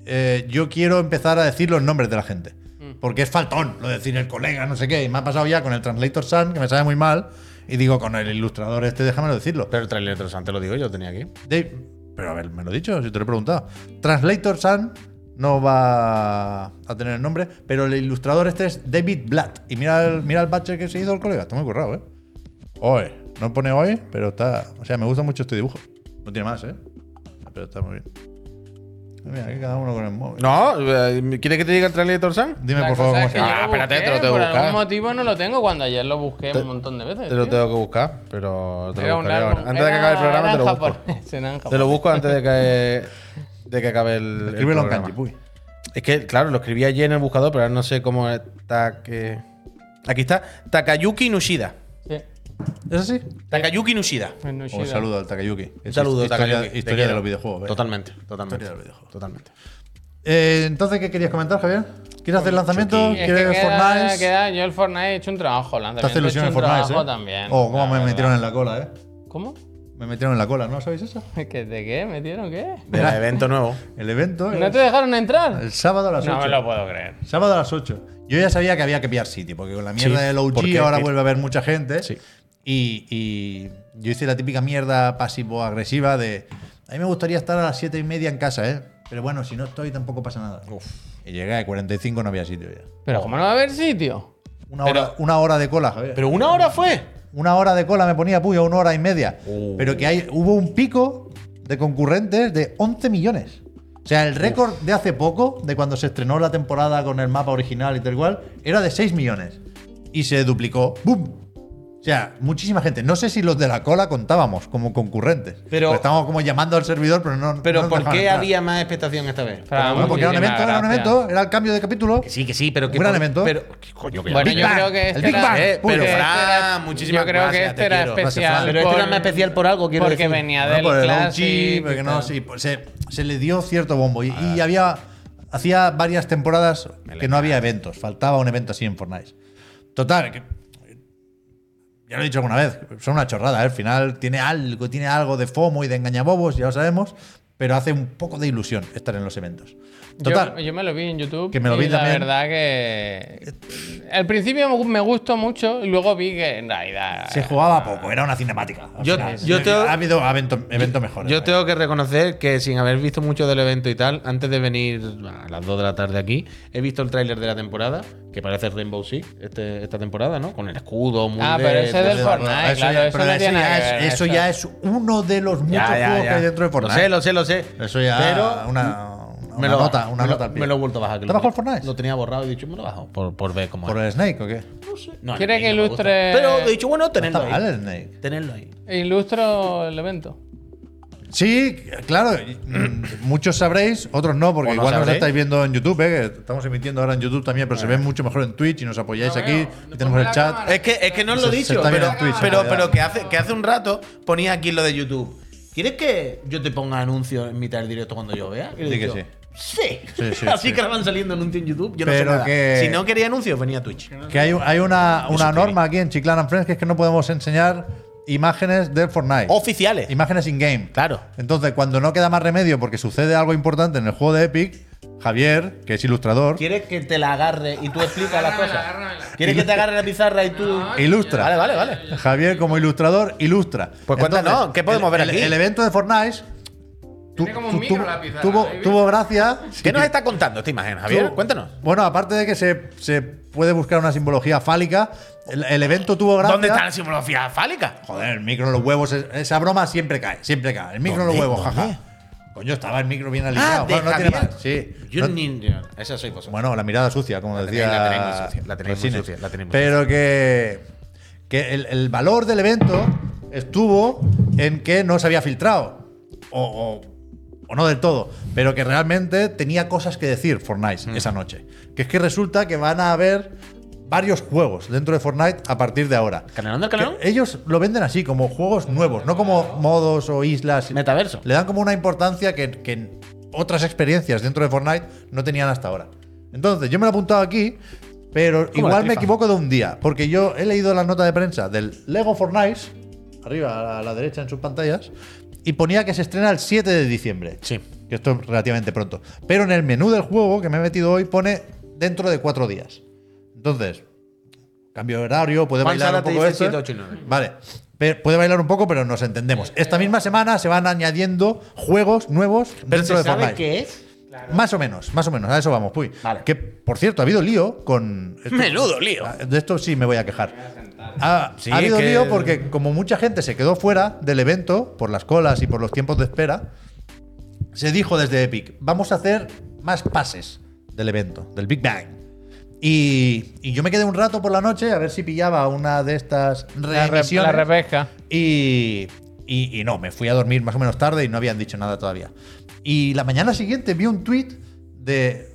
S1: eh, yo quiero empezar a decir los nombres de la gente.
S3: Mm.
S1: Porque es faltón lo de decir el colega, no sé qué. Y me ha pasado ya con el Translator Sun, que me sabe muy mal. Y digo, con el ilustrador este, déjamelo decirlo.
S4: Pero el trailer de los antes lo digo, yo lo tenía aquí.
S1: Dave, pero a ver, me lo he dicho, si te lo he preguntado. Translator Sun no va a tener el nombre, pero el ilustrador este es David Blatt. Y mira el, mira el bache que se hizo el colega, está muy currado, ¿eh? Hoy, no pone hoy, pero está. O sea, me gusta mucho este dibujo. No tiene más, ¿eh? Pero está muy bien. Mira, aquí cada uno con el móvil.
S4: No, eh, ¿quieres que te diga el trailer de Torsan?
S1: Dime,
S3: La
S1: por favor, cómo
S3: cosa es
S1: se
S3: que
S1: llama.
S3: yo
S4: Ah, espérate,
S3: busqué,
S4: te lo tengo que
S3: Por algún
S4: buscar.
S3: motivo no lo tengo cuando ayer lo busqué un montón de veces.
S4: Te lo
S3: tío.
S4: tengo que buscar, pero te
S3: Era
S4: lo
S3: un
S4: buscaré ahora.
S3: álbum-
S4: Antes de que acabe el
S3: era-
S4: programa,
S3: era
S4: te lo
S3: en
S4: busco.
S3: japonés, era en
S4: Te
S3: japonés.
S4: lo busco antes de que, de que acabe el. el
S1: Escríbelo en
S4: programa.
S1: kanji, puy.
S4: Es que, claro, lo escribí ayer en el buscador, pero ahora no sé cómo está que. Aquí está. Takayuki Nushida.
S3: Sí.
S1: ¿Es así?
S4: Takayuki Nushida.
S3: Pues no,
S1: Un
S3: Shida.
S1: saludo al Takayuki.
S4: Un saludo,
S1: historia,
S4: Takayuki. Te
S1: Historia de
S4: quiero.
S1: los videojuegos. ¿eh?
S4: Totalmente, totalmente.
S1: Historia de los videojuegos.
S4: Totalmente.
S1: Eh, entonces, ¿qué querías comentar, Javier? ¿Quieres hacer lanzamiento?
S3: Y es que
S1: ¿Quieres
S3: queda-
S1: Fortnite?
S3: queda- yo el Fortnite he hecho un trabajo,
S1: Te hace
S3: lanzamiento.
S1: ilusión
S3: he
S1: el
S3: hecho un
S1: Fortnite,
S3: trabajo
S1: ¿eh?
S3: también.
S1: Oh, cómo
S3: la
S1: me
S3: verdad.
S1: metieron en la cola, ¿eh?
S3: ¿Cómo?
S1: Me metieron en la cola, ¿no sabéis eso?
S3: ¿Que ¿De qué? ¿Metieron qué?
S4: Del evento nuevo.
S1: El evento
S3: ¿No
S1: Pues es
S3: te dejaron entrar?
S1: el sábado a las 8.
S3: No me lo puedo creer.
S1: Sábado a las 8. Yo ya sabía que había que pillar sitio, porque con la mierda
S4: Sí,
S1: del OG
S4: porque-
S1: ahora vuelve a haber mucha gente.
S4: Sí.
S1: Y, y yo hice la típica mierda pasivo-agresiva de. A mí me gustaría estar a las 7 y media en casa, ¿eh? Pero bueno, si no estoy tampoco pasa nada. Y llegué a 45 no había sitio ya.
S3: Pero ¿cómo no va a haber sitio?
S1: Una,
S4: Pero-
S1: hora, una hora de cola, Javier.
S4: Pero una hora fue.
S1: Una hora de cola me ponía puya, una hora y media.
S4: Oh.
S1: Pero que hay, hubo un pico de concurrentes de 11 millones. O sea, el récord de hace poco, de cuando se estrenó la temporada con el mapa original y tal cual, era de 6 millones. Y se duplicó. ¡Bum! O sea, muchísima gente. No sé si los de la cola contábamos como concurrentes.
S4: Pero-
S1: Porque estábamos como llamando al servidor, pero no.
S4: Pero
S1: no nos
S4: ¿por
S1: dejaban
S4: qué
S1: entrar.
S4: había más expectación esta vez?
S3: Fran,
S1: Bueno, porque era un
S3: muchísimas
S1: evento, era un
S3: gracias.
S1: evento, era el cambio de capítulo.
S4: Que sí, que sí, pero que.
S1: Un gran
S4: por-
S1: evento.
S4: Pero. ¿Qué coño, que
S3: Bueno,
S1: Big
S3: yo
S1: Bang,
S3: creo que
S1: el
S3: este
S1: Big
S3: era,
S1: Bang,
S3: eh,
S1: puro.
S3: pero este
S4: Fran,
S3: era-
S4: muchísimas
S3: yo creo que
S4: gracias,
S3: este
S4: te
S3: era
S4: quiero. Gracias,
S3: especial.
S1: Fran.
S4: Pero este
S3: por-
S4: era más especial por algo, quiero
S3: Porque
S4: decir.
S3: venía
S1: No,
S3: del
S1: por el
S3: Classic.
S1: OG, porque
S3: y
S1: no,
S3: tal.
S1: sí, pues se, se le dio cierto bombo. Y, y había. Hacía varias temporadas que no había eventos. Faltaba un evento así en Fortnite. Total, que- Ya lo he dicho alguna vez, son una chorrada. ¿eh? Al final tiene algo, tiene algo de FOMO y de engañabobos, ya lo sabemos. Pero hace un poco de ilusión estar en los eventos. Total.
S3: Yo, yo me lo vi en YouTube.
S1: Que me lo vi
S3: y la
S1: también. Eh,
S3: verdad que. Al principio me- me gustó mucho, y luego vi que en realidad.
S1: se
S3: eh,
S1: jugaba poco, era una cinemática. al
S4: Yo-
S1: final.
S4: yo te-
S1: ha habido eventos eventos mejores.
S4: Yo tengo que reconocer que sin haber visto mucho del evento y tal, antes de venir a las 2 de la tarde aquí, he visto el tráiler de la temporada, que parece Rainbow Six este- esta temporada, ¿no? Con el escudo, muy
S3: Ah,
S4: de-
S3: pero ese
S4: de-
S3: del
S1: Pero
S3: Fortnite,
S1: eso ya-
S3: claro, eso
S1: pero
S3: no tiene
S1: ya
S3: nada que
S1: es-
S3: ver,
S1: eso
S3: eso.
S1: ya es uno de los muchos
S4: Ya, ya,
S1: juegos
S4: ya.
S1: que hay dentro de
S4: Lo
S1: Fortnite.
S4: sé, lo sé, lo sé.
S1: Eso ya.
S4: Pero
S1: una, una
S4: me lo,
S1: nota, una
S4: me lo-
S1: nota al pie.
S4: me lo he vuelto a bajar. que
S1: ¿Te
S4: lo-
S1: bajo el Fortnite?
S4: Lo tenía borrado y he dicho, me lo bajo por, por ver cómo
S1: ¿Por
S4: es.
S1: el Snake o qué?
S4: No,
S3: ¿Quiere
S4: no,
S3: que
S4: no me
S3: ilustre-
S4: gusta. Pero he dicho, bueno,
S1: No
S4: tenerlo
S1: está mal
S4: ahí.
S1: el Snake.
S4: Tenerlo ahí.
S3: Ilustro el evento.
S1: Sí, claro, y- mm, muchos sabréis, otros no, porque
S4: O no
S1: igual nos
S4: sabréis. Ah.
S1: estáis viendo en YouTube, eh, que estamos emitiendo ahora en YouTube también, pero se ve mucho mejor en Twitch y nos apoyáis
S3: No
S1: aquí.
S3: veo.
S1: y tenemos
S3: Ponme
S1: el
S3: la
S1: chat.
S3: cámara.
S4: Es que, es que no os lo
S1: Se-
S4: he
S1: se
S4: dicho,
S1: está viendo
S4: pero,
S1: en Twitch, en
S4: pero,
S1: realidad.
S4: pero que, hace, que hace un rato ponía aquí lo de YouTube. ¿Quieres que yo te ponga anuncios en mitad del directo cuando yo vea? Y le he
S1: Di que
S4: dicho,
S1: sí.
S4: Sí.
S1: Sí, sí,
S4: Así
S1: sí.
S4: que ahora van saliendo anuncios en YouTube. Yo no sé
S1: Pero
S4: nada.
S1: que-
S4: Si no quería anuncios, venía a Twitch.
S1: Que hay, hay una, una
S4: suscribí.
S1: norma aquí en Chiclan and Friends que es que no podemos enseñar imágenes del Fortnite.
S4: Oficiales.
S1: Imágenes in-game.
S4: Claro.
S1: Entonces, cuando no queda más remedio porque sucede algo importante en el juego de Epic, Javier, que es ilustrador,
S4: ¿Quieres que te la agarre y tú explicas las
S3: Agárramela,
S4: cosas?
S3: agárramela.
S4: ¿Quieres que te agarre la pizarra y tú.?
S1: ilustra.
S4: Vale, vale, vale.
S1: Javier, como ilustrador, ilustra.
S4: Pues cuéntanos,
S1: Entonces,
S4: ¿qué podemos
S1: el-
S4: ver
S1: el-
S4: aquí?
S1: El, evento de Fortnite tu-
S3: Tiene como un
S1: tu-
S3: micro
S1: tuvo-
S3: la pizarra,
S1: tuvo,
S3: ¿habéis visto?
S1: tuvo gracia.
S4: ¿Qué nos está contando esta imagen, Javier?
S1: Tú-
S4: Cuéntanos.
S1: Bueno, aparte de que se, se puede buscar una simbología fálica, el, el evento tuvo gracia.
S4: ¿Dónde está la simbología fálica?
S1: Joder, el micro en los huevos, es- esa broma siempre cae, siempre cae. El micro en los
S4: ¿Dónde?
S1: huevos, jaja.
S4: ¿Dónde?
S1: Coño, estaba el micro bien
S4: Ah,
S1: alineado.
S4: de
S1: Bueno, no tiene
S4: Javier.
S1: más. Sí.
S4: Yo
S1: No-
S4: ni. Esa soy vosotros.
S1: bueno, la mirada sucia, como
S4: tenéis-
S1: decía.
S4: la tenéis muy sucia, la tenéis muy
S1: Resines.
S4: sucia, la tenéis muy
S1: Pero que, que el, el valor del evento estuvo en que no se había filtrado. O, o- o no del todo. Pero que realmente tenía cosas que decir
S4: Mm.
S1: Fortnite esa noche. Que es que resulta que van a haber varios juegos dentro de Fortnite a partir de ahora.
S4: ¿Canelón del canelón?
S1: Que Ellos lo venden así, como juegos nuevos, no como modos o islas.
S4: Metaverso.
S1: Le dan como una importancia que, que otras experiencias dentro de Fortnite no tenían hasta ahora. Entonces, yo me lo he apuntado aquí, pero
S4: la
S1: igual me
S4: tripa.
S1: equivoco de un día, porque yo he leído la nota de prensa del Lego Fortnite, arriba a la, a la derecha en sus pantallas, y y ponía que se estrena el 7 de diciembre.
S4: Sí.
S1: Que esto es relativamente pronto. Pero en el menú del juego que me he metido hoy pone dentro de cuatro días. Entonces, cambio de horario, puede
S4: Juan
S1: bailar
S4: Sala
S1: un
S4: te
S1: poco
S4: dice
S1: esto. ¿eh?
S4: 7, 8 y 9.
S1: Vale. Pe- puede bailar un poco, pero nos entendemos. Esta misma semana se van añadiendo juegos nuevos
S4: Pero
S1: dentro
S4: se
S1: de
S4: sabe
S1: Fortnite.
S4: qué es.
S1: Más o menos, más o menos, a eso vamos, Puy.
S4: Vale.
S1: Que, por cierto, ha habido lío con. esto-
S4: Menudo lío.
S1: Ah, De esto sí me voy a quejar. Ha,
S4: Sí,
S1: ha habido
S4: que-
S1: lío porque, como mucha gente se quedó fuera del evento por las colas y por los tiempos de espera, se dijo desde Epic: vamos a hacer más pases del evento, del Big Bang. Y, y yo me quedé un rato por la noche a ver si pillaba una de estas
S3: La, re-
S1: reemisiones.
S3: la repesca.
S1: Y, y- y no, me fui a dormir más o menos tarde y no habían dicho nada todavía. Y la mañana siguiente vi un tweet de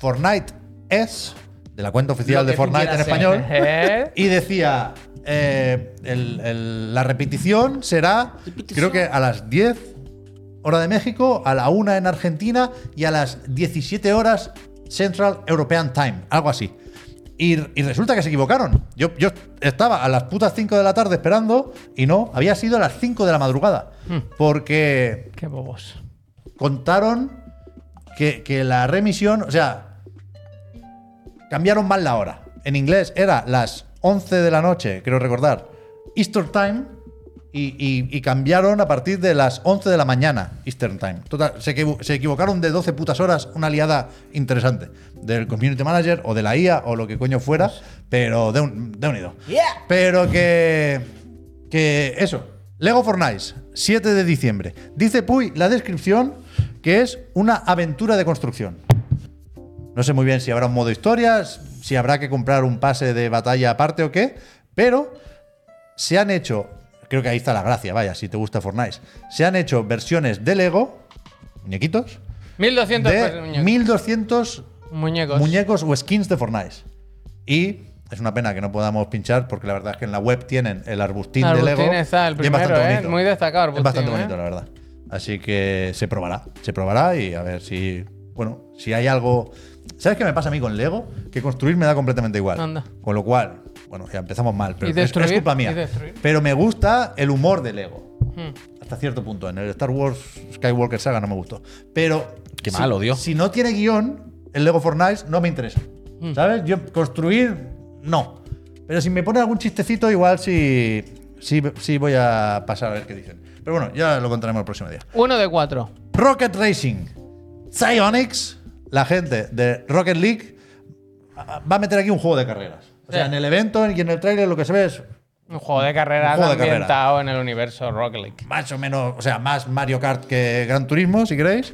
S1: Fortnite S, de la cuenta oficial
S4: Lo que
S1: de Fortnite en
S4: pudiera ser.
S1: español,
S3: ¿Eh?
S1: y decía, eh, el- el- la repetición será, creo que a las 10 hora de México, a la 1 en Argentina y a las 17 horas Central European Time, algo así. Y, y resulta que se equivocaron. Yo, yo estaba a las putas 5 de la tarde esperando y no, había sido a las 5 de la madrugada. Porque
S3: Qué bobos.
S1: contaron que, que la remisión, o sea, cambiaron mal la hora. En inglés era las 11 de la noche, creo recordar, Eastern Time, y, y- y cambiaron a partir de las 11 de la mañana, Eastern Time. Total, se, equivo- se equivocaron de 12 putas horas, una liada interesante del Community Manager o de la IA o lo que coño fuera, pero de un, de un ido. Pero que. Que eso. Lego Fortnite, 7 de diciembre. Dice Puy la descripción que es una aventura de construcción. No sé muy bien si habrá un modo historias, si habrá que comprar un pase de batalla aparte o qué, pero se han hecho, creo que ahí está la gracia, vaya, si te gusta Fortnite, se han hecho versiones de Lego, muñequitos,
S3: 1200
S1: de
S3: pesos, muñecos.
S1: 1200
S3: muñecos.
S1: muñecos o skins de Fortnite. Y es una pena que no podamos pinchar porque la verdad es que en la web tienen el arbustín,
S3: Arbustín
S1: de Lego.
S3: está, el
S1: y
S3: primero,
S1: es bastante
S3: ¿eh?
S1: bonito.
S3: Muy destacado
S1: Es
S3: arbustín,
S1: bastante
S3: ¿eh?
S1: bonito, la verdad. Así que se probará, se probará y a ver si, bueno, si hay algo... ¿Sabes qué me pasa a mí con Lego? Que construir me da completamente igual.
S3: Anda.
S1: Con lo cual, bueno, ya empezamos mal, pero
S3: ¿Y
S1: es- es,
S3: destruir?
S1: culpa
S3: ¿Y
S1: mía.
S3: destruir?
S1: Pero me gusta el humor de Lego.
S3: Hmm.
S1: Hasta cierto punto. En el Star Wars Skywalker Saga no me gustó. Pero
S4: Qué
S1: si-
S4: malo, Dios.
S1: Si no tiene guión, el Lego Fortnite no me interesa. ¿Sabes? Yo construir, no. Pero si me pone algún chistecito, igual sí, sí, sí voy a pasar a ver qué dicen. Pero bueno, ya lo contaremos el próximo día.
S3: Uno de cuatro.
S1: Rocket Racing. Psyonix, la gente de Rocket League, a- a- va a meter aquí un juego de carreras. O sea,
S3: Sí.
S1: en el evento y en el trailer lo que se ve es
S3: Un juego de carreras
S1: Un juego de carrera.
S3: ambientado en el universo Rocket League.
S1: más o menos, o sea, más Mario Kart que Gran Turismo, si queréis,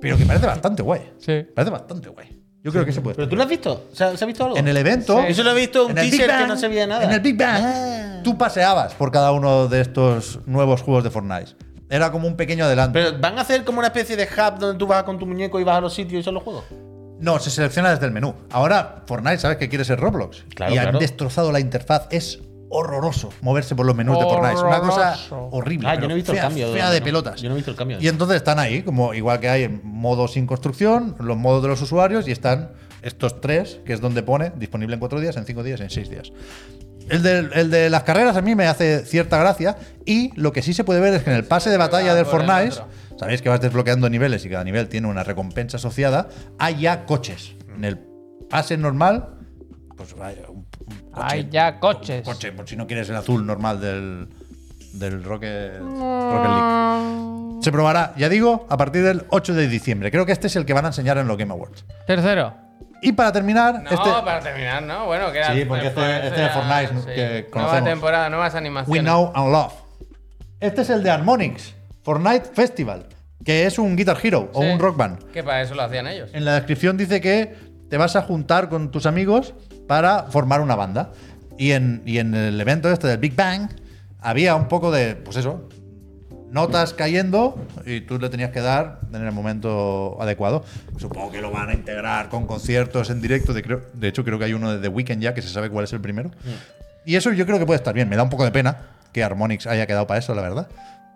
S1: pero que parece bastante guay.
S3: Sí.
S1: Parece bastante guay. Yo creo que se puede.
S4: ¿Pero tú lo has visto? ¿Se ha, se ha visto algo?
S1: En el evento.
S3: Sí. Yo
S4: solo he visto un
S1: en el
S4: teaser
S1: Big
S4: que no se veía nada. Ah.
S1: En el Big Bang. Tú paseabas por cada uno de estos nuevos juegos de Fortnite. Era como un pequeño adelanto.
S4: ¿Pero van a hacer como una especie de hub donde tú vas con tu muñeco y vas a los sitios y son los juegos?
S1: no, se selecciona desde el menú. Ahora, Fortnite, ¿sabes que quiere ser Roblox?
S4: Claro,
S1: y han
S4: claro.
S1: destrozado la interfaz. Es horroroso moverse por los menús de Fortnite. Es una cosa
S3: Horroroso.
S1: horrible.
S4: Ah, yo
S1: pero
S4: no he visto el
S1: fea-
S4: cambio.
S1: Fea
S4: no,
S1: de
S4: no.
S1: pelotas.
S4: Yo no he visto el cambio.
S1: Y entonces están ahí, como igual que hay en modo sin construcción, los modos de los usuarios y están estos tres, que es donde pone disponible en cuatro días, en cinco días, en seis días. El de, el de las carreras a mí me hace cierta gracia y lo que sí se puede ver es que en el pase de batalla del
S3: por el
S1: Fortnite,
S3: otro.
S1: sabéis que vas desbloqueando niveles y cada nivel tiene una recompensa asociada, hay ya coches. En el pase normal, pues vaya, un, un coche.
S3: Hay ya coches.
S1: Un coche, por si no quieres el azul normal del, del Rocket, Rocket League. Se probará, ya digo, a partir del 8 de diciembre. Creo que este es el que van a enseñar en los Game Awards.
S3: Tercero.
S1: Y para terminar,
S3: No,
S1: este
S3: para terminar, ¿no? Bueno, queda.
S1: Sí, porque este- este
S3: ya-
S1: es Fortnite, que
S3: Nueva
S1: conocemos.
S3: temporada, nuevas animaciones.
S1: We Know and Love. Este es el de Harmonix, Fortnite Festival, que es un Guitar Hero o
S3: Sí.
S1: un Rock Band.
S3: Que para eso lo hacían ellos.
S1: En la descripción dice que te vas a juntar con tus amigos para formar una banda. Y en, y en el evento este del Big Bang había un poco de, pues eso, notas cayendo y tú le tenías que dar en el momento adecuado. Supongo que lo van a integrar con conciertos en directo. De, creo- de hecho, creo que hay uno de The Weeknd ya que se sabe cuál es el primero.
S3: Mm.
S1: Y eso yo creo que puede estar bien. Me da un poco de pena que Harmonix haya quedado para eso, la verdad.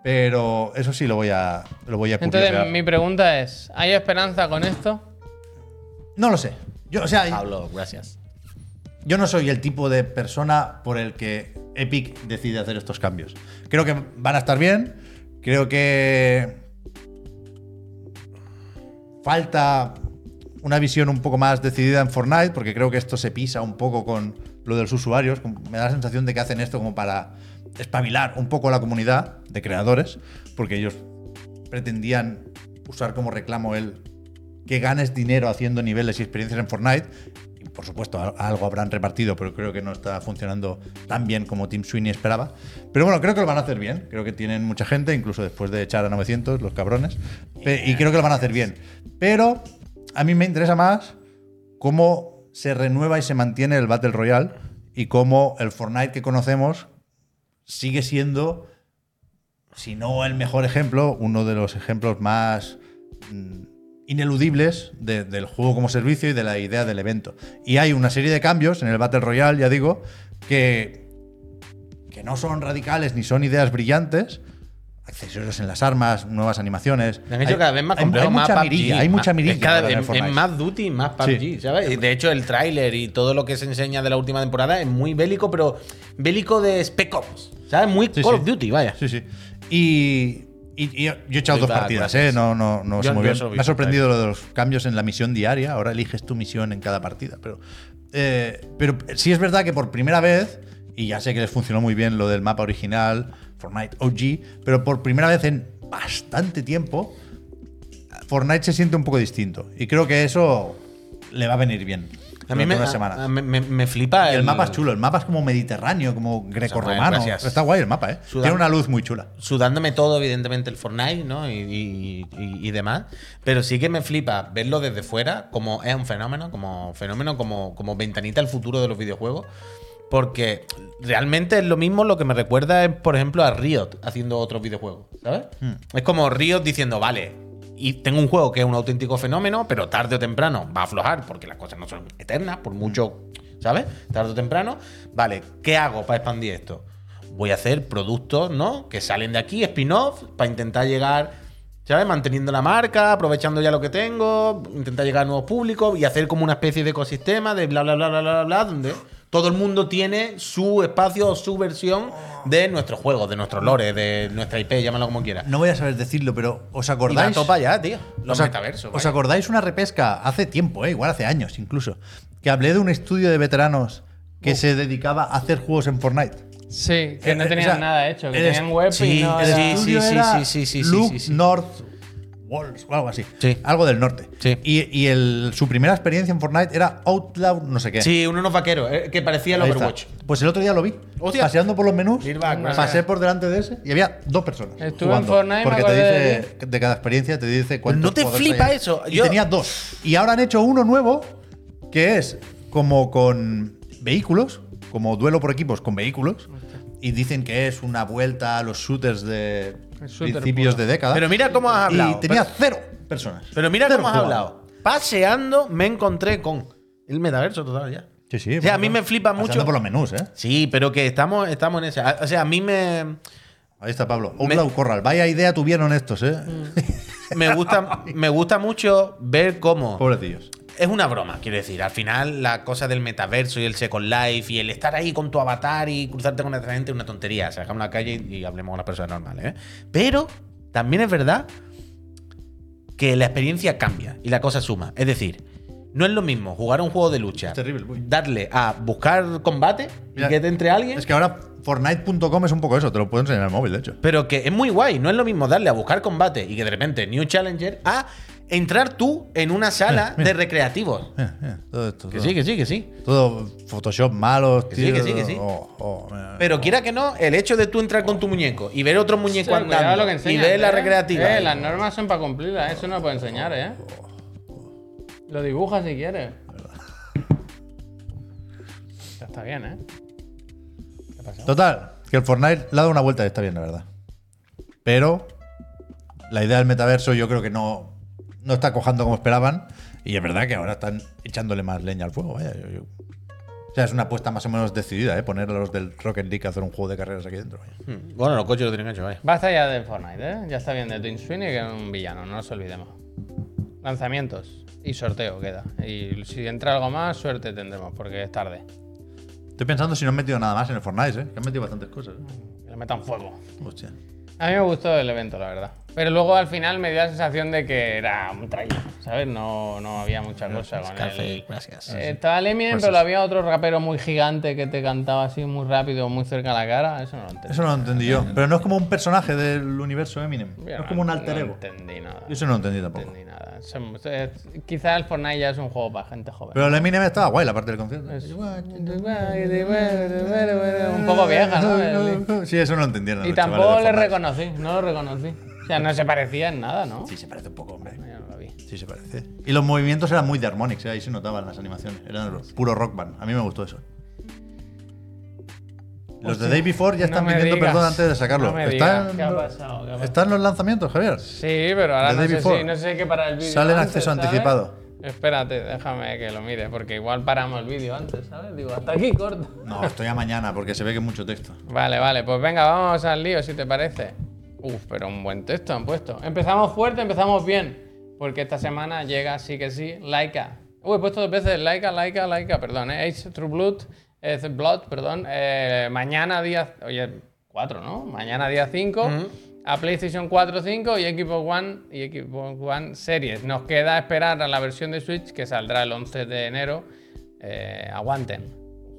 S1: Pero eso sí lo voy a, lo voy a
S3: Entonces,
S1: curiosear.
S3: mi pregunta es: ¿hay esperanza con esto?
S1: No lo sé. Yo, o sea,
S4: Pablo, gracias.
S1: Yo no soy el tipo de persona por el que Epic decide hacer estos cambios. Creo que van a estar bien, Creo que falta una visión un poco más decidida en Fortnite, porque creo que esto se pisa un poco con lo de los usuarios. Como- Me da la sensación de que hacen esto como para espabilar un poco a la comunidad de creadores, porque ellos pretendían usar como reclamo el que ganes dinero haciendo niveles y experiencias en Fortnite. Y por supuesto, a- algo habrán repartido, pero creo que no está funcionando tan bien como Team Sweeney esperaba. Pero bueno, creo que lo van a hacer bien. Creo que tienen mucha gente, incluso después de echar a 900, los cabrones. Pe- Y creo que lo van a hacer bien. Pero a mí me interesa más cómo se renueva y se mantiene el Battle Royale y cómo el Fortnite que conocemos sigue siendo si no el mejor ejemplo, uno de los ejemplos más mm, ineludibles de- del juego como servicio y de la idea del evento. Y hay una serie de cambios en el Battle Royale, ya digo, que, que no son radicales ni son ideas brillantes. Accesorios en las armas, nuevas animaciones.
S4: Le han hecho
S1: Hay-
S4: cada vez más
S1: hay- hay
S4: complejo, más
S1: mucha
S4: PUBG,
S1: mirilla, hay
S4: más-
S1: mucha mirilla.
S4: Es, cada-
S1: ahora en el
S4: es- es
S1: Fortnite.
S4: más Duty, más PUBG,
S1: Sí.
S4: ¿sabes? Y de hecho, el tráiler y todo lo que se enseña de la última temporada es muy bélico, pero bélico de Spec Ops, ¿sabes? Muy
S1: Sí,
S4: Call
S1: sí.
S4: of Duty, vaya.
S1: Sí, sí. Y, y- y yo he echado
S4: Yo
S1: dos
S4: iba a
S1: partidas,
S4: cuartos.
S1: ¿eh? No, no, no
S4: Yo-
S1: sé muy
S4: yo
S1: bien.
S4: solo vi
S1: Me ha sorprendido lo de los cambios en la misión diaria. Ahora eliges tu misión en cada partida. Pero, eh, pero sí es verdad que por primera vez, y ya sé que les funcionó muy bien lo del mapa original, Fortnite OG, pero por primera vez en bastante tiempo, Fortnite se siente un poco distinto. Y creo que eso le va a venir bien.
S4: A mí
S1: durante
S4: me,
S1: unas
S4: a-
S1: semanas.
S4: a- me- me- me flipa.
S1: Y el mapa es chulo, el mapa es como mediterráneo, como grecorromano.
S4: gracias.
S1: Está guay el mapa, ¿eh?
S4: Sudam-
S1: Tiene una luz muy chula.
S4: sudándome todo, evidentemente, el Fortnite, ¿no? Y, y- y- y demás. Pero sí que me flipa verlo desde fuera, como es un fenómeno, como fenómeno, como, como ventanita al futuro de los videojuegos. Porque realmente es lo mismo lo que me recuerda, es, por ejemplo, a Riot haciendo otros videojuegos, ¿sabes? Es como Riot diciendo, vale, y tengo un juego que es un auténtico fenómeno, pero tarde o temprano va a aflojar, porque las cosas no son eternas, por mucho, ¿sabes? Tarde o temprano, vale, ¿qué hago para expandir esto? Voy a hacer productos, ¿no? Que salen de aquí, spin-off, para intentar llegar, ¿sabes? Manteniendo la marca, aprovechando ya lo que tengo, intentar llegar a nuevos públicos y hacer como una especie de ecosistema de bla, bla, bla, bla, bla, bla, bla, donde todo el mundo tiene su espacio o su versión de nuestros juegos, de nuestros lores, de nuestra IP, llámalo como quieras.
S1: No voy a saber decirlo, pero ¿os
S4: Y va
S1: acordáis?
S4: todo para allá, tío. Los
S1: ac-
S4: metaversos.
S1: ¿Os
S4: vaya.
S1: acordáis una repesca hace tiempo, eh? igual hace años incluso? Que hablé de un estudio de veteranos que se dedicaba a hacer juegos en Fortnite.
S3: Sí, que no
S1: Eh,
S3: tenían
S1: o sea,
S3: nada hecho, que
S1: el
S3: tenían
S1: est-
S3: web
S4: Ah, sí,
S3: y no.
S4: el
S3: era-
S4: est-
S1: estudio
S4: sí, sí,
S1: era
S4: sí, sí, sí, sí,
S1: Look
S4: sí, sí.
S1: North Walls o algo así.
S4: Sí.
S1: Algo del norte.
S4: Sí.
S1: Y, y el- su primera experiencia en Fortnite era Outlaw, no sé qué.
S4: Sí, uno de los vaqueros, eh, que parecía el
S1: Ahí está.
S4: Overwatch.
S1: Pues el otro día lo vi.
S4: Hostia.
S1: Paseando por los menús,
S4: Feedback,
S1: pasé por delante de ese y había dos personas.
S3: Estuve
S1: jugando,
S3: en Fortnite y me
S1: Porque te
S3: acordé de
S1: dice, de, cada experiencia te dice cuánto.
S4: ¿No te flipa eso?
S1: Y
S4: Yo-
S1: tenía dos. Y ahora han hecho uno nuevo que es como con vehículos, como duelo por equipos con vehículos. Y dicen que es una vuelta a los shooters de
S3: El shooter
S1: principios
S3: puro.
S1: de década.
S4: Pero mira cómo has hablado.
S1: Y tenía cero personas.
S4: Pero mira
S1: Cero
S4: cómo has
S1: jugando.
S4: hablado. Paseando me encontré con el metaverso total ya.
S1: Sí, sí.
S4: O sea, a
S1: bueno,
S4: mí me flipa
S1: paseando
S4: mucho.
S1: por los menús, ¿eh?
S4: Sí, pero que estamos, estamos en esa. O sea, a mí me,
S1: Ahí está Pablo.
S4: Me- Mm.
S1: Outlaw Corral. Vaya idea tuvieron estos, ¿eh?
S4: me, gusta, me gusta mucho ver cómo.
S1: Pobrecillos.
S4: es una broma, quiero decir. Al final, la cosa del metaverso y el Second Life y el estar ahí con tu avatar y cruzarte con otra gente es una tontería. Sacamos a la calle y, y hablemos con las personas normales. ¿eh? Pero también es verdad que la experiencia cambia y la cosa suma. Es decir, no es lo mismo jugar a un juego de lucha,
S1: terrible, uy.
S4: darle a buscar combate
S1: Mira,
S4: y que te entre alguien.
S1: Es que ahora Fortnite.com es un poco eso, te lo puedo enseñar en el móvil, de hecho.
S4: Pero que es muy guay, no es lo mismo darle a buscar combate y que de repente New Challenger a entrar tú en una sala de recreativos.
S1: Mira, mira, Eh, todo esto.
S4: Que
S1: todo,
S4: sí, que sí, que sí.
S1: todo Photoshop malo,
S4: sí,
S1: tío.
S4: que sí, que sí.
S1: Oh, oh, mira.
S4: Pero quiera que no, el hecho de tú entrar con tu muñeco y ver otro
S3: Sí,
S4: muñeco
S3: cuidado
S4: andando
S3: lo que enseñan,
S4: y ver la
S3: ¿eh?
S4: recreativa.
S3: Eh, las normas son para cumplirlas, eso no lo puedo enseñar, ¿eh? Lo dibujas si quieres. Ya está bien, ¿eh? ¿Qué pasó?
S1: Total, que el Fortnite le ha dado una vuelta y está bien, la verdad. Pero la idea del metaverso yo creo que no, no está cojando como esperaban. Y es verdad que ahora están echándole más leña al fuego. Vaya, yo- yo- O sea, es una apuesta más o menos decidida, ¿eh? Poner a los del Rocket League a hacer un juego de carreras aquí dentro. vaya.
S4: Hmm, Bueno, los coches lo tienen hecho, vaya.
S3: Basta ya de Fortnite, ¿eh? Ya está bien de Twin Sweeney, que es un villano, no nos olvidemos. Lanzamientos y sorteo queda. Y si entra algo más, suerte tendremos, porque es tarde.
S1: Estoy pensando si no han metido nada más en el Fortnite, ¿eh? Que han metido bastantes cosas. ¿eh?
S3: Que le metan fuego.
S1: Hostia.
S3: A mí me gustó el evento, la verdad. Pero luego al final me dio la sensación de que era un trailer, ¿sabes? No, no había mucha cosa con
S4: Café,
S3: él.
S4: gracias.
S3: Estaba Lemien, pero había otro rapero muy gigante que te cantaba así muy rápido, muy cerca a la cara. Eso no lo entendí.
S1: Eso no lo entendí yo. Pero no es como un personaje del universo Eminem. No es como un alter
S3: No
S1: ego.
S3: entendí nada.
S1: Yo eso no lo entendí
S3: No
S1: tampoco.
S3: entendí nada. Son- eh, Quizás el Fortnite ya es un juego para gente joven.
S1: Pero el Eminem estaba guay la parte del concierto.
S3: Es- un poco vieja, ¿no?
S1: Sí, eso no lo entendieron.
S3: Y
S1: los chavales
S3: tampoco
S1: del
S3: le
S1: Fortnite.
S3: reconocí, no lo reconocí. O sea, no se parecía en nada, ¿no?
S1: Sí, se parece un poco, hombre.
S3: Yo no lo vi.
S1: Sí, se parece. Y los movimientos eran muy de Harmonix, ¿eh? ahí se notaban las animaciones. Eran los- puro rock band. A mí me gustó eso. Los de Day Before ya
S3: No
S1: están
S3: me
S1: pidiendo
S3: digas,
S1: perdón antes de sacarlo.
S3: no me digas,
S1: están,
S3: ¿qué ha pasado? ¿Qué ha pasado?
S1: están los lanzamientos, Javier.
S3: Sí, pero ahora
S1: The
S3: no
S1: Day
S3: sé,
S1: Before.
S3: si, no sé qué para el vídeo.
S1: Sale en
S3: antes,
S1: acceso
S3: ¿sabes?
S1: anticipado.
S3: Espérate, déjame que lo mire, porque igual paramos el vídeo antes, ¿sabes? Digo, hasta aquí corto.
S1: No, estoy a mañana porque se ve que es mucho texto.
S3: Vale, vale, pues venga, vamos al lío, si te parece. Uf, pero un buen texto han puesto. Empezamos fuerte, empezamos bien, porque esta semana llega, sí que sí, Laika. Uy, he puesto dos veces Laika, Laika, Laika, perdón, eh. Ace True Blood, eh, The Blood, perdón. eh, mañana día, oye, 4, ¿no? Mañana día 5. A PlayStation 4, 5 y Xbox One y Xbox One Series. Nos queda esperar a la versión de Switch que saldrá el 11 de enero. Eh, aguanten.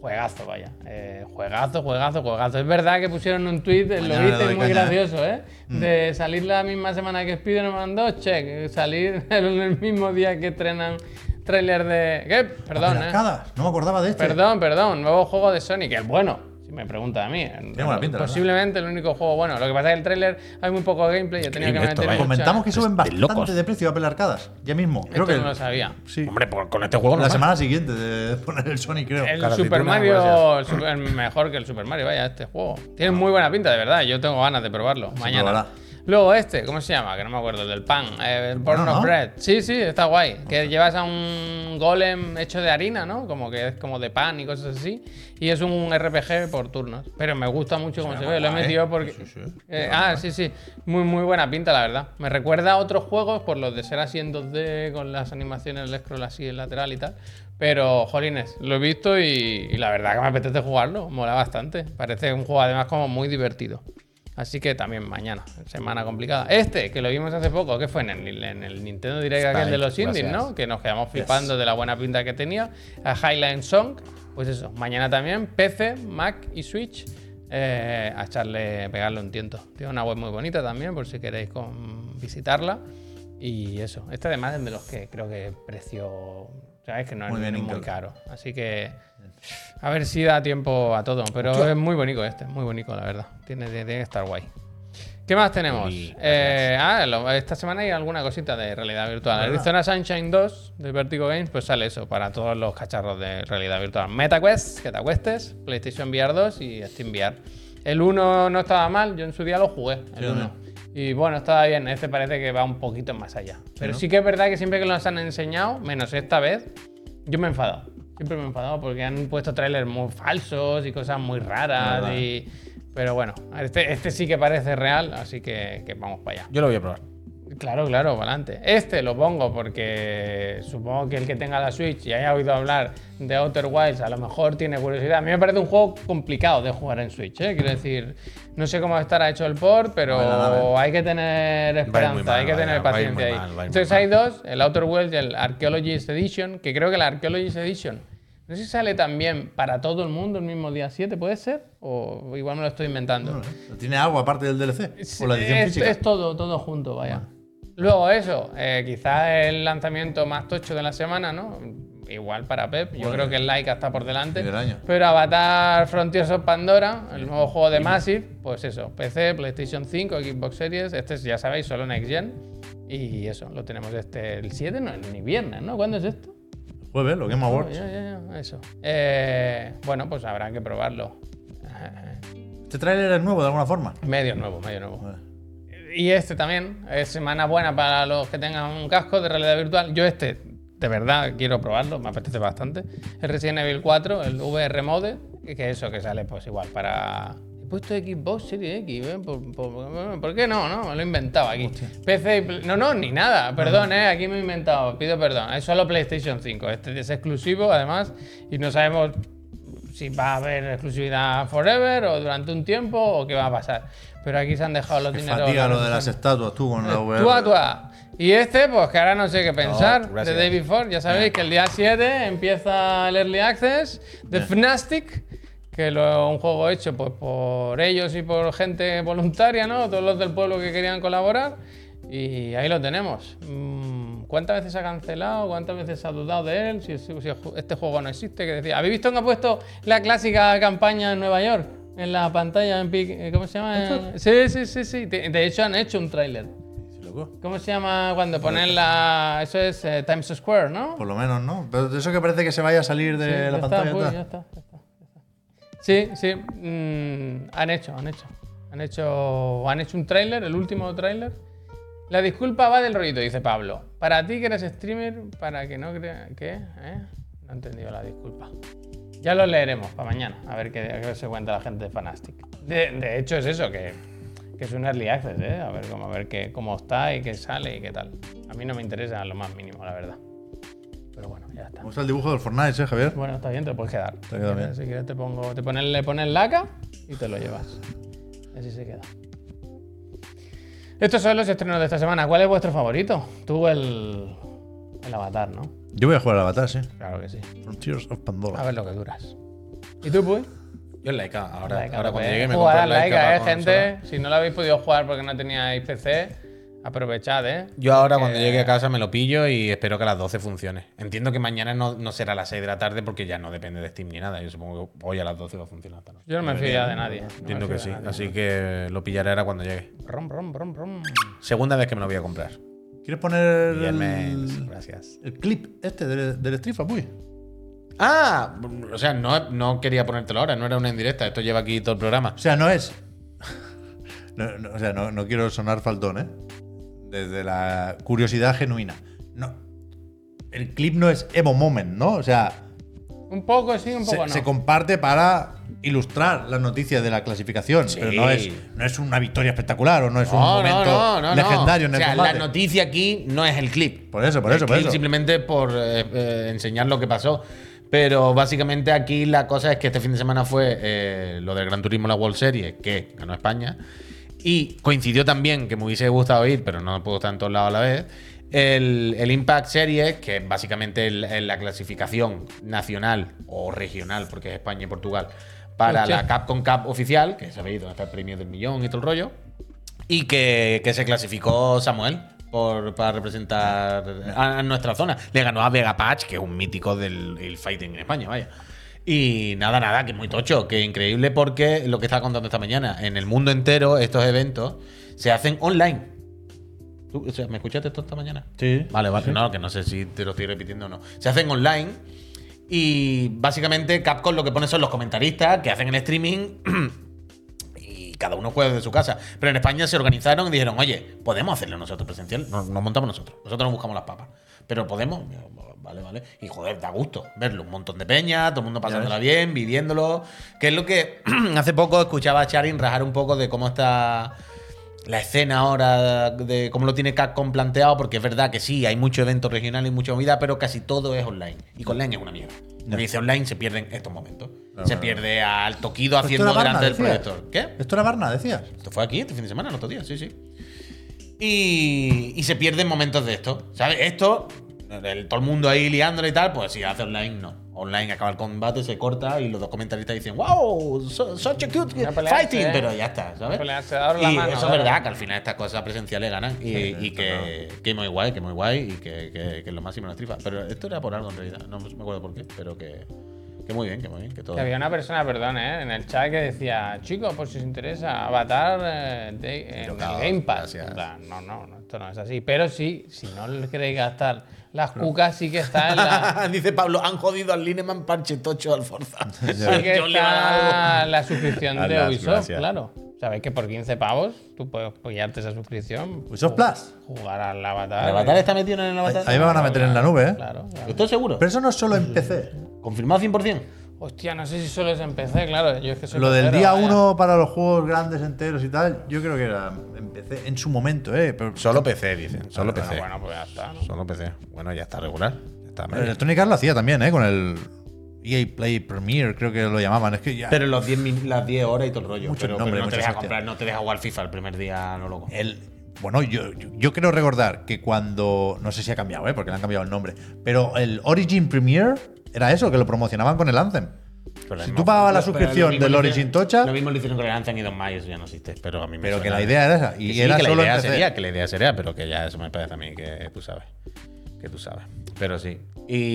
S3: Juegazo, vaya. Eh, juegazo, juegazo, juegazo. Es verdad que pusieron un tweet,
S1: Mañana
S3: lo
S1: le
S3: viste
S1: doy
S3: muy
S1: caña, Mm.
S3: gracioso, ¿eh? De salir la misma semana que Spider-Man 2, check. Salir el, el mismo día que estrenan trailer de. ¿Qué? Perdón,
S1: Las
S3: ¿eh?
S1: arcadas, no me acordaba de este.
S3: Perdón, perdón. Nuevo juego de Sonic, el bueno. Si me pregunta a mí.
S1: buena pinta, la
S3: Posiblemente el único juego bueno. Lo que pasa es que el trailer hay muy poco gameplay. Yo tenía que
S4: Increíble
S3: meter
S4: esto, vaya.
S3: mucha-
S1: Comentamos que suben
S4: de
S1: bastante
S4: locos.
S1: de precio Apple Arcadas. Ya mismo. Creo
S3: Esto
S1: que
S3: no lo sabía.
S1: sí.
S4: Hombre, por- con este juego no
S1: la
S4: más.
S1: semana siguiente de poner el Sony, creo.
S3: El
S4: Cara,
S3: Super
S4: aceituna,
S3: Mario el super- mejor que el Super Mario, vaya, este juego. Tiene muy buena pinta, de verdad. Yo tengo ganas de probarlo. mañana.
S1: probará.
S3: Luego este, ¿cómo se llama? Que no me acuerdo, el del pan. eh, el Born
S1: No,
S3: of
S1: no.
S3: Bread. Sí, sí, está guay. Que llevas a un golem hecho de harina, ¿no? Como que es como de pan y cosas así. Y es un RPG por turnos. Pero me gusta mucho cómo se ve. Lo he
S1: guay,
S3: metido
S1: ¿eh?
S3: porque.
S1: Sí, sí, sí.
S3: Eh, ah, sí, sí. Muy, muy buena pinta, la verdad. Me recuerda a otros juegos por los de ser así en 2D, con las animaciones, el scroll así, el lateral y tal. Pero, jolines, lo he visto y, y la verdad que me apetece jugarlo. Mola bastante. Parece un juego además como muy divertido. Así que también mañana, semana complicada. Este, que lo vimos hace poco, que fue en el, en el Nintendo Direct aquel de los
S4: Spike,
S3: indies,
S4: gracias.
S3: ¿no? Que nos quedamos flipando de la buena pinta que tenía. A Highline Song, pues eso, mañana también, PC, Mac y Switch. eh, a echarle, pegarle un tiento. Tiene una web muy bonita también, por si queréis con- visitarla. Y eso, este además es de los que creo que precio, sabes que no
S1: Muy
S3: es
S1: bien,
S3: muy
S1: Intel.
S3: caro. Así que a ver si da tiempo a todo, pero es muy bonito este, muy bonito, la verdad. Tiene, tiene que estar guay. ¿Qué más tenemos?
S4: Uy,
S3: Eh, ah, lo- esta semana hay alguna cosita de realidad virtual. Arizona Sunshine 2 de Vertigo Games, pues sale eso para todos los cacharros de realidad virtual. MetaQuest, que te acuestes, PlayStation VR 2 y Steam VR. El 1 no estaba mal, yo en su día lo jugué, el
S1: Sí,
S3: 1. Y bueno, estaba bien, este parece que va un poquito más allá. Pero sí que es verdad que siempre que nos han enseñado, menos esta vez, yo me he enfadado. Siempre me he enfadado porque han puesto trailers muy falsos y cosas muy raras. Y... Pero bueno, este, este sí que parece real, así que, que vamos para allá.
S4: Yo lo voy a probar.
S3: Claro, claro, para adelante. Este lo pongo porque supongo que el que tenga la Switch y haya oído hablar de Outer Wilds a lo mejor tiene curiosidad. A mí me parece un juego complicado de jugar en Switch, ¿eh? Quiero decir, no sé cómo estará hecho el port, pero hay que tener esperanza,
S4: mal,
S3: hay que
S4: vaya,
S3: tener
S4: va a ir
S3: paciencia
S4: muy
S3: ahí.
S4: mal, va a ir muy
S3: Entonces
S4: mal.
S3: hay dos, el Outer Worlds y el Archaeologist Edition, que creo que el Archaeologist Edition, no sé si sale también para todo el mundo el mismo día 7, ¿puede ser? O igual me lo estoy inventando.
S1: ¿Tiene algo aparte del DLC?
S3: Sí,
S1: ¿O la edición
S3: es,
S1: física?
S3: es todo, todo junto, vaya. Luego eso, eh, quizás el lanzamiento más tocho de la semana, ¿no? Igual para Pep, yo creo que el Laika está por delante.
S1: Sí, del año.
S3: Pero Avatar Frontiers of Pandora, el nuevo juego de Massive, pues eso, PC, PlayStation 5, Xbox Series, este es, ya sabéis, solo Next Gen. Y eso, lo tenemos este, el 7, no, ni viernes, ¿no? ¿Cuándo es esto?
S1: Jueves, los Pues Game
S3: Ya,
S1: Awards.
S3: ya, ya, eso. Eh, bueno, pues habrá que probarlo. Eh,
S1: Este tráiler es nuevo de alguna forma.
S3: Medio nuevo, medio nuevo.
S1: Vale.
S3: Y este también, es semana buena para los que tengan un casco de realidad virtual. Yo este, de verdad, quiero probarlo, me apetece bastante. El Resident Evil 4, el VR Mode, que eso que sale pues igual para... He puesto Xbox Series X, ¿eh? ¿Por, por, por qué no? No, me lo he inventado aquí. PC y Play- No, no, ni nada, perdón, ¿eh? aquí me he inventado, pido perdón. Es solo PlayStation 5, este es exclusivo además y no sabemos si va a haber exclusividad forever o durante un tiempo o qué va a pasar. Pero aquí se han dejado los
S1: Qué
S3: dineros.
S1: fatiga lo de las estatuas, tú con la VR.
S3: Tua, tua. Y este, pues que ahora no sé qué pensar.
S4: gracias.
S3: The Day Before, ya sabéis que el día 7 empieza el Early Access de Fnastic, que lo, un juego hecho pues por ellos y por gente voluntaria, ¿no? Todos los del pueblo que querían colaborar. Y ahí lo tenemos. Mm, ¿Cuántas veces ha cancelado? ¿Cuántas veces ha dudado de él? Si, si- si este juego no existe, que decía. ¿Habéis visto que ha puesto la clásica campaña en Nueva York? En la pantalla, en pic- eh, ¿cómo se llama? Sí, sí, sí, sí. De de hecho han hecho un tráiler.
S1: Sí, loco.
S3: ¿Cómo se llama cuando ponen la. Eso es eh, Times Square, ¿no?
S1: Por lo menos, ¿no? Pero de eso que parece que se vaya a salir de
S3: Sí, ya
S1: la
S3: está,
S1: pantalla.
S3: pues,
S1: atrás.
S3: ya está, ya está, ya está. Sí, sí. mm, han hecho, han hecho. Han hecho. Han hecho un tráiler, el último tráiler. La disculpa va del rollito, dice Pablo. Para ti que eres streamer, para que no crea. ¿Qué? ¿Eh? No he entendido la disculpa. Ya lo leeremos para mañana, a ver qué, a ver qué se cuenta la gente de Fanastic. De, de hecho, es eso, que, que es un early access, ¿eh? A ver cómo, a ver qué, cómo está y qué sale y qué tal. A mí no me interesa lo más mínimo, la verdad. Pero bueno, ya está.
S1: Me gusta el dibujo del Fortnite, ¿eh, Javier?
S3: Bueno, está bien, te lo puedes quedar.
S1: Te queda bien.
S3: Si quieres te pongo, te pones, le pones laca y te lo llevas. Así se queda. Estos son los estrenos de esta semana. ¿Cuál es vuestro favorito? Tú el, el avatar, ¿no?
S1: Yo voy a jugar al Avatar, sí.
S3: Claro que sí.
S1: Frontiers of
S3: A
S1: Pandora.
S3: ver lo que duras. ¿Y tú, Puy?
S4: Yo en Laika, ahora,
S3: Laika,
S4: ahora
S3: no
S4: cuando
S3: puede.
S4: llegue me
S3: Jugad
S4: compro
S3: al
S4: el Laika.
S3: Laika,
S4: para
S3: eh,
S4: consola.
S3: gente. Si no lo habéis podido jugar porque no teníais PC, aprovechad, ¿eh?
S4: Yo ahora
S3: Porque-
S4: cuando llegue a casa me lo pillo y espero que a las 12 funcione. Entiendo que mañana no, no será a las 6 de la tarde porque ya no depende de Steam ni nada. Yo supongo que hoy a las 12 va a funcionar. hasta noche.
S3: Yo no me fío ya de nadie. No me fío
S4: Entiendo que
S3: de
S4: sí.
S3: nadie.
S4: Así que lo pillaré ahora cuando llegue.
S3: Rom, rom, rom, rom.
S4: Segunda vez que me lo voy a comprar.
S1: ¿Quieres poner
S4: Y ya me-
S1: el,
S4: Gracias.
S1: el clip este del, del Strifa, Puy?
S4: Ah, o sea, no, no quería ponértelo ahora, no era una indirecta. Esto lleva aquí todo el programa.
S1: O sea, no es. No, no, o sea, no, no quiero sonar faltón, ¿eh? Desde la curiosidad genuina. No. El clip no es Evo Moment, ¿no? O sea,
S3: Un poco sí, un
S1: se,
S3: poco no.
S1: se comparte para ilustrar las noticias de la clasificación.
S4: Sí.
S1: Pero no es, no es una victoria espectacular o no es un
S4: No,
S1: momento
S4: no, no, no, no.
S1: legendario en
S4: o
S1: el
S4: sea,
S1: combate.
S4: la noticia aquí no es el clip.
S1: Por eso, por
S4: El
S1: eso, por
S4: clip
S1: eso.
S4: Simplemente por eh, eh, enseñar lo que pasó. Pero básicamente aquí la cosa es que este fin de semana fue eh, lo del Gran Turismo, la World Series, que ganó España. Y coincidió también, que me hubiese gustado ir, pero no puedo estar en todos lados a la vez, el, el Impact Series, que es básicamente el- el- la clasificación nacional o regional, porque es España y Portugal, para
S3: Hostia.
S4: la Capcom Cup oficial, que sabéis dónde está el premio del millón y todo el rollo. Y que, que se clasificó Samuel por, para representar a, a nuestra zona. Le ganó a Vega Patch, que es un mítico del el fighting en España, vaya. Y nada, nada, que muy tocho, que increíble porque lo que estaba contando esta mañana, en el mundo entero estos eventos se hacen online. ¿Tú, o sea, ¿Me escuchaste esto esta mañana?
S1: Sí.
S4: Vale, vale, no, que no sé si te lo estoy repitiendo o no. Se hacen online y básicamente Capcom lo que pone son los comentaristas que hacen el streaming y cada uno juega desde su casa. Pero en España se organizaron y dijeron, oye, podemos hacerlo nosotros presencial, nos, nos montamos nosotros, nosotros nos buscamos las papas. Pero podemos, Y yo, vale, vale. Y joder, da gusto verlo, un montón de peña, todo el mundo pasándola bien, viviéndolo. Que es lo que hace poco escuchaba a Charin rajar un poco de cómo está la escena ahora de cómo lo tiene Capcom planteado, porque es verdad que sí, hay mucho evento regional y mucha movida, pero casi todo es online. Y con online es una mierda.
S1: Ya.
S4: Porque dice online se pierden estos momentos.
S1: Claro,
S4: se
S1: claro.
S4: pierde al Toquido
S1: Esto
S4: haciendo
S1: era Barna,
S4: delante del
S1: decías.
S4: proyector. ¿Qué?
S1: Esto era Barna, decías.
S4: Esto fue aquí, este fin de semana, el otro día, sí, sí. Y, y se pierden momentos de esto. ¿Sabes? Esto, el- todo el mundo ahí liándole y tal, pues si hace online, no. Online acaba el combate, se corta y los dos comentaristas dicen, wow, so- such a cute
S3: Una pelea,
S4: fighting,
S3: sí.
S4: pero ya está, ¿sabes?
S3: Una pelea, se daron la
S4: y
S3: mano,
S4: eso es
S3: ¿verdad?
S4: verdad, que al final estas cosas presenciales ganan y, y que, que muy guay, que muy guay y que, que, que es lo máximo en la trifa. Pero esto era por algo en realidad, no me acuerdo por qué, pero que, que muy bien, que muy bien, que todo.
S3: Que había una persona, perdón, ¿eh? en el chat que decía, chicos, por si os interesa, Avatar eh, de, en el
S4: Tocado,
S3: Game Pass.
S4: gracias.
S3: En plan, No, no, no, esto no es así. Pero sí, si no le queréis gastar, las cucas sí que está en la...
S4: Dice Pablo, han jodido al Lineman Parche Tocho al Forza.
S3: sí que
S4: Yo le van a
S3: está la suscripción
S1: A
S3: de
S1: las
S3: Ubisoft,
S1: gracias.
S3: claro. Sabéis que por 15 pavos tú puedes apoyarte esa suscripción.
S1: Ubisoft
S3: ju-
S1: Pues Plus.
S3: Jugar al Avatar. eh,
S4: dar- ¿El avatar está metido en el avatar?
S1: Ahí me van a meter en la nube, ¿eh?
S3: Claro, claro.
S4: ¿Estoy seguro?
S1: Pero eso no es solo en PC.
S4: ¿Confirmado 100%?
S3: Hostia, no sé si solo es en PC, claro. Yo es que soy ¿eh?
S1: Lo del
S3: pecero,
S1: día
S3: vaya.
S1: 1 para los juegos grandes enteros y tal, yo creo que era en PC en su momento, ¿eh? Pero
S4: Solo PC, dicen. Solo
S3: Ah,
S4: PC.
S3: Bueno, pues ya está. ¿no?
S4: Solo PC. Bueno, ya está regular. Ya está
S1: Electronic Arts lo hacía también, ¿eh? Con el EA Play Premier, creo que lo llamaban. Es que ya.
S4: Pero los 10 min- las 10 horas y todo el rollo.
S1: Mucho
S4: pero,
S1: nombre,
S4: pero no, te
S1: muchas
S4: deja
S1: hostias.
S4: comprar, no te deja jugar FIFA el primer día, no loco.
S1: El- bueno, yo, yo, yo creo recordar que cuando. No sé si ha cambiado, ¿eh? porque le han cambiado el nombre. Pero el Origin Premier era eso, que lo promocionaban con el Anthem. Si tú pagabas la
S4: Pero lo
S1: suscripción
S4: mismo
S1: del
S4: lo
S1: Origin
S4: hicieron-
S1: Tocha,
S4: Lo mismo lo hicieron con el Anthem y Don Mayo, eso ya no existe. Pero a mí me
S1: pero que
S4: suena-
S1: la idea era esa. Y
S4: Que sí,
S1: era
S4: que la
S1: solo
S4: idea
S1: en PC.
S4: sería, que la idea sería, pero que ya eso me parece a mí que tú sabes. Que tú sabes. Pero sí.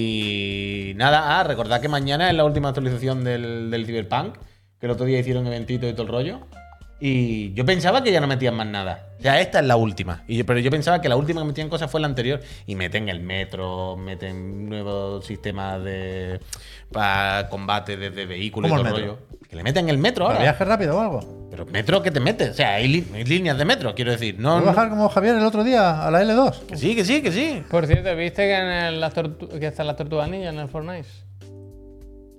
S4: Y nada, ah, recordad que mañana es la última actualización del, del Cyberpunk, que el otro día hicieron eventito y todo el rollo. Y yo pensaba que ya no metían más nada. O sea, esta es la última. Y yo- pero yo pensaba que la última que metían cosas fue la anterior. Y meten el metro, meten nuevos sistemas de para combate desde vehículos y
S1: ¿Cómo
S4: todo el
S1: el
S4: rollo.
S1: metro?
S4: Que le meten el metro
S1: ¿Para
S4: ahora.
S1: viaje rápido o algo?
S4: Pero metro que te metes, o sea, hay, li- hay líneas de metro, quiero decir. No,
S1: ¿Puedo
S4: no-
S1: bajar como Javier el otro día a la L2?
S4: Que sí, que sí, que sí.
S3: Por cierto, ¿viste que, en el- las tortu- que están las tortugas ninja en el Fortnite?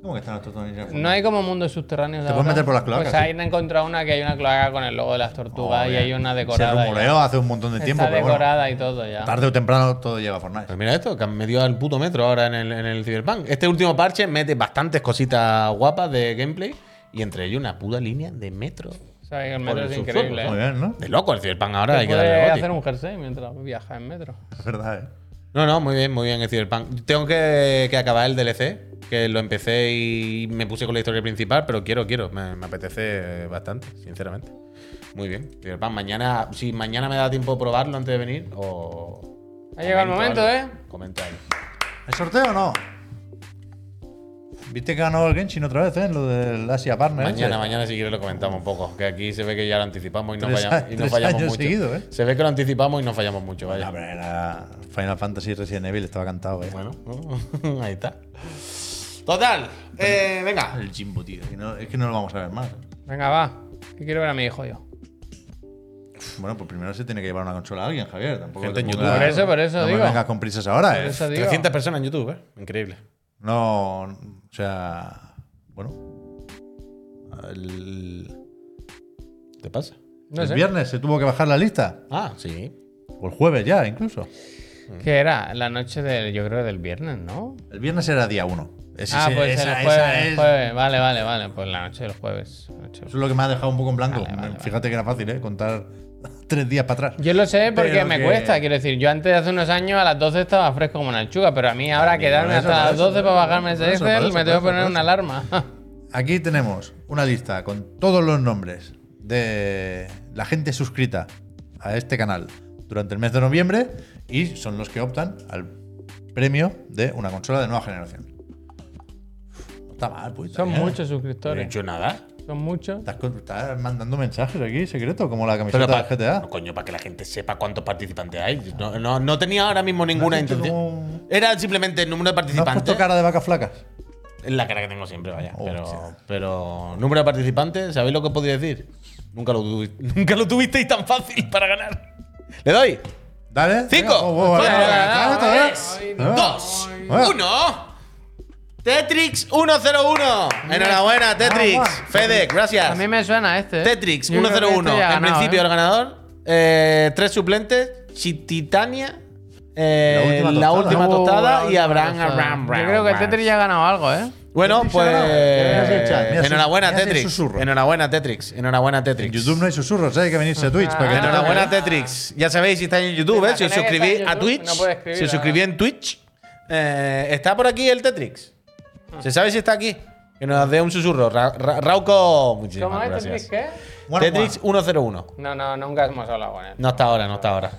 S1: ¿Cómo que están los tortugas?
S3: No hay como mundos subterráneos de
S1: Te puedes
S3: ahora.
S1: meter por las cloacas,
S3: Pues ahí
S1: sí.
S3: han encontrado una que hay una cloaca con el logo de las tortugas y hay una decorada.
S1: Se
S3: y-
S1: rumoreó hace un montón de tiempo,
S3: está
S1: pero bueno,
S3: decorada y todo ya.
S1: tarde o temprano todo llega a Fortnite.
S4: Pues mira esto, que han metido al puto metro ahora en el, en el Cyberpunk. Este último parche mete bastantes cositas guapas de gameplay y entre ellos una puta línea de metro.
S3: Sabes que el
S4: Por
S3: metro
S4: el
S3: es
S4: subsuelo,
S3: increíble.
S1: Muy
S3: ¿eh?
S1: bien, ¿no?
S4: De loco el Cyberpunk ahora,
S3: Te
S4: hay que darle
S3: puedes
S4: goti.
S3: hacer un jersey mientras viajas en metro.
S1: Es verdad, ¿eh?
S4: No, no, muy bien, muy bien el Cyberpunk. Tengo que, que acabar el DLC, que lo empecé y me puse con la historia principal, pero quiero, quiero. Me, me apetece eh, bastante, sinceramente. Muy bien. Cyberpunk, mañana, si mañana me da tiempo probarlo antes de venir, o.
S3: Ha llegado el
S4: comento
S3: momento,
S4: algo.
S3: ¿eh?
S4: Comento algo.
S1: ¿El sorteo o no? ¿Viste que ganó el Genshin otra vez, eh? Lo del Asia Partner.
S4: Mañana,
S1: ese.
S4: mañana, si quieres, lo comentamos un poco. Que aquí se ve que ya lo anticipamos y no,
S1: Tres
S4: falla-
S1: a-
S4: y no
S1: tres
S4: fallamos
S1: años
S4: mucho.
S1: seguidos, ¿eh?
S4: Se ve que lo anticipamos y no fallamos mucho,
S1: Ah,
S4: vaya.
S1: pero era Final Fantasy Resident Evil, estaba cantado, eh.
S4: Bueno, ahí está. Total, eh, venga.
S1: El Jimbo, tío. que no- es que no lo vamos a ver más.
S3: ¿eh? Venga, va. Que quiero ver a mi hijo yo.
S1: Bueno, pues primero se tiene que llevar una consola a alguien, Javier. Tampoco
S4: Gente
S1: te
S4: en
S1: pongas-
S4: YouTube. Por
S3: eso, por eso
S1: no me
S3: digo.
S1: vengas con prisas ahora,
S3: Por
S1: eh.
S3: eso digo.
S4: 300 personas en YouTube, ¿eh? Increíble.
S1: No, o sea, bueno,
S4: El- ¿Te pasa?
S3: No
S1: el
S3: sé.
S1: viernes se tuvo que bajar la lista,
S4: Ah, sí.
S1: o el jueves ya, incluso.
S3: ¿Qué era? La noche del, yo creo, del viernes, ¿no?
S1: El viernes era día uno. Ese-
S3: ah,
S1: ese-
S3: pues
S1: esa-
S3: el
S1: esa
S3: jueves, el
S1: es-
S3: jueves. Vale, vale, vale. Pues la noche del jueves. la noche del
S1: Eso es lo que me ha dejado un poco en blanco.
S3: Vale, vale,
S1: Fíjate que era fácil, ¿eh? Contar tres días para atrás.
S3: Yo lo sé porque
S1: Pero
S3: me
S1: que-
S3: cuesta, quiero decir, yo antes de hace unos años a las 12 estaba fresco como una lechuga, pero a mí ahora quedarme
S1: por eso,
S3: hasta
S1: por
S3: las
S1: eso,
S3: 12
S1: por
S3: para
S1: eso,
S3: bajarme ese
S1: por eso, por
S3: Excel,
S1: eso,
S3: me
S1: por
S3: tengo
S1: eso,
S3: que poner
S1: por
S3: una
S1: eso.
S3: alarma.
S1: Aquí tenemos una lista con todos los nombres de la gente suscrita a este canal durante el mes de noviembre y son los que optan al premio de una consola de nueva generación. No está mal, pues.
S3: Son
S1: también.
S3: muchos
S4: No he
S3: suscriptores,
S4: hecho nada.
S3: son muchos.
S1: Estás, con- estás mandando mensajes aquí, secreto, como la
S4: Pero
S1: camiseta
S4: para,
S1: del GTA.
S4: Ah. no, coño, para que la gente sepa cuántos participantes hay. No, no- no tenía ahora mismo ninguna
S1: has hecho
S4: intención.
S1: como-
S4: Era simplemente el número de
S1: ¿No has
S4: participantes.
S1: puesto cara de vacas flacas?
S4: Es la cara que tengo siempre, vaya.
S1: Oh,
S4: pero,
S1: hostia.
S4: pero, número de participantes, ¿sabéis lo que os podía decir? Nunca lo, tuvi- nunca lo tuvisteis tan fácil para ganar. ¿Le doy?
S1: Dale.
S4: ¡Cinco!
S1: venga, oh, oh, oh,
S4: cuatro,
S1: dale, dale, dale, dale.
S4: tres,
S1: Ah.
S4: dos,
S1: Ah.
S4: uno. Tetrix 101. Enhorabuena, Tetrix.
S1: guau.
S4: Fede, gracias.
S3: A mí me suena este. ¿eh?
S4: Tetrix
S3: Yo creo que este
S4: 101.
S3: ya ha
S4: en
S3: ganado,
S4: principio
S3: ¿eh?
S4: el ganador. Eh, tres suplentes. Chititania. eh,
S1: La última
S4: la
S1: tostada.
S4: última
S3: Uh,
S4: tostada.
S3: la
S4: y
S3: última
S4: Abraham
S3: cosa.
S4: Abraham
S3: Yo creo que el Tetris ya ha ganado algo, ¿eh?
S4: Bueno,
S1: Tetrix
S4: pues.
S1: ha ganado. Mira, mira eh, el chat, mira el
S4: enhorabuena,
S1: sus- mira el
S4: Tetrix.
S1: susurro.
S4: Enhorabuena, Tetrix. Enhorabuena,
S1: En
S4: Tetrix.
S1: YouTube no hay susurros, hay que venirse a Twitch. para que-
S4: Enhorabuena, Tetrix. Ya sabéis, si estáis en YouTube,
S3: Imagina
S4: ¿eh? si os
S3: que está en
S4: suscribís a
S3: YouTube,
S4: Twitch.
S3: no puede escribir,
S4: si os suscribís en Twitch. eh, ¿Está por aquí el Tetrix?
S3: Ah.
S4: ¿Se sabe si está aquí? Que nos dé un susurro. Ra- Ra- Rauco, muchísimas
S3: ¿Cómo es
S4: gracias.
S3: Tetris qué?
S1: Bueno,
S4: Tetrix 101.
S3: No, no, nunca hemos hablado con él.
S4: No está ahora, no está ahora.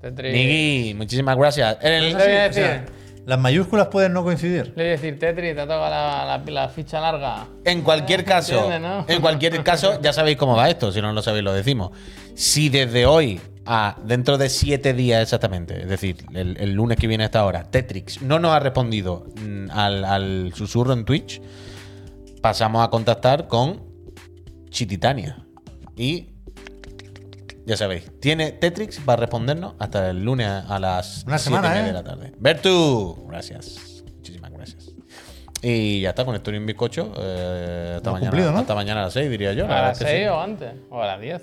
S3: Tetris.
S4: Niggy, muchísimas gracias. El-
S3: No sé bien
S4: o
S3: decir.
S4: sea,
S1: Las mayúsculas pueden no coincidir.
S3: Le voy a decir, Tetris, te ha tocado la, la- la ficha larga.
S4: en cualquier caso,
S3: Entiende, ¿no?
S4: en cualquier caso, ya sabéis cómo va esto. Si no lo sabéis, lo decimos. Si desde hoy a dentro de siete días exactamente, es decir, el, el lunes que viene a esta hora, Tetrix no nos ha respondido mm, al, al susurro en Twitch, pasamos a contactar con Chititania. Y ya sabéis, tiene Tetrix para respondernos hasta el lunes a las
S1: Una
S4: siete y
S1: semana,
S4: media
S1: ¿eh?
S4: de la tarde. Bertu, gracias. Muchísimas gracias. Y ya está, con esto y un bizcocho. eh, hasta,
S1: Hemos
S4: mañana,
S1: cumplido, ¿no?
S4: hasta mañana a las 6, diría yo. la
S3: ¿A
S4: verdad
S3: las
S4: es que sí.
S3: 6 o antes? ¿O a las 10?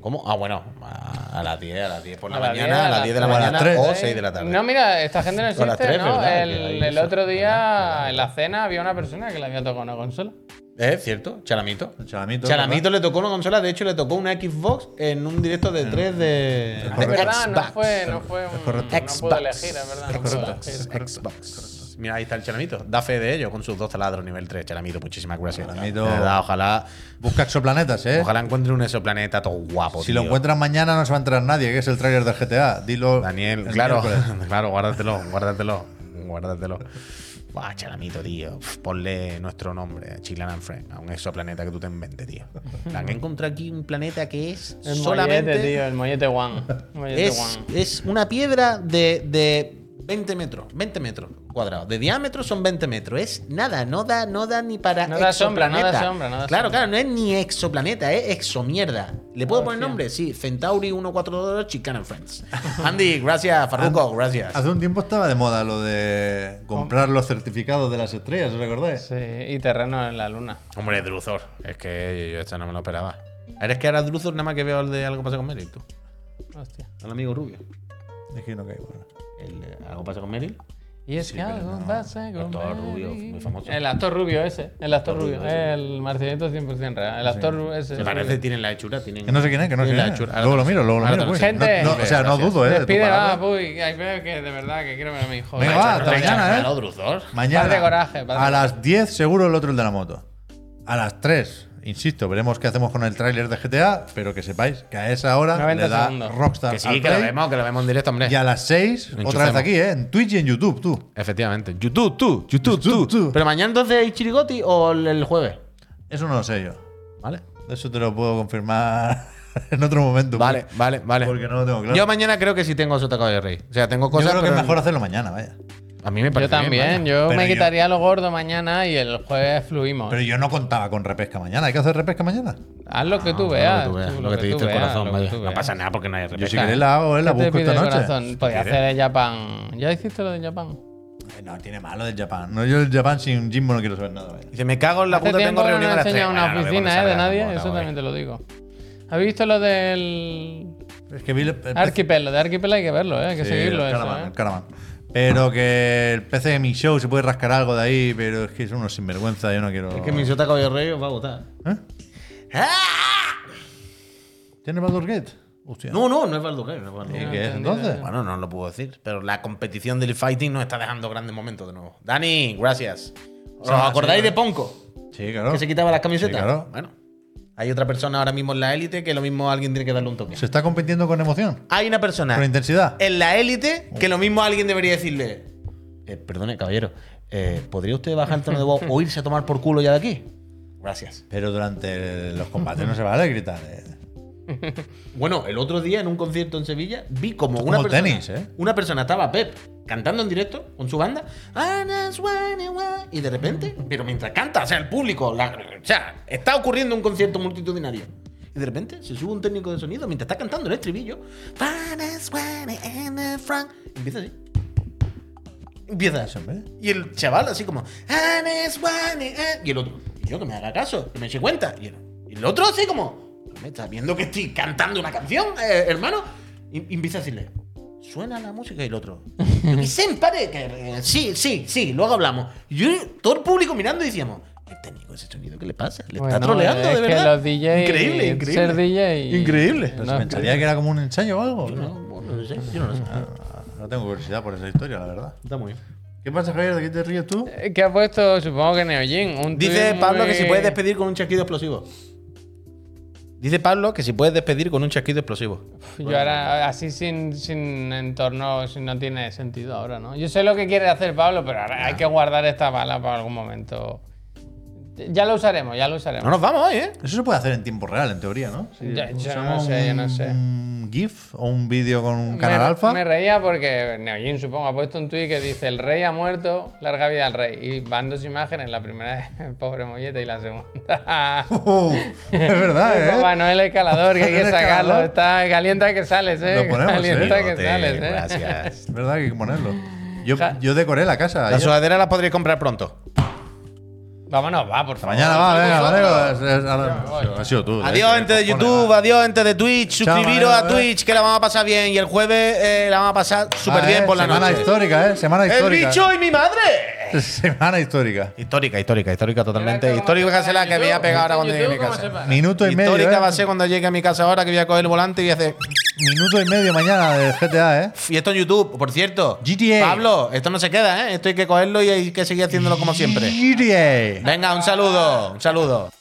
S4: ¿Cómo? Ah, bueno, a, a las 10, a las 10 por la
S3: A las
S4: mañana,
S3: 10,
S4: a las 10 de la
S1: o a las
S4: mañana
S1: 3.
S4: o 6 de la tarde.
S3: No, mira, esta gente no
S4: Con las
S3: existe,
S4: tres,
S3: ¿no?
S4: ¿verdad? Que hay
S3: El, el
S4: eso,
S3: otro día en la cena había una persona que le había tocado una consola.
S4: ¿Es cierto? Chalamito.
S1: Chalamito,
S4: Chalamito
S1: ¿verdad?
S4: le tocó una consola, de hecho le tocó una Xbox en un directo
S3: Mm.
S4: de 3 de...
S3: Es
S1: Correcto.
S3: verdad, no
S4: Xbox.
S3: fue, no fue un,
S1: correcto.
S3: no pudo elegir, es verdad. No pudo
S4: Xbox.
S3: elegir.
S4: Xbox. Mira, ahí está el Chalamito. Da fe de ello con sus dos taladros nivel 3. Chalamito, muchísimas gracias.
S1: Chalamito.
S4: De verdad, ojalá,
S1: Busca exoplanetas, ¿eh?
S4: ojalá encuentre un exoplaneta todo guapo.
S1: Si lo
S4: tío.
S1: encuentras mañana no se va a entrar nadie, que es el tráiler del GTA. Dilo. el
S4: Daniel, claro,
S1: miércoles.
S4: claro, guárdatelo, guárdatelo, guárdatelo. Buah, chalamito, tío. Uf, Ponle nuestro nombre, Chilan and Friend, a un exoplaneta que tú te inventes, tío. Han encontrado aquí un planeta que es
S3: El
S4: solamente.
S3: mollete, tío, el mollete One. Mollete
S4: es,
S3: One.
S4: es una piedra de, de 20 metros, 20 metros cuadrados. De diámetro son 20 metros. Es nada, no da, no da ni para.
S3: No da sombra, no da
S4: exoplaneta.
S3: sombra, no da
S4: Claro,
S3: sombra.
S4: claro, no es ni exoplaneta, es exomierda. ¿Le puedo
S3: Ah,
S4: poner
S3: hostia.
S4: nombre? Sí, Centauri 142 Chican and Friends. Andy, gracias, Farruko, gracias.
S1: Hace un tiempo estaba de moda lo de comprar los certificados de las estrellas, ¿os acordáis?
S3: Sí, y terreno en la luna.
S4: Hombre, Druzor. Es que yo esta no me lo esperaba. Ahora es que ahora Druzor nada más que veo el de Algo pasa con Meryl, tú.
S3: Hostia.
S4: Al amigo rubio.
S1: Es que no caigo, bueno.
S4: El de Algo pasa con Meryl.
S3: Y es que algo pasa con
S4: actor rubio,
S3: Mary.
S4: muy famoso.
S3: El actor rubio ese. El actor
S4: Actor
S3: rubio.
S4: rubio ese.
S3: El marcianito 100% real. El actor ru- ese.
S4: Se parece, tienen la hechura, tienen.
S1: Que no sé quién es, que no sé
S4: tienen
S1: quién
S4: la
S1: es.
S4: hechura.
S1: Luego lo miro, luego lo
S4: Ahora
S1: miro.
S4: te lo
S1: pues.
S3: enseño. Gente.
S1: No- no, o sea, no
S4: Gracias.
S1: dudo, ¿eh? de tu
S3: Despide, va,
S1: palabra.
S3: uy. Ay, pero que de verdad que quiero ver a mi hijo.
S1: Venga,
S3: Ay,
S1: va,
S3: no,
S1: hasta
S3: no,
S1: mañana,
S3: no,
S1: ¿eh?
S4: Claro, Druzor.
S1: Mañana.
S3: Padre coraje, padre
S1: a las 10 seguro el otro el de la moto. A las 3, insisto, veremos qué hacemos con el tráiler de GTA, pero que sepáis que a esa hora
S3: 90
S1: le da
S3: segundos.
S1: Rockstar
S4: Que sí,
S1: al
S4: que lo
S1: play.
S4: vemos, que lo vemos en directo, hombre.
S1: Y a las 6, otra
S4: Enchufemos.
S1: vez aquí, ¿eh? En Twitch y en YouTube, tú.
S4: Efectivamente. YouTube, tú, YouTube,
S1: YouTube,
S4: tú.
S1: tú.
S4: Pero mañana entonces hay Chirigoti o el, el jueves.
S1: Eso no lo sé yo.
S4: ¿Vale?
S1: Eso te lo puedo confirmar en otro momento.
S4: Vale, vale, vale.
S1: Porque no lo tengo claro.
S4: Yo mañana creo que sí tengo Sotacao de Rey. O sea, tengo
S1: Yo
S4: cosas.
S1: creo que es
S4: pero-
S1: mejor hacerlo mañana, vaya.
S4: A mí me
S3: Yo
S4: parece. bien,
S3: también,
S4: vaya.
S3: yo
S1: Pero
S3: me
S1: yo-
S3: quitaría lo gordo mañana y el jueves fluimos.
S1: Pero yo no contaba con repesca mañana. ¿Hay que hacer repesca mañana?
S3: Haz lo que
S4: No,
S3: tú
S4: no,
S3: veas.
S4: Lo que, tú veas,
S3: tú,
S4: lo que te
S3: tú
S4: dice el
S3: veas,
S4: corazón,
S3: lo
S4: vaya.
S3: que tú
S4: No
S3: veas.
S4: pasa nada porque no hay
S1: Yo si
S4: repesca.
S1: queréis la hago, ¿eh? La
S3: ¿Qué te
S1: busco
S3: pide
S1: esta
S3: el
S1: noche.
S3: corazón? Podría hacer el Japan. ¿Ya hiciste lo del Japan?
S1: Ay, No, tiene malo del Japón. No, yo el Japón sin Jimbo no quiero saber nada. vaya.
S4: Dice, me cago en la
S3: Hace
S4: puta,
S3: tiempo
S4: tengo
S3: que no
S4: reunión a
S3: me
S4: las
S3: enseña
S4: tres.
S3: una
S4: Bueno, lo veo
S3: oficina,
S4: cuando
S3: ¿eh? De
S4: salga,
S3: nadie.
S4: tampoco,
S3: Eso
S4: tampoco,
S3: también te lo digo. ¿Habéis visto lo del
S1: Es que vi el, el
S3: Arquipel? Lo de Arquipel hay que verlo, ¿eh? Hay que
S1: Sí,
S3: seguirlo
S1: el
S3: eso,
S1: Caravan,
S3: ¿eh?
S1: el Caravan. Pero que el PC de mi show se puede rascar algo de ahí, pero es que son unos sinvergüenza, yo no quiero.
S4: Es que mi Sotacao de Rey os va a votar.
S1: ¿Eh? ¿Tiene Baldur's Gate? Hostia.
S4: ¡Ah! No, no, no es Baldur Rey, no es Baldur
S1: ¿Y
S4: Rey.
S1: qué es
S3: entendí
S1: entonces?
S4: Bueno, no lo puedo decir, pero la competición del fighting nos está dejando grandes momentos de nuevo. Dani, gracias. ¿Os
S1: Ah,
S4: acordáis
S1: sí,
S4: de Ponco?
S1: Sí, claro.
S4: Que se quitaba las camisetas.
S1: Sí, claro.
S4: Bueno, hay otra persona ahora mismo en la élite que lo mismo alguien tiene que darle un toque.
S1: Se está compitiendo con emoción,
S4: Hay una persona
S1: con intensidad.
S4: en la élite que lo mismo alguien debería decirle. eh, perdone, caballero, eh, ¿podría usted bajar el tono de voz o irse a tomar por culo ya de aquí? Gracias.
S1: Pero durante los combates no se vale gritar. eh.
S4: Bueno, el otro día en un concierto en Sevilla vi como
S1: Esto es
S4: una
S1: como
S4: persona,
S1: tenis, ¿eh?
S4: una persona estaba Pep cantando en directo con su banda "And that's when it was", y de repente, pero mientras canta, o sea, el público, la- o sea, está ocurriendo un concierto multitudinario. Y de repente se sube un técnico de sonido mientras está cantando el estribillo. "And that's when it ended, Frank", y Empieza así. Empieza ¿eh?
S1: Sí, hombre.
S4: Y el chaval así como... "And that's when it ended", eh, Y el otro... "Y Yo que me haga caso, que me eche cuenta. Y el, y el otro así como... "¿Me estás viendo que estoy cantando una canción, eh, hermano? Y, y empieza a decirle... Suena la música y el otro... Dicen, pare, que... eh, sí, sí, sí, luego hablamos. Y yo, todo el público mirando y decíamos... El técnico ese sonido, ¿qué le pasa? Le
S3: Bueno,
S4: está troleando,
S3: es
S4: de
S3: que
S4: verdad.
S3: los DJs,
S4: increíble, increíble.
S3: ser DJ.
S4: Increíble.
S1: Pero
S3: No,
S1: se pensaría que era como un ensayo o algo.
S4: Yo
S1: No, Ah,
S4: no, bueno, no sé, yo no lo sé.
S1: no tengo curiosidad por esa historia, la verdad.
S4: Está muy bien.
S1: ¿Qué pasa, Javier? ¿De qué te ríes tú?
S3: Eh, Que ha puesto, supongo que Neojin. Un
S4: Dice
S3: tuit
S4: Pablo que
S3: muy-
S4: si puedes despedir con un chasquido explosivo. Dice Pablo que si puedes despedir con un chasquido explosivo.
S3: Yo ahora, así sin, sin entorno, si no tiene sentido ahora, ¿no? Yo sé lo que quiere hacer Pablo, pero ahora hay que guardar esta bala para algún momento. Ya lo usaremos, ya lo usaremos.
S4: No nos vamos hoy, ¿eh?
S1: Eso se puede hacer en tiempo real, en teoría, ¿no? Si
S3: Ya, yo
S1: pues usamos
S3: no sé, yo no sé.
S1: Un GIF o un vídeo con un
S3: Me-
S1: canal alfa.
S3: Me reía porque Neojin, supongo, ha puesto un tuit que dice: El rey ha muerto, larga vida al rey. Y van dos imágenes, la primera es el pobre mollete y la segunda.
S1: Oh, es verdad, ¿eh?
S3: Papá Noel escalador, que hay que
S1: Papá Noel
S3: sacarlo.
S1: escalador.
S3: Está calienta que sales, eh.
S1: Lo ponemos,
S3: calienta
S1: ¿eh?
S3: que sales, eh.
S4: Gracias.
S1: Es verdad que hay que ponerlo. Yo,
S3: Ja-
S1: yo decoré la casa.
S4: La
S1: ayer.
S4: Pues sudadera la podréis comprar pronto.
S3: Vámonos, va, por
S1: Hasta
S3: favor.
S1: mañana va,
S3: Sí,
S1: venga,
S3: vosotros.
S1: vale. es- es-
S3: me voy.
S1: ahora- Ha sido tú.
S4: Adiós,
S1: eh,
S4: gente de
S1: cojones,
S4: YouTube,
S1: va.
S4: adiós, gente de Twitch.
S1: Chao,
S4: Suscribiros a
S1: Manolo, eh.
S4: Twitch, que la vamos a pasar bien. Y el jueves eh, la vamos a pasar súper
S1: Ah,
S4: bien
S1: eh,
S4: por la
S1: semana
S4: noche.
S1: histórica, ¿eh? Semana
S4: ¡El
S1: histórica.
S4: bicho y mi madre!
S1: Semana histórica.
S4: Histórica, histórica, histórica totalmente.
S3: Mira cómo
S4: Histórica
S3: se
S4: es la que voy a
S3: YouTube,
S4: pegar ahora
S3: en
S4: cuando llegue a mi
S3: YouTube, ¿cómo
S4: casa.
S3: se
S1: Minuto y medio.
S4: Histórica
S1: eh.
S4: va a ser cuando llegue a mi casa ahora que voy a coger el volante y voy a hacer.
S1: Minuto y medio mañana de GTA, ¿eh?
S4: Y esto en YouTube, por cierto.
S1: GTA.
S4: Pablo, esto no se queda, ¿eh? Esto hay que cogerlo y hay que seguir haciéndolo como siempre.
S1: GTA.
S4: Venga, un saludo, un saludo.